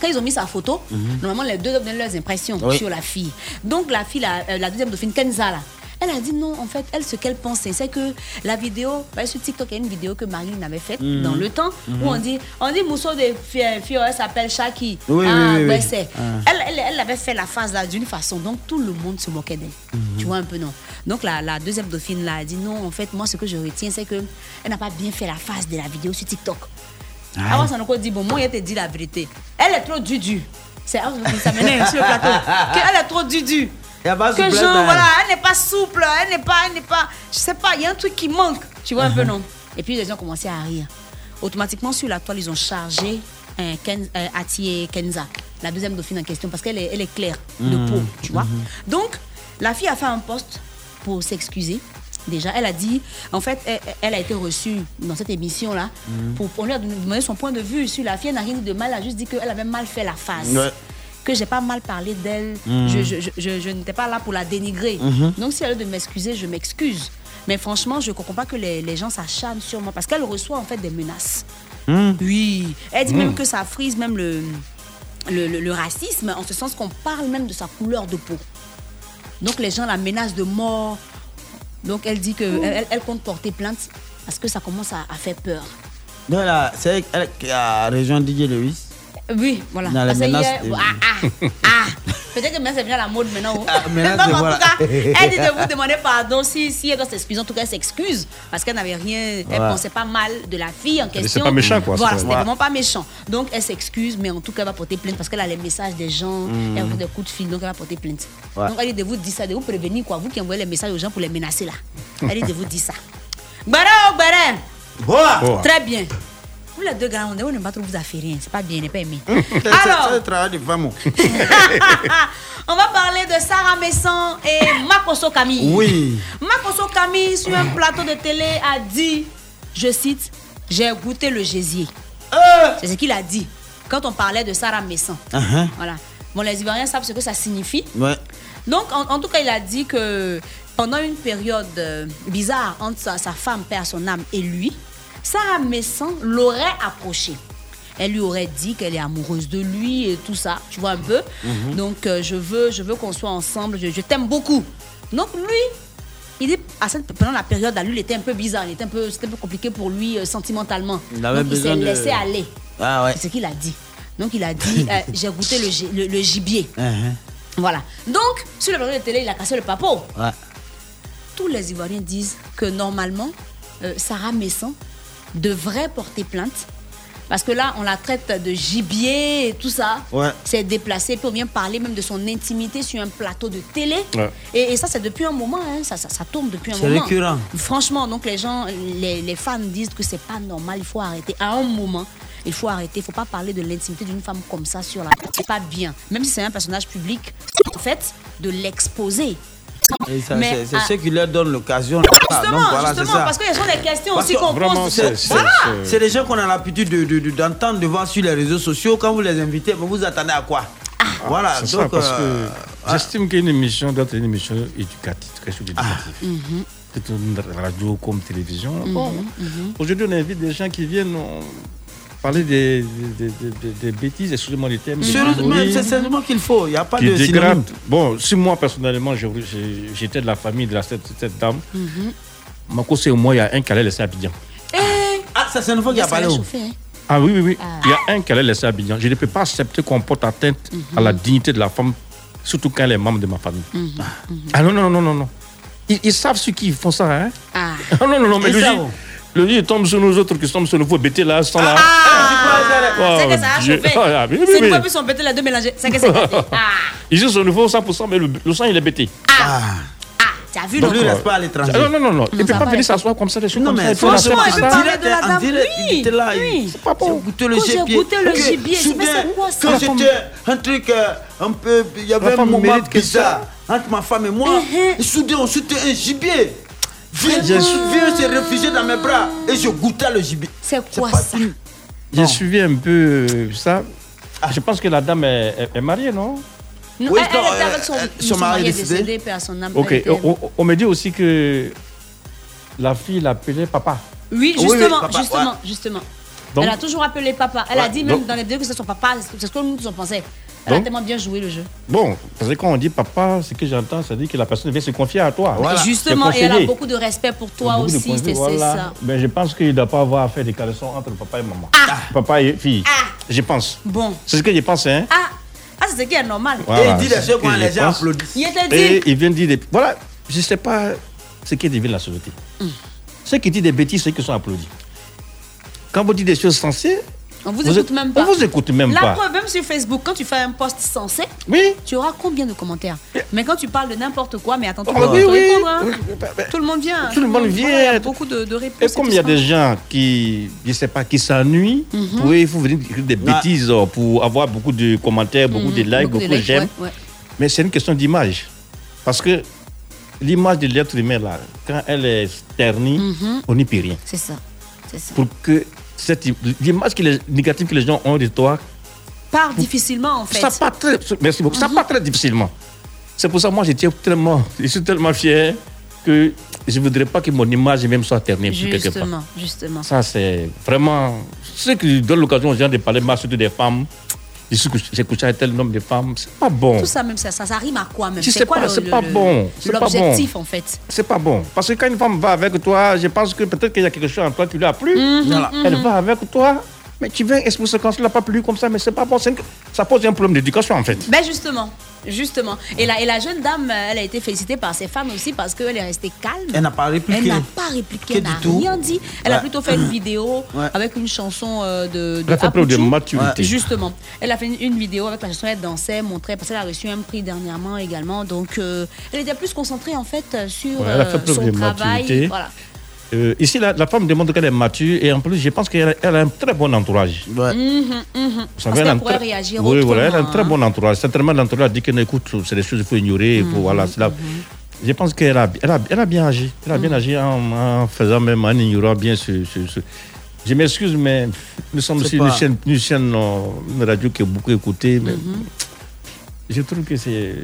S5: quand ils ont mis sa photo,
S12: Mhm.
S5: normalement, les deux donnent leurs impressions
S12: Oui.
S5: sur la fille. Donc, la fille, la, euh, la deuxième dauphine, Kenza, là, elle a dit non, en fait, elle, ce qu'elle pensait, c'est que la vidéo, bah, sur TikTok, il y a une vidéo que Marine avait faite
S12: Mhm.
S5: dans le temps où
S12: Mhm.
S5: on dit, on dit Mousseau de fi- fille, elle s'appelle Shaki.
S12: Oui,
S5: ah,
S12: oui, oui, oui.
S5: ouais, c'est.
S12: Ah.
S5: Elle, elle, elle avait fait la phase là d'une façon, donc tout le monde se moquait d'elle. Tu vois un peu, non Donc la, la deuxième dauphine là a dit non, en fait, moi ce que je retiens, c'est que elle n'a pas bien fait la phase de la vidéo sur TikTok.
S19: Ah.
S5: Awa Sanoko dit bon, moi, elle te dit la vérité. Elle est trop dudu. C'est Awa Sanoko qui s'amenait sur le plateau. Que elle est trop dudu.
S8: Y a pas de
S5: que
S8: souplesse hein.
S5: Jean,
S2: hein,
S8: dans elle.
S2: ben.
S5: voilà, elle n'est pas souple, elle n'est pas, elle n'est pas, je sais pas, il y a un truc qui manque, tu vois un peu
S8: Mhm.
S5: non. Et puis les gens commençaient à rire. Automatiquement sur la toile, ils ont chargé euh, Ken- euh, Ati et Kenza, la deuxième dauphine en question, parce qu'elle est, elle est claire de
S2: Mhm.
S5: peau,
S14: Mm-hmm.
S5: tu vois.
S2: Mhm.
S5: Donc la fille a fait un poste pour s'excuser. Déjà, elle a dit, en fait, elle, elle a été reçue dans cette émission-là.
S2: Mhm.
S5: Pour, on lui a donné son point de vue sur la fille, elle n'a rien dit de mal, elle a juste dit qu'elle avait mal fait la face
S2: Ouais.
S5: que j'ai pas mal parlé d'elle,
S2: Mhm.
S5: je, je- je- je- je n'étais pas là pour la dénigrer.
S2: Mhm.
S5: Donc si elle a de m'excuser, je m'excuse. Mais franchement, je comprends pas que les, les gens s'acharnent sur moi parce qu'elle reçoit en fait des menaces.
S14: Hmm.
S5: Oui. Elle
S2: Mhm.
S5: dit même que ça frise même le, le, le- le racisme, en ce sens qu'on parle même de sa couleur de peau. Donc les gens la menacent de mort. Donc elle dit que
S8: Mhm.
S5: elle, elle compte porter plainte parce que ça commence à, à faire peur.
S8: Donc là, c'est elle qui a rejoint DJ Lewis.
S5: Oui, voilà.
S8: Dans les
S5: Parce que
S8: menaces
S5: hier-
S8: de-
S5: Ah, ah, ah. Peut-être que maintenant c'est venu à la mode maintenant. oh.
S8: menaces
S5: Donc,
S8: de-
S5: en
S8: Ah, voilà.
S5: tout cas, elle dit de vous demander pardon si, si elle doit s'excuser. En tout cas, elle s'excuse parce qu'elle n'avait rien, elle
S14: Ouais.
S5: pensait pas mal de la fille en
S14: c'est
S5: question.
S14: pas méchant, quoi,
S5: Voilà,
S14: c'est
S5: c'était
S14: vrai.
S5: vraiment pas méchant. Donc elle s'excuse, mais en tout cas, elle va porter plainte parce qu'elle a les messages des gens,
S8: Mm.
S5: elle a des coups de fil, donc elle va porter plainte.
S8: Ouais.
S5: Donc elle dit de vous dire ça, de vous prévenir, quoi. Vous qui envoyez les messages aux gens pour les menacer là. Elle dit de vous dire ça. Bara, oh, bara.
S8: Boa.
S5: Boa. Très bien. Vous les deux gars, on on n'aime pas trop vous affaire, c'est pas bien, n'est pas aimé.
S8: C'est-
S5: Alors,
S8: C'est le travail de femme.
S5: on va parler de Sarah Messon et Makoso Camille.
S8: Oui.
S5: Makoso Camille, sur un plateau de télé, a dit, je cite, j'ai goûté le gésier.
S8: Euh.
S5: C'est ce qu'il a dit quand on parlait de Sarah Messon.
S8: Uh-huh.
S5: Voilà. Bon, les Ivoiriens savent ce que ça signifie.
S8: Ouais.
S5: Donc, en, en tout cas, il a dit que pendant une période euh, bizarre entre sa, sa femme, père, son âme et lui, Sarah Messan l'aurait approché. Elle lui aurait dit qu'elle est amoureuse de lui et tout ça, tu vois un peu.
S2: Mhm.
S5: Donc, euh, je veux, je veux qu'on soit ensemble, je, je t'aime beaucoup. Donc, lui, il dit, à cette, pendant la période, à lui, il était un peu bizarre, il était un peu, c'était un peu compliqué pour lui euh, sentimentalement.
S8: Il avait
S5: Donc, il s'est
S8: besoin de-
S5: laissé aller.
S8: Ah ouais.
S5: C'est ce qu'il a dit. Donc, il a dit, euh, j'ai goûté le gi- le- le gibier.
S8: Uh-huh.
S5: Voilà. Donc, sur le plateau de télé, il a cassé le papo.
S8: Ouais.
S5: Tous les Ivoiriens disent que normalement, euh, Sarah Messon devrait porter plainte. Parce que là, on la traite de gibier et tout ça.
S8: Ouais.
S5: C'est déplacé. Puis on vient parler même de son intimité sur un plateau de télé.
S8: Ouais.
S5: Et, et ça, c'est depuis un moment. hein. Ça, ça, ça tourne depuis un
S8: C'est
S5: moment.
S8: récurrent.
S5: Franchement, donc les gens, les, les fans disent que c'est pas normal. Il faut arrêter. À un moment, il faut arrêter. Il faut pas parler de l'intimité d'une femme comme ça sur la. C'est pas bien. Même si c'est un personnage public, en fait, de l'exposer.
S8: Et ça,
S5: Mais,
S8: c'est c'est
S5: ah,
S8: ce qui leur donne l'occasion.
S5: Justement, justement, parce qu'il y a souvent des questions aussi qu'on pose. Voilà.
S8: C'est des gens qu'on a l'habitude de- de- de- d'entendre de, voir sur les réseaux sociaux. Quand vous les invitez, vous vous attendez à quoi
S5: Ah.
S8: Voilà,
S14: C'est
S8: donc.
S14: ça, parce
S8: euh,
S14: que j'estime qu'une émission doit être une émission éducative, quelque chose d'éducatif.
S8: Ah.
S5: Mhm.
S14: C'est une radio comme télévision. Bon,
S5: Mm-hmm.
S14: Aujourd'hui, on invite des gens qui viennent on- parler des, des, des- des- des bêtises, excusez-moi les thèmes. des
S8: Sérieusement,
S14: conneries,
S8: c'est sérieusement qu'il faut. Il n'y a pas
S14: qui
S8: de
S14: dégradent.
S8: synonyme.
S14: Bon, si moi, personnellement, je- je- j'étais de la famille de la, cette, cette dame,
S5: Mhm.
S14: Mako, c'est moi, il y a un qui allait laisser Abidjan.
S8: Ah, ça, c'est une fois qu'il y a
S5: Ça
S8: parlé.
S5: l'a
S8: oh.
S5: chauffé, hein.
S14: Ah oui, oui, oui. Il y a un qui allait laisser Abidjan. Je ne peux pas accepter qu'on porte atteinte à
S8: Mhm.
S14: la dignité de la femme, surtout quand elle est membre de ma famille.
S5: Mhm.
S14: Ah non, non, non, non, non. Ils, ils savent ce qu'ils font ça, hein
S5: Ah.
S14: non, non, non, mais
S8: Ils
S14: le
S8: savent.
S14: lit, le lit tombe sur nous autres qui sommes sur le faux bêté là, sans là.
S8: Ah.
S5: Ah, C'est
S14: Oh,
S5: que ça a
S14: Dieu.
S5: chauffé.
S14: Ah, oui, oui,
S5: C'est une
S14: oui.
S5: fois plus on pétait les deux mélangés. C'est que c'est gâté. Ah,
S14: Ils sont sur le faux 100%, mais le, le sang, il est bêté.
S8: Ah.
S5: t'as vu
S14: Donc,
S5: non
S14: lui, il
S8: reste pas à l'étranger.
S14: Ah, Non, non, non, non. Il ne peut
S8: ça
S14: pas
S8: va,
S14: venir s'asseoir comme ça, des choses
S8: Non,
S14: comme ça.
S8: mais
S14: et puis on
S8: franchement,
S14: accepte
S8: il peut
S14: ça.
S8: parler de la dame. Ah Oui, oui.
S14: C'est pas bon.
S8: goûté le
S5: Quand j'ai
S8: gibier.
S5: goûté le
S8: Que
S5: gibier, je
S8: soudain,
S5: fais, c'est quoi
S8: que
S5: ça La femme-
S8: j'étais un truc euh, un peu. Il y
S14: La
S8: avait un
S14: femme
S8: moment
S14: mérite que
S8: bizarre entre ma femme et moi.
S5: Uh-huh.
S8: Et soudain, on soutenait un gibier. Viens, viens se réfugier dans mes bras. Et je goûtais le gibier.
S5: C'est quoi
S8: ça
S14: J'ai suivi un peu euh, ça. Je pense que la dame est, est- est mariée, non
S5: Non, elle,
S14: Oui, non,
S5: elle était
S14: euh,
S5: avec son,
S14: euh,
S5: son mari est décédé,
S14: décédé,
S5: père, son âme. elle
S14: Ok. oh,
S5: était-
S14: On, on- on me dit aussi que la fille l'appelait papa.
S5: Oui, justement, justement, justement.
S14: Donc-
S5: elle a toujours appelé papa. Elle a
S14: Ouais,
S5: dit même
S14: donc-
S5: dans les vidéos que c'est son papa, c'est ce que nous on pensait. Elle a
S14: Donc-
S5: tellement bien joué le jeu.
S14: Bon, parce que quand on dit papa, ce que j'entends, ça dit que la personne vient se confier à toi.
S5: Mais
S14: Voilà.
S5: Justement,
S14: Te
S5: et elle a
S14: conseiller.
S5: beaucoup de respect pour toi
S14: Beaucoup de
S5: aussi,
S14: conseils,
S5: c'est c'est
S14: voilà.
S5: ça.
S14: Ben, je pense qu'il ne doit pas avoir à faire des caleçons entre papa et maman. Papa et fille. Je pense.
S5: Ah. Bon.
S14: C'est ce que je pense, hein.
S5: Ah, ah c'est ce qui est normal.
S14: Voilà, c'est ce
S8: quand
S14: que
S8: les
S14: je
S8: gens
S14: pense.
S8: applaudissent.
S5: Il était
S14: Et
S5: dit.
S14: ils viennent dire des... Voilà, je ne sais pas ce qui devient la société. Ceux qui disent des bêtises, c'est qu'ils sont applaudis. Quand vous dites des choses sensées,
S5: On vous, écoute
S14: é-
S5: même pas.
S14: On vous écoute même
S5: La
S14: pas.
S5: preuve, même sur Facebook, quand tu fais un post sensé, tu auras combien de commentaires Mais quand tu parles de n'importe quoi, mais attends, tout le
S14: Oh,
S5: monde
S14: oui,
S5: te
S14: oui.
S5: répondre, hein. Tout le monde vient.
S14: Tout le monde
S5: voilà,
S14: vient.
S5: Il y a beaucoup de, de réponses.
S14: Et comme il y a
S5: tout ça.
S14: des gens qui, je sais pas, qui s'ennuient,
S5: Mhm.
S14: oui, il faut venir écrire des
S5: Ouais.
S14: bêtises euh, pour avoir beaucoup de commentaires, beaucoup de
S5: Mhm,
S14: likes, beaucoup, de
S5: likes,
S14: j'aime.
S5: ouais, ouais.
S14: Mais c'est une question d'image. Parce que l'image de l'être humain, là, quand elle est ternie,
S5: Mhm.
S14: on n'y peut rien.
S5: C'est ça. C'est ça.
S14: Pour que cette im- l'image que les- négative que les gens ont de toi,
S5: Part difficilement, en fait.
S14: ça part très, merci beaucoup, ça part très difficilement. C'est pour ça que moi, je tiens tellement, je suis tellement fier que je ne voudrais pas que mon image même soit ternie pour quelque part.
S5: Justement, justement.
S14: Ça, c'est vraiment. Ceux qui donnent l'occasion aux gens de parler mal, surtout des femmes. Je suis couché- J'ai couché avec tel nombre de femmes, c'est pas bon.
S5: Tout ça, même ça, ça, ça rime à quoi même
S14: Tu sais
S5: quoi
S14: pas,
S5: le-
S14: c'est
S5: le-
S14: pas
S5: le-
S14: bon, c'est pas
S5: L'objectif,
S14: bon.
S5: en fait.
S14: C'est pas bon. Parce que quand une femme va avec toi, je pense que peut-être qu'il y a quelque chose en toi qui lui a plu. Voilà.
S5: mhm.
S14: Elle va avec toi, mais tu viens, est-ce que quand elle n'a pas plu comme ça, mais c'est pas bon. c'est une- Ça pose un problème d'éducation, en fait.
S5: Ben justement, justement. Et la, et la jeune dame, euh, elle a été félicitée par ses fans aussi parce qu'elle est restée calme.
S8: Elle n'a pas répliqué.
S5: Elle n'a pas répliqué,
S8: Que
S5: elle n'a
S8: du tout.
S5: rien dit. Elle a
S8: Ouais.
S5: plutôt fait une vidéo
S8: Ouais.
S5: avec une chanson euh, de, de
S14: Elle a fait preuve de
S5: Apuchou.
S14: maturité.
S5: Justement, elle a fait une, une vidéo avec la chanson, elle dansait, montrait, parce qu'elle a reçu un prix dernièrement également. Donc, euh, elle était plus concentrée en fait euh, sur
S14: Ouais, elle a fait
S5: euh,
S14: preuve
S5: son
S14: de
S5: travail.
S14: maturité.
S5: Voilà.
S14: Euh, ici, la, la femme demande qu'elle est mature et en plus, je pense qu'elle a- elle a un très bon entourage.
S5: Mhm, mhm.
S14: Vous
S5: Parce
S14: savez, elle a
S5: qu'elle
S14: un
S5: pourrait
S14: très-
S5: réagir
S14: Oui, voilà, elle a un
S5: autrement,
S19: hein.
S14: très bon entourage. Certainement, l'entourage dit que, non, écoute, c'est des choses qu'il faut ignorer. il faut- voilà, c'est là. Je pense qu'elle a, elle a, elle a bien agi. Elle a bien agi en, en faisant même, en ignorant bien ce. ce- ce- Je m'excuse, mais nous sommes
S8: C'est
S14: aussi
S8: pas-
S14: une chaîne, une chaîne, euh, une radio qui est beaucoup écoutée. Mais je trouve que c'est.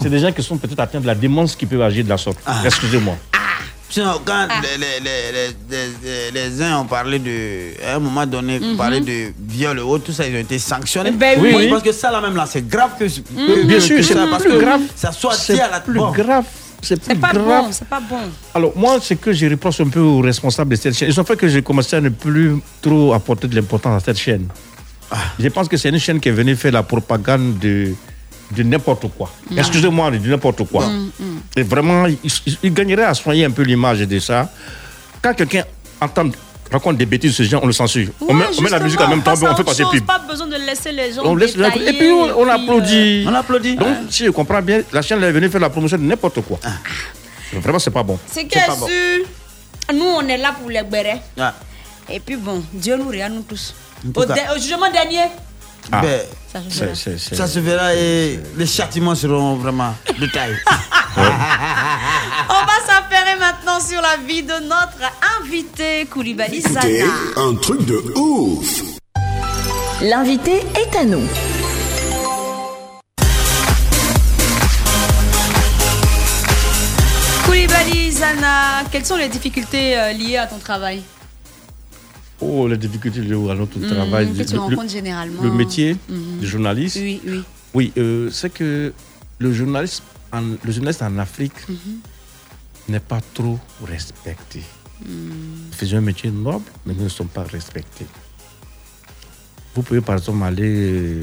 S14: C'est des gens qui sont peut-être atteints de la démence qui peuvent agir de la sorte. Excusez-moi.
S8: Tiens, quand
S5: Ah.
S8: les, les- les- les- les- les uns ont parlé de. À un moment donné,
S5: Mm-hmm.
S14: Mhm.
S8: parlé de viol et autres, tout ça, ils ont été sanctionnés.
S5: Eh
S14: Ben
S8: Moi,
S14: oui.
S8: je pense que ça, là même, là, c'est grave que. que-
S5: Mm.
S14: Mhm. Bien
S8: que
S14: sûr,
S8: ça,
S14: c'est
S8: parce
S14: plus
S8: que
S14: grave.
S8: Ça soit
S14: C'est
S8: lié à la.
S14: plus grave. C'est plus
S5: C'est pas
S14: grave.
S5: bon, c'est pas bon.
S14: Alors, moi, ce que je reproche un peu aux responsables de cette chaîne, ils ont fait que j'ai commencé à ne plus trop apporter de l'importance à cette chaîne. Je pense que c'est une chaîne qui est venue faire la propagande de, de n'importe quoi.
S10: Mm.
S14: Excusez-moi, de n'importe quoi.
S5: Mm-hmm.
S14: Et vraiment, ils, ils- ils gagneraient à soigner un peu l'image de ça. Quand quelqu'un entend, raconte des bêtises, ce genre, on le censure. on, met, on met la musique Ah, en même temps,
S5: Passe à
S14: on fait
S5: autre
S14: passer
S5: chose,
S14: pub.
S5: Pas besoin de laisser les gens.
S14: On laisse le-
S5: détailler,
S14: et puis on, on
S5: et puis, euh,
S14: applaudit.
S8: On applaudit.
S14: Donc, si je comprends bien, la chaîne est venue faire la promotion de n'importe quoi. Vraiment, Ah. c'est pas bon.
S5: C'est que
S14: pas bon.
S5: sur- nous, on est là pour les bérets.
S8: Ah.
S5: Et puis bon, Dieu nous regarde, nous tous.
S8: En tout
S5: Au,
S8: cas-
S5: dé- au jugement dernier,
S8: Ah. Ben,
S5: Ça se verra.
S14: C'est- c'est-
S8: ça se verra et les châtiments seront vraiment de taille.
S5: on va s'affairer maintenant sur la vie de notre invité, Koulibaly
S6: T'es
S5: Sana.
S6: un truc de ouf.
S18: L'invité est à nous.
S5: Koulibaly Sana, quelles sont les difficultés euh, liées à ton travail
S14: Oh, les difficultés liées à notre
S5: Mhm,
S14: travail.
S5: que tu
S14: le-
S5: rencontres
S14: le-
S5: généralement.
S14: Le métier
S5: Mhm.
S14: de journaliste.
S5: Oui, oui.
S14: Oui, euh, c'est que le journaliste, en, le journaliste en Afrique
S5: Mhm.
S14: n'est pas trop respecté.
S5: Mhm.
S14: Nous faisons un métier noble, mais nous ne sommes pas respectés. Vous pouvez par exemple aller. euh,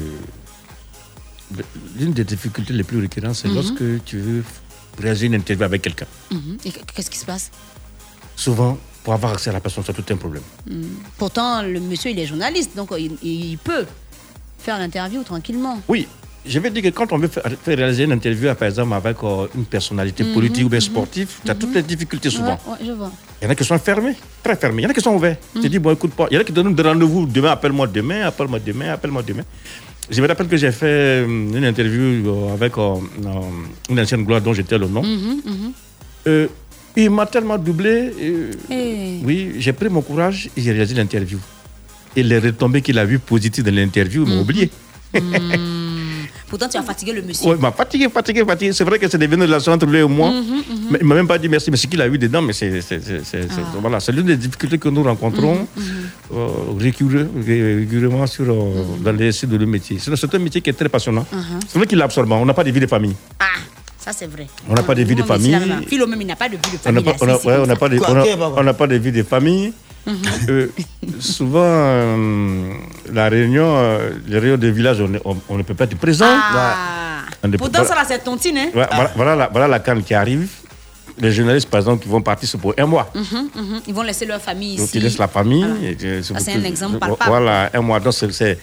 S14: le- L'une des difficultés les plus récurrentes, c'est
S5: Mhm.
S14: lorsque tu veux réaliser une interview avec quelqu'un.
S5: Mhm. Et qu- qu'est-ce qui se passe
S14: Souvent, pour avoir accès à la personne, c'est tout un problème.
S5: Mhm. Pourtant, le monsieur, il est journaliste, donc euh, il, il peut faire l'interview tranquillement.
S14: Oui, je vais dire que quand on veut faire, faire réaliser une interview, par exemple, avec euh, une personnalité
S5: Mhm,
S14: politique ou bien
S5: mhm,
S14: sportive, tu as toutes les difficultés souvent.
S5: Ouais, ouais, je vois.
S14: Il y en a qui sont fermés, très fermés. Il y en a qui sont ouverts. Je te
S5: Mhm.
S14: dis, bon, écoute pas. Il y en a qui donnent des rendez-vous. Demain, appelle-moi demain, appelle-moi demain, appelle-moi demain. Je me rappelle que j'ai fait euh, une interview euh, avec euh, euh, une ancienne gloire dont j'étais le nom.
S5: Mhm, mhm.
S14: Euh, il m'a tellement doublé. euh,
S5: Eh.
S14: oui, j'ai pris mon courage et j'ai réalisé l'interview. Et les retombées qu'il a vues positives dans l'interview
S5: Mhm.
S14: m'ont oublié.
S5: Pourtant, tu as fatigué le monsieur.
S14: Ouais, il m'a fatigué, fatigué, fatigué. C'est vrai que c'est devenu une relation entre lui et moi.
S5: Mhm, mhm. Ah.
S14: Mais il m'a même pas dit merci, mais ce qu'il a eu dedans, mais c'est, c'est, c'est- c'est- c'est- voilà, c'est l'une des difficultés que nous
S5: Mhm,
S14: rencontrons euh, récurre- ré- régulièrement sur, euh, dans les sites de le métier. C'est, c'est un métier qui est très passionnant.
S5: Mhm.
S14: C'est vrai qu'il est absorbant. On n'a pas de vie de famille.
S5: Ah, Ça, c'est vrai. Ah,
S14: On n'a pas de vie de
S5: Mon métier,
S14: famille.
S5: là, là. Philo, même, Ah, il n'a pas de vie de
S14: On n'a
S5: famille.
S14: pas, on a- ouais, on n'a pas de, on a- on n'a pas de vie de famille. Euh, souvent, euh, la réunion, euh, les réunions de village, on, est- on- on ne peut pas être présent.
S5: Ah.
S14: On ne peut
S5: Pourtant,
S14: pas-
S5: ça, là, c'est tontine, hein
S14: Ouais, voilà, voilà la, voilà la canne qui arrive. les journalistes, par exemple, qui vont partir, c'est pour un mois.
S5: Mhm, mhm. Ils vont laisser leur famille
S14: Donc,
S5: ici.
S14: ils laissent la famille.
S5: Voilà.
S14: et, euh,
S5: Ça,
S14: pour
S5: c'est
S14: tout-
S5: un exemple
S14: euh,
S5: palpable.
S14: Voilà, un mois. Donc, c'est- c'est-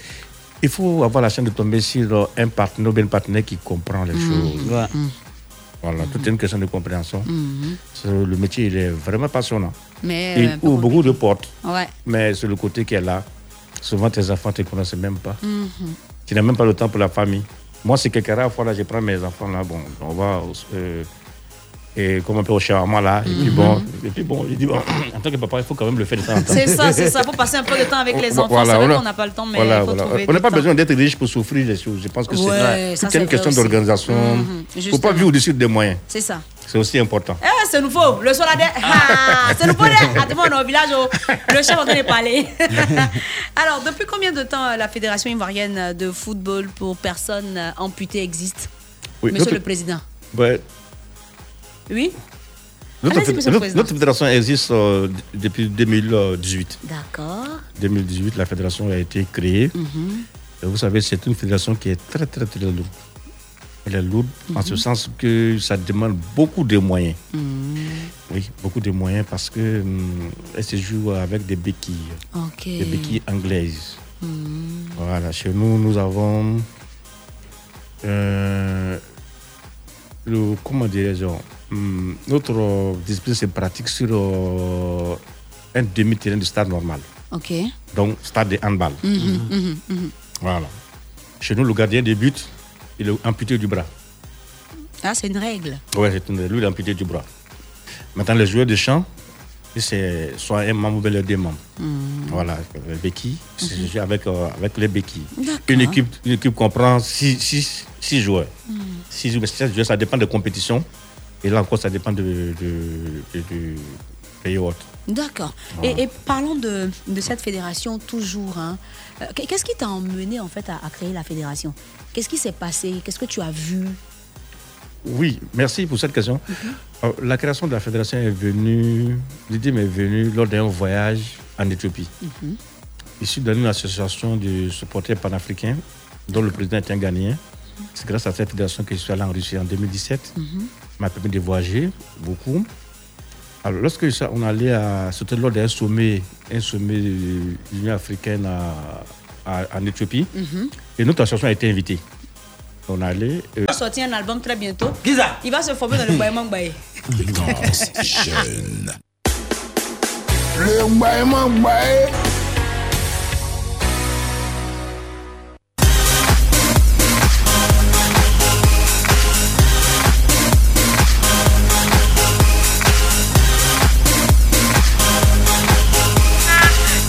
S14: il faut avoir la chance de tomber sur euh, un partenaire ou bien une partenaire qui comprend les
S5: Mhm.
S14: choses.
S5: Ouais. Mhm.
S14: Voilà, tout est une question de compréhension.
S5: Mhm.
S14: C'est- Le métier, il est vraiment passionnant.
S5: Mais,
S14: il
S5: euh,
S14: ouvre beaucoup de portes.
S5: Ouais.
S14: Mais c'est le côté qui est là. Souvent, tes enfants ne te connaissent même pas.
S5: Mhm.
S14: Tu n'as même pas le temps pour la famille. Moi, c'est quelques rares fois, là, je prends mes enfants, là, bon, on va au, euh, et, comment on appelle, au shawarma, là, et puis bon, et puis bon, je dis, bon, en tant que papa, il faut quand même le faire de temps en temps.
S5: C'est ça, c'est ça. Faut passer un peu de temps avec les
S14: Voilà,
S5: enfants. c'est vrai
S14: voilà.
S5: qu'on n'a pas le temps, mais
S14: Voilà,
S5: faut
S14: voilà.
S5: trouver
S14: On n'a
S5: du
S14: pas
S5: temps.
S14: besoin d'être riche pour souffrir des choses. Je pense que
S5: Ouais,
S14: c'est
S5: ça,
S14: c'est
S5: c'est
S14: une question
S5: vrai aussi. Mhm,
S14: d'organisation. Il ne faut pas
S5: justement.
S14: vivre au-dessus des moyens.
S5: C'est ça.
S14: C'est aussi important.
S5: Eh, c'est nouveau. Le soir là Ah, c'est nouveau. là. Attends, on est au village. oh. Le chef est en train de parler. Alors, depuis combien de temps euh, la Fédération ivoirienne de football pour personnes euh, amputées existe
S14: Oui,
S5: Monsieur
S14: notre-
S5: le Président.
S14: Ouais.
S5: Oui
S14: Notre,
S5: Allez-y, monsieur le
S14: notre-
S5: président.
S14: notre fédération existe euh, d- depuis euh, 2018.
S5: D'accord.
S14: 2018, la fédération a été créée.
S5: Mhm.
S14: Et vous savez, c'est une fédération qui est très, très, très lourde. Elle est lourde en ce
S5: Mhm.
S14: sens que ça demande beaucoup de moyens.
S5: Hmm,
S14: Oui, beaucoup de moyens parce que hum, elle se joue avec des béquilles,
S5: Ok.
S14: des béquilles anglaises.
S5: Hmm.
S14: Voilà, chez nous, nous avons euh, le, comment dirais-je, hum, notre euh, discipline se pratique sur euh, un demi-terrain du stade normal,
S5: Ok.
S14: donc stade de handball.
S5: Mhm, mhm, mhm.
S14: Voilà. Chez nous, le gardien des buts, il est amputé du bras.
S5: Ah, c'est une règle.
S14: Ouais, c'est une- lui, il est amputé du bras. Maintenant, les joueurs de champ, c'est soit un membre ou bien les deux membres.
S5: Hmm.
S14: Voilà, les béquilles, c'est joué avec, euh, avec les béquilles.
S5: D'accord.
S14: Une équipe, une équipe comprend 6 six, six joueurs.
S5: Hmm.
S14: Six ou sept joueurs, ça dépend des compétitions. Et là encore, ça dépend de, de- de- du pays hôte.
S5: D'accord.
S14: Voilà.
S5: Et, et parlons de, de cette fédération toujours. hein. Euh, qu- Qu'est-ce qui t'a emmené en fait à, à créer la fédération Qu'est-ce qui s'est passé Qu'est-ce que tu as vu
S14: Oui, merci pour cette question.
S5: Mhm.
S14: Euh, La création de la fédération est venue, l'idée m'est venue lors d'un voyage en Éthiopie.
S5: Mhm.
S14: Je suis dans une association de supporters panafricains, dont le président est un Ghanéen. C'est grâce à cette fédération que je suis allé en Russie en 2017.
S5: Mhm.
S14: m'a permis de voyager beaucoup. Alors, lorsque je suis- on allait à. C'était lors d'un sommet, un sommet de l'Union africaine à, à- en Éthiopie.
S5: Mhm.
S14: Et notre association a été invitée. On allait. euh,
S5: Il va sortir un album très bientôt. Il va se former dans le Bayamang Baye.
S21: Jeune.
S6: Le Mbaïma Mbaï.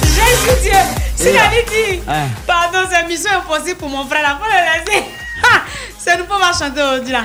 S5: Jésus Dieu Si la dit
S8: Ouais.
S5: Pardon, c'est mission impossible pour mon frère, là, faut le laisser. Ha C'est nous pour va chanter aujourd'hui là.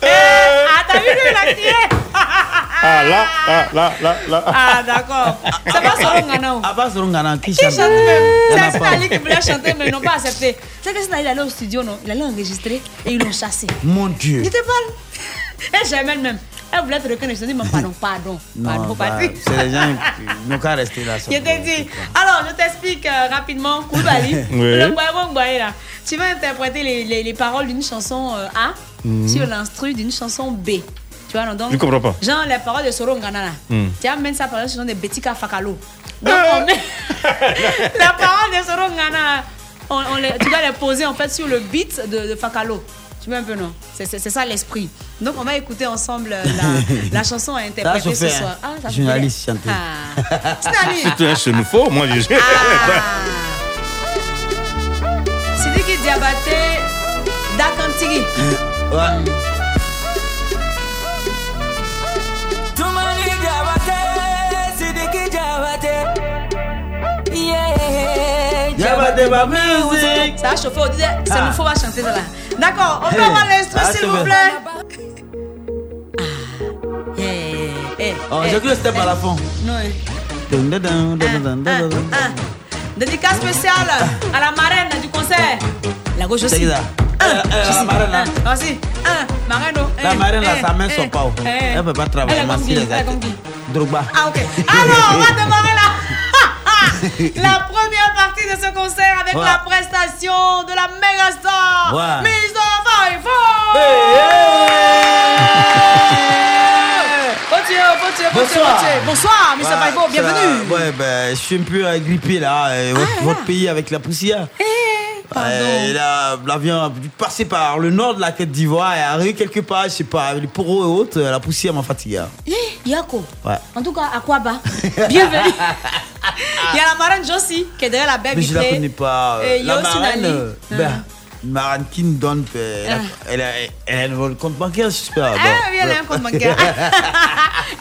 S5: Eh, ah, t'as vu lui, il a tiré
S14: Ah là, ah, là, là, là.
S5: Ah, d'accord. C'est pas Soro Ngana. ou
S8: Ah, pas Soro Ngana, qui
S5: Qui
S8: chante
S5: chante même
S8: Il y en a
S5: C'est
S8: pas.
S5: Sinali qui voulait chanter, mais ils n'ont pas accepté. C'est que Sinali, il allait au studio, non Il allait enregistrer et ils l'ont chassé.
S8: Mon Dieu.
S5: Il te parle Elle, Jamel même. Elle voulait te reconnaître. Je dis, mais pardon, pardon.
S8: Non,
S5: Pardon,
S8: bah,
S5: Patrick.
S8: c'est les gens qui n'ont qu'à rester là.
S5: Je t'ai dit. Alors, je t'explique euh, rapidement. Koulibaly,
S8: Oui.
S5: le Boyabong Boy, là. Tu vas interpréter les, les- les paroles d'une chanson euh, A
S14: Mhm.
S5: sur l'instru d'une chanson B. Tu vois, non, donc,
S14: Je comprends pas.
S5: Genre, les paroles de Soro Ngana, là.
S14: Mhm. Euh.
S5: Tu amènes ça par exemple sur le nom de Betika Fakalo. Donc, on met la parole de Soro Ngana, là, on, on les- tu dois les poser en fait sur le beat de, de Fakalo. Tu vois un peu, non C'est- C'est c'est ça l'esprit. Donc, on va écouter ensemble euh, la, la chanson à interpréter ce
S14: chauffé, hein.
S5: soir. Ah, ça chauffé.
S14: Journaliste chanté.
S5: Ah. Sinali.
S14: C'est un chenouveau, moi je suis.
S5: Ah. Sidiki Diabaté, Dakantigi.
S12: Tumani Jabate, Sidiki Jabate. Yeah.
S8: Jabate ba music.
S5: Ça a chauffé, on disait, c'est
S8: Ah.
S5: nous faut pas chanter ça là. D'accord, on peut
S8: Hey,
S5: avoir l'instru
S8: ça a
S5: s'il vous
S8: chauffé.
S5: plaît. Ah,
S8: Oh, j'ai cru que c'était par la fond.
S5: Non, hein.
S8: Dun, dun, dun, dun, dun, dun,
S5: Ah,
S8: dun.
S5: Dédicace spéciale à la marraine du concert. La gauche aussi.
S8: C'est ça. Euh, euh,
S5: Je
S8: La
S5: sais.
S8: marraine là.
S5: Ah, si. Ah, marraine, oh,
S8: La
S5: eh,
S8: marraine là,
S5: eh,
S8: sa main
S5: eh,
S8: sort pas. oh.
S5: eh.
S8: Elle peut pas travailler.
S5: Elle est
S8: ma
S5: comme
S8: fille,
S5: qui,
S8: elle
S5: elle est
S8: a-
S5: comme qui
S8: Drogba.
S5: Ah, ok. Alors, on va démarrer la... la première partie de ce concert avec
S8: Ouais.
S5: la prestation de la méga star
S8: Ouais.
S5: Miss Ah Five. Continue Fauché, Fauché, Fauché. bon Bonsoir, Mr.
S8: Voilà,
S5: Paibo, bienvenue. Ah,
S8: ça, Ouais, ben, je suis un peu agrippé là, euh, votre, votre pays avec la poussière.
S5: pardon.
S8: Euh, là, l'avion a dû passer par le nord de la Côte d'Ivoire et arrivé quelque part, je sais pas, avec les poros et autres, euh, la poussière m'a fatigué.
S5: Eh, Yako.
S8: Ouais.
S5: En tout cas, à quoi bas Bienvenue. Il y a la marraine Josie qui est derrière la belle
S8: Mais je la
S5: vitrée.
S8: connais pas.
S5: Et
S8: la
S5: Yo Sinali.
S8: marraine, euh,
S5: Hein.
S8: ben, marraine qui nous donne, euh, elle, a-
S5: Hein.
S8: elle, a, elle a un compte bancaire, j'espère.
S5: Ah oui, elle a un compte bancaire.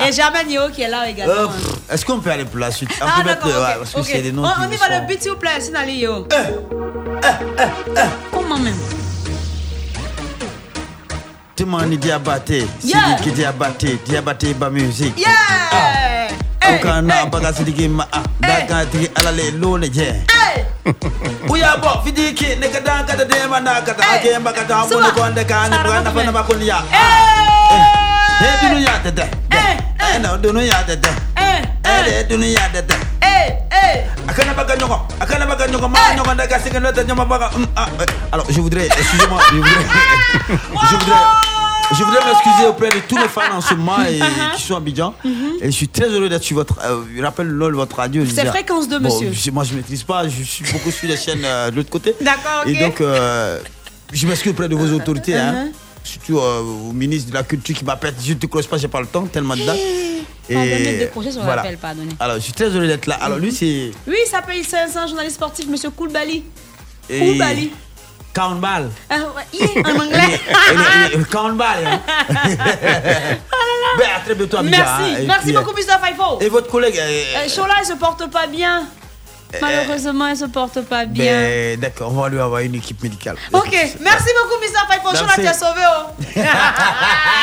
S5: Et Germaine Yo qui est là également.
S8: Euh, pff, Est-ce qu'on peut aller pour la suite
S5: Ah,
S8: peut mettre,
S5: d'accord,
S8: ouais,
S5: ok,
S8: parce que
S5: ok.
S8: c'est des noms
S5: On-
S8: qui
S5: On
S8: me
S5: y va
S8: sont- Eh,
S5: le but, s'il vous plaît, Sinali Yo. Comment même
S8: Timani Diabaté,
S5: Yeah.
S8: Sidiki Diabaté, Diabaté ba musique.
S14: Ah.
S5: Yeah!
S8: Okana baga Sidiki ma ah, daga tiki alale lole je. Uya bo fidiki nega dan kata de mana kata ake mbaka ta mo ne konde kan bra na fana makoni ya. Eh. Eh dunu ya tete. Eh. Eh na dunu ya tete. Eh. Eh de dunu ya tete.
S5: Eh. Eh.
S8: Akana baga nyoko. Akana baga nyoko ma nyoko daga sikana ta nyoma baga. hum, ah, eh. Alors je voudrais excusez-moi, je voudrais
S5: Ah!
S8: je voudrais, je voudrais m'excuser auprès de tous les fans en ce moment et
S5: Uh-huh.
S8: qui sont à Abidjan. Et je suis très heureux d'être sur votre. euh, je rappelle LOL, votre radio. je
S5: Mm-hmm. C'est
S8: veux dire,
S5: Fréquence 2,
S8: bon,
S5: monsieur.
S8: je- moi, je ne maîtrise pas. Je suis beaucoup sur les chaînes euh, de l'autre côté.
S5: D'accord, ok.
S8: Et donc, euh, je m'excuse auprès de vos autorités. hein.
S5: Mhm.
S8: Surtout euh, au ministre de la Culture qui m'appelle. Je ne te close pas, j'ai pas le temps, tellement de dates.
S5: Pardonnez, des projets sur
S8: voilà.
S5: l'appel, pardonnez.
S8: Alors, je suis très heureux d'être là. Alors, lui, c'est.
S5: Oui, il s'appelle, c'est un- c'est un journaliste sportif, monsieur Koulibaly.
S8: eh,
S5: Koulibaly.
S8: Countball.
S5: Ah, ouais, yeah, en
S8: Eh,
S5: anglais.
S8: Countball. hein. Ben, à très bientôt, Abidjan,
S5: Oh Merci,
S8: hein. Et
S5: merci
S8: puis,
S5: beaucoup, Mr. Faifo.
S8: Et votre collègue euh,
S5: Euh, Chola, elle se porte pas bien.
S8: euh,
S5: Malheureusement, elle se porte pas bien.
S8: ben, D'accord, on va lui avoir une équipe médicale.
S5: Ok, merci beaucoup, Mr. Faifo. Chola,
S8: Merci.
S5: tu as sauvé. oh.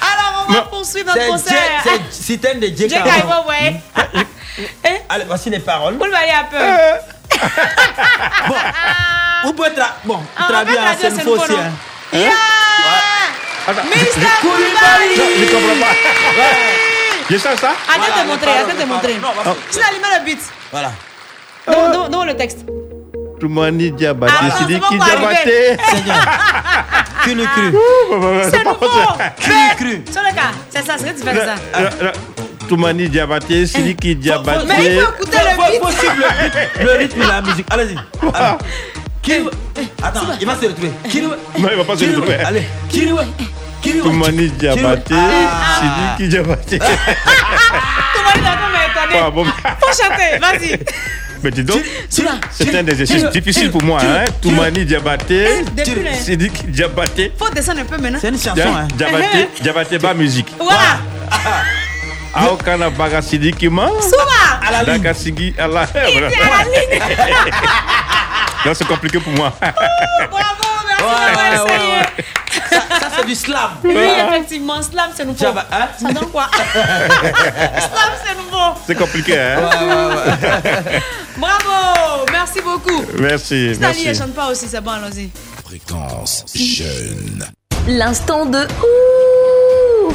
S5: Alors, on va poursuivre notre
S8: C'est
S5: concert.
S8: Jay- c'est- C'est un de Jay
S5: Jay Eh?
S8: Caro.
S5: Cairo, ouais.
S8: Allez, voici les paroles.
S5: Koulibaly a peur.
S8: Vous pouvez tra bon,
S5: Ah, on va
S8: traduire
S5: traduire
S8: à scène
S5: scène
S8: fausse.
S5: phono.
S8: hein.
S5: Yeah! Mr. Koulibaly.
S14: Je comprends pas. Je sens ça
S5: Ah, Attends de montrer, attends de montrer. Tu n'as allumé le beat.
S8: Voilà.
S5: Non, non, non, le texte.
S14: Toumani Diabaté,
S5: Ah, c'est bon,
S14: Sidiki
S5: on va
S14: Diabaté.
S8: Que le cru.
S5: C'est nouveau.
S8: Cru, cru.
S5: Sur le cas, c'est ça, c'est différent ça.
S14: Ah. Euh, Toumani Diabaté, Sidiki Diabaté.
S5: Mais il Eh, faut écouter
S8: Faut-
S5: le
S8: faut
S5: beat.
S8: suivre le rythme, le rythme et la musique. Allez-y. Allez. Kiriwe. Ah. Attends, il va se retrouver. Kiriwe.
S14: Non, il va pas se
S8: Kiriwe.
S14: retrouver.
S8: Allez, Kiriwe. Kiriwe.
S14: Toumani Diabaté,
S8: Ah.
S14: Sidiki Diabaté.
S5: Tout le monde est d'accord, mais attendez.
S14: Pas bon.
S5: Faut chanter, vas-y.
S14: Mais dis donc,
S5: Celui-là.
S14: c'est un des exercices
S5: Celui-là.
S14: difficiles pour moi.
S5: Celui-là.
S14: Hein. Toumani Diabaté,
S5: Eh, depuis le-
S14: Sidiki Diabaté.
S5: Faut descendre un peu maintenant. Eh,
S8: C'est une hein.
S14: Dia- Diabaté, Diabaté, bas musique.
S5: Voilà.
S14: Aokana Baga Sidiki Man.
S5: Souma.
S8: À la ligne.
S14: Daga Sigi à la
S5: Il est à la ligne.
S14: Non, c'est compliqué pour moi.
S5: Ouais, ouais, ouais.
S8: Ah, Ça, c'est du slam.
S5: Oui, effectivement, slam, c'est nouveau.
S8: Java, hein
S5: Ça donne quoi Slam, c'est nouveau.
S14: C'est compliqué, hein?
S5: Bravo, merci beaucoup.
S14: Merci,
S5: Stanley, elle
S14: merci.
S5: chante pas aussi, c'est bon, allons-y.
S21: Fréquence jeune.
S18: L'instant de ouf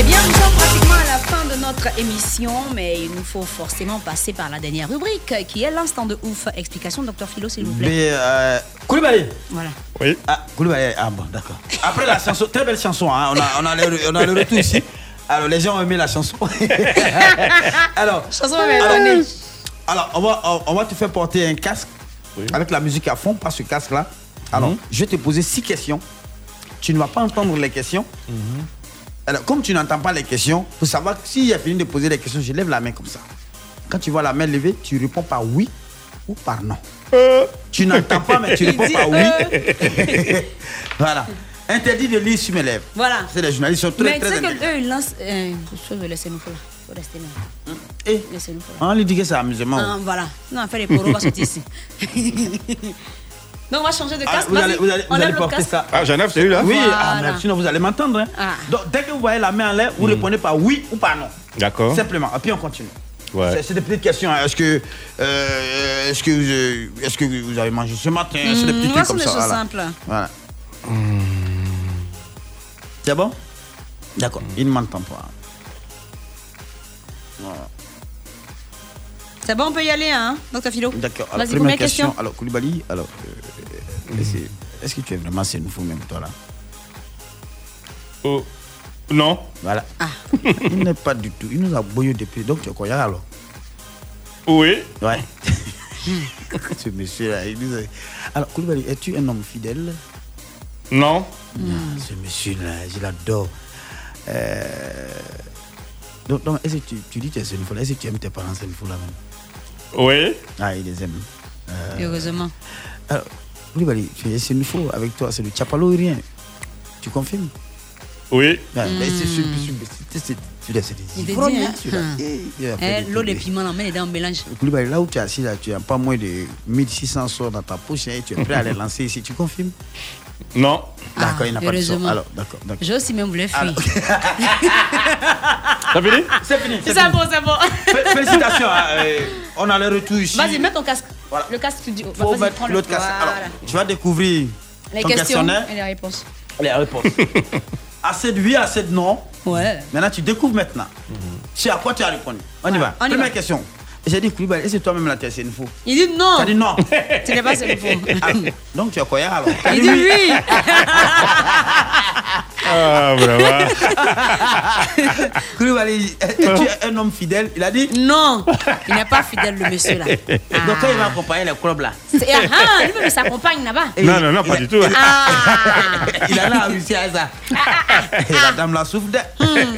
S5: Eh bien, nous sommes pratiquement à la fin de notre émission, mais il nous faut forcément passer par la dernière rubrique euh, qui est l'instant de ouf. Explication, docteur Philo, s'il vous plaît.
S8: Mais euh, Koulibaly.
S5: Voilà.
S14: Oui.
S8: Ah, Koulibaly. Ah bon, d'accord. Après la chanson, très belle chanson. hein. On, a, on, a le, on a le retour ici. Alors, les gens ont aimé la chanson. alors,
S5: Chanson m'avait étonné.
S8: alors on, va, on, on va te faire porter un casque avec la musique à fond, pas ce casque-là. Alors, je vais te poser six questions. Tu ne vas pas entendre les questions. Alors, comme tu n'entends pas les questions, pour savoir si a fini de poser les questions, je lève la main comme ça. Quand tu vois la main levée, tu réponds par oui ou par non. Tu n'entends pas, mais tu
S5: Il
S8: réponds
S5: dit,
S8: par oui.
S5: euh.
S8: voilà. Interdit de lire sur mes lèvres.
S5: Voilà.
S8: C'est les journalistes sont très,
S5: Mais tu
S8: très
S5: sais
S8: intelligents.
S5: que eux, ils lancent. euh, je veux laisser nous faire là. Faut rester là.
S8: Eh.
S5: Laissez nous faire là.
S8: On lui dit que c'est amusement.
S5: Ah, voilà. Non, on fait les poros, on va sortir ici. Donc, on va changer de
S8: Ah,
S5: casque.
S8: vous
S5: vas-y.
S8: allez, vous allez, vous
S5: on
S8: allez
S5: lève le
S8: porter
S5: casque.
S8: ça.
S14: Ah, j'enlève celui-là.
S8: Oui, ah,
S5: Voilà.
S8: mais sinon vous allez m'entendre. hein.
S5: Ah.
S8: Donc, dès que vous voyez la main en l'air, vous répondez par oui ou par non.
S14: Hmm. D'accord.
S8: Simplement. Et puis on continue.
S14: Ouais.
S8: C'est- C'est des petites questions. hein. Est-ce que, euh, est-ce que, vous- est-ce que vous avez mangé ce matin C'est des petits
S5: Hmm, moi,
S8: trucs
S5: c'est
S8: comme
S5: des
S8: ça.
S5: choses
S8: voilà.
S5: simples.
S8: Voilà. C'est bon D'accord. Il ne m'entend pas. Voilà.
S5: C'est bon, on peut y aller, hein, docteur Philo
S8: D'accord. Alors,
S5: Vas-y,
S8: première
S5: première
S8: question.
S5: question.
S8: Alors, Koulibaly, alors, euh, euh, est-ce- est-ce que tu es vraiment assez nouveau, même toi là
S14: Oh, non.
S8: Voilà.
S5: Ah.
S8: il n'est pas du tout. Il nous a bouillé depuis. Donc, tu es croyant alors
S14: Oui.
S8: Ouais. Ce monsieur-là, il nous a. Alors, Koulibaly, es-tu un homme fidèle
S14: Non.
S8: Ce monsieur-là, je l'adore. Euh, Donc, donc, est-ce que tu, tu dis que tu es Sénéfoula Est-ce que tu aimes tes parents Sénéfoula même
S14: Oui.
S8: Ah, il les aime. Euh,
S5: Heureusement.
S8: Alors, Koulibaly, tu es Sénéfou avec toi, c'est le Tchapalo rien. Tu confirmes
S14: Oui.
S8: mais c'est sûr, c'est- c'est- c'est- celui-là, c'est des
S5: Hmm. Il te
S8: ivrognes,
S5: dit,
S8: hein,
S5: hein.
S8: celui-là. Eh, il a fait
S5: Eh,
S8: des
S5: L'eau, les
S8: trucs.
S5: piments, l'emmène est dans le mélange.
S8: Koulibaly, là où tu es assis, là, tu as pas moins de 1600 sorts dans ta poche hein, et tu es prêt à les lancer ici. Tu confirmes Ah,
S14: Non.
S8: D'accord, il n'a pas de sort.
S5: heureusement.
S8: Alors, d'accord, d'accord. Ah,
S5: J'ai aussi même voulu fuir.
S14: T'as fini
S8: C'est fini.
S5: C'est ça, bon, c'est bon.
S8: Fé- Félicitations. hein, euh, on a le retour ici.
S5: Vas-y, mets ton casque.
S8: Voilà.
S5: Le casque studio.
S8: Faut
S5: Vas-y,
S8: mettre
S5: prends-le.
S8: l'autre casque.
S5: Voilà.
S8: Alors, tu vas découvrir
S5: les
S8: ton
S5: questions
S8: questionnaire.
S5: et les réponses.
S8: Les réponses. assez de oui, assez de non.
S5: Ouais.
S8: Maintenant, tu découvres maintenant. C'est à quoi tu as répondu. On y va.
S5: on y
S8: Première
S5: va.
S8: question. J'ai dit, Koulibaly, est-ce que bah, toi-même là, tu es une faux
S5: Il dit non.
S8: Tu as dit non.
S5: Tu n'es pas Sénéfou.
S8: Ah, Donc, tu es quoi alors
S5: Il dit oui.
S14: Ah, vraiment.
S8: Koulibaly, es-tu un homme fidèle Il a dit
S5: Non. Il n'est pas fidèle, le monsieur là.
S8: Donc, quand il va accompagner les clubs là.
S5: C'est- Ah, ah, lui même s'accompagne là-bas. Ah.
S14: Non, non, non, pas du tout.
S8: Il a la réussi à ça. Et la dame la souffle. de-
S5: Hmm.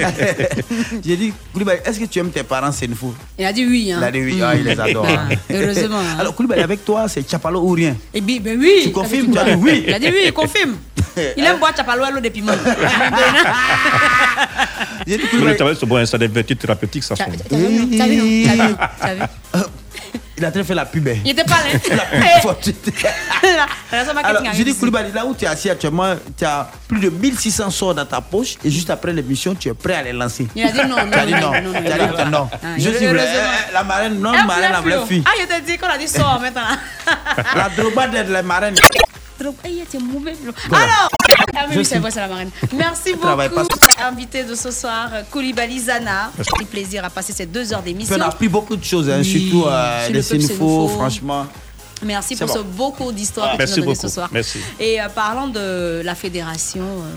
S8: J'ai dit, Koulibaly, est-ce que tu aimes tes parents, c'est une fou
S5: Il a dit oui. Hein.
S8: Il a dit oui, ah, il les adore. hein.
S5: Heureusement. hein.
S8: Alors, Koulibaly, avec toi, c'est Chapalo ou rien
S5: Et bien, ben oui. Tu
S8: confirmes, tu as dit oui.
S5: Il a dit oui, il confirme. Il aime boire chapalo à l'eau des piments.
S14: Le travail, c'est bon, hein, ça a des vertus thérapeutiques, ça. sonne.
S5: T'as vu, non T'as vu, non T'as vu, non T'as vu
S8: Il a très fait la pub. hein.
S5: Il était pas
S8: La
S5: là.
S8: pub
S5: Eh,
S8: fortune.
S5: la- la raison
S8: Alors,
S5: marketing
S8: je
S5: arrive
S8: dis,
S5: ici.
S8: Koulibaly, là où tu es assis actuellement, tu as plus de 1600 sorts dans ta poche et juste après l'émission, tu es prêt à les lancer.
S5: Il a dit non, non,
S8: Tu as dit
S5: non,
S8: non.
S5: non, non,
S8: Tu as dit que non.
S5: Ah,
S8: Je
S5: il-
S8: suis
S5: il-
S8: vrai.
S5: heureusement.
S8: Eh, eh, La marraine, non,
S5: Eh,
S8: marraine, la
S5: Flo.
S8: vraie fille.
S5: Ah, je t'ai dit qu'on a dit sort maintenant. Ah.
S8: La drobade de la marraine.
S5: Donc, eh, t'es mauvais, Flo.
S8: Voilà.
S5: Alors, ah, mais
S8: Je
S5: oui, c'est
S8: suis-
S5: vrai, c'est la marraine. Merci
S8: travaille
S5: beaucoup, invité de ce soir, Koulibaly Zana.
S8: Merci.
S5: J'ai plaisir à passer ces deux heures
S8: Puis
S5: d'émission.
S8: on a appris beaucoup de choses, hein,
S5: Oui,
S8: surtout euh,
S5: sur le
S8: des
S5: peuple
S8: Sénifaux,
S5: sénifo.
S8: franchement.
S5: Merci
S8: C'est
S5: pour
S8: bon.
S5: ce beau cours d'histoire
S8: Ah,
S5: que tu
S8: merci
S5: nous as donné ce
S8: beaucoup.
S5: soir.
S8: Merci.
S5: Et euh, parlant de la fédération, euh,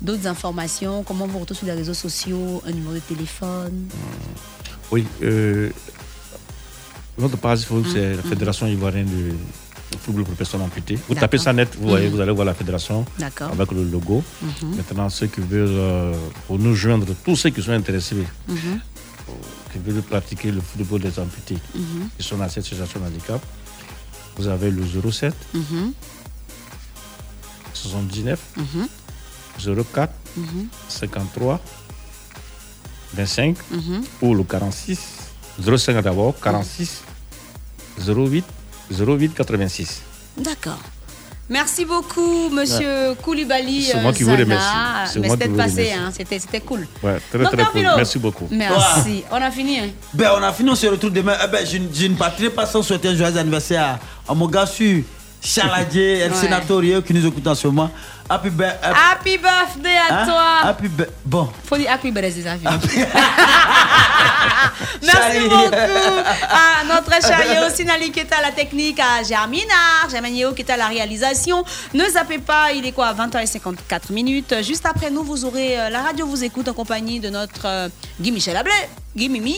S5: d'autres informations, comment vous retrouvez sur les réseaux sociaux, un numéro de téléphone.
S14: Hmm. Oui. Euh, votre page, Facebook,
S5: Mm,
S14: c'est la
S5: mm.
S14: Fédération Ivoirienne de football pour personnes amputées. Vous
S5: D'accord.
S14: tapez ça net, vous, voyez,
S5: Mm.
S14: vous allez voir la fédération
S5: D'accord.
S14: avec le logo.
S5: Mhm.
S14: Maintenant, ceux qui veulent euh, pour nous joindre, tous ceux qui sont intéressés,
S5: Mhm.
S14: qui veulent pratiquer le football des amputés,
S5: Mhm.
S14: qui sont dans cette situation de handicap, vous avez le 07
S5: Mhm.
S14: 79
S5: Mhm.
S14: 04
S5: Mhm.
S14: 53 25
S5: Mhm.
S14: ou le 46 05 d'abord 46 08 08 86.
S5: D'accord. Merci beaucoup, monsieur Koulibaly.
S14: C'est
S5: euh,
S14: moi qui vous
S5: Zana.
S14: remercie. C'est
S5: Mais
S14: moi qui
S5: c'était
S14: vous
S5: passé,
S14: remercie.
S5: hein, c'était c'était cool.
S14: Ouais, très
S5: Docteur
S14: très cool.
S5: Philo.
S14: Merci beaucoup.
S5: Merci. On a fini. hein.
S8: Ben, on a fini, on se retrouve demain. Eh ben, je, ne- je ne partirai pas sans souhaiter un joyeux anniversaire à, à mon gars sûr, Chaladier, El
S5: Ouais.
S8: Sénatorio, qui nous écoute en ce moment. Happy birthday.
S5: Happy birthday à
S8: Hein?
S5: toi.
S8: Happy bir- Bon.
S5: Faut dire happy birthday, les amis. Merci beaucoup à notre cher Yeo Sinali qui est à la technique, à Germinard, Germaine Yeo qui est à la réalisation. Ne zappez pas, il est quoi à 20h54 minutes. Juste après nous, vous aurez euh, la radio vous écoute en compagnie de notre euh, Guy Michel Ablé, Guy Mimi,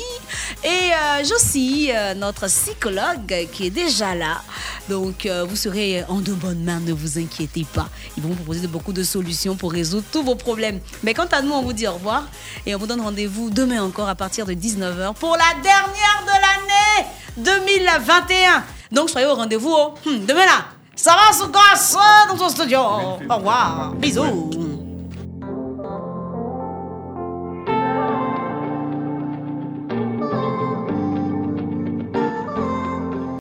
S5: et euh, Josie, euh, notre psychologue euh, qui est déjà là. Donc euh, vous serez en de bonnes mains, ne vous inquiétez pas. Ils vont vous proposer de- beaucoup de solutions pour résoudre tous vos problèmes. Mais quant à nous, on vous dit au revoir et on vous donne rendez-vous demain encore à partir de 19h pour la dernière de l'année 2021. Donc soyez au Hmm, rendez-vous oh. Hum, demain là. Ça va, sous dans son studio. Au revoir. Bisous.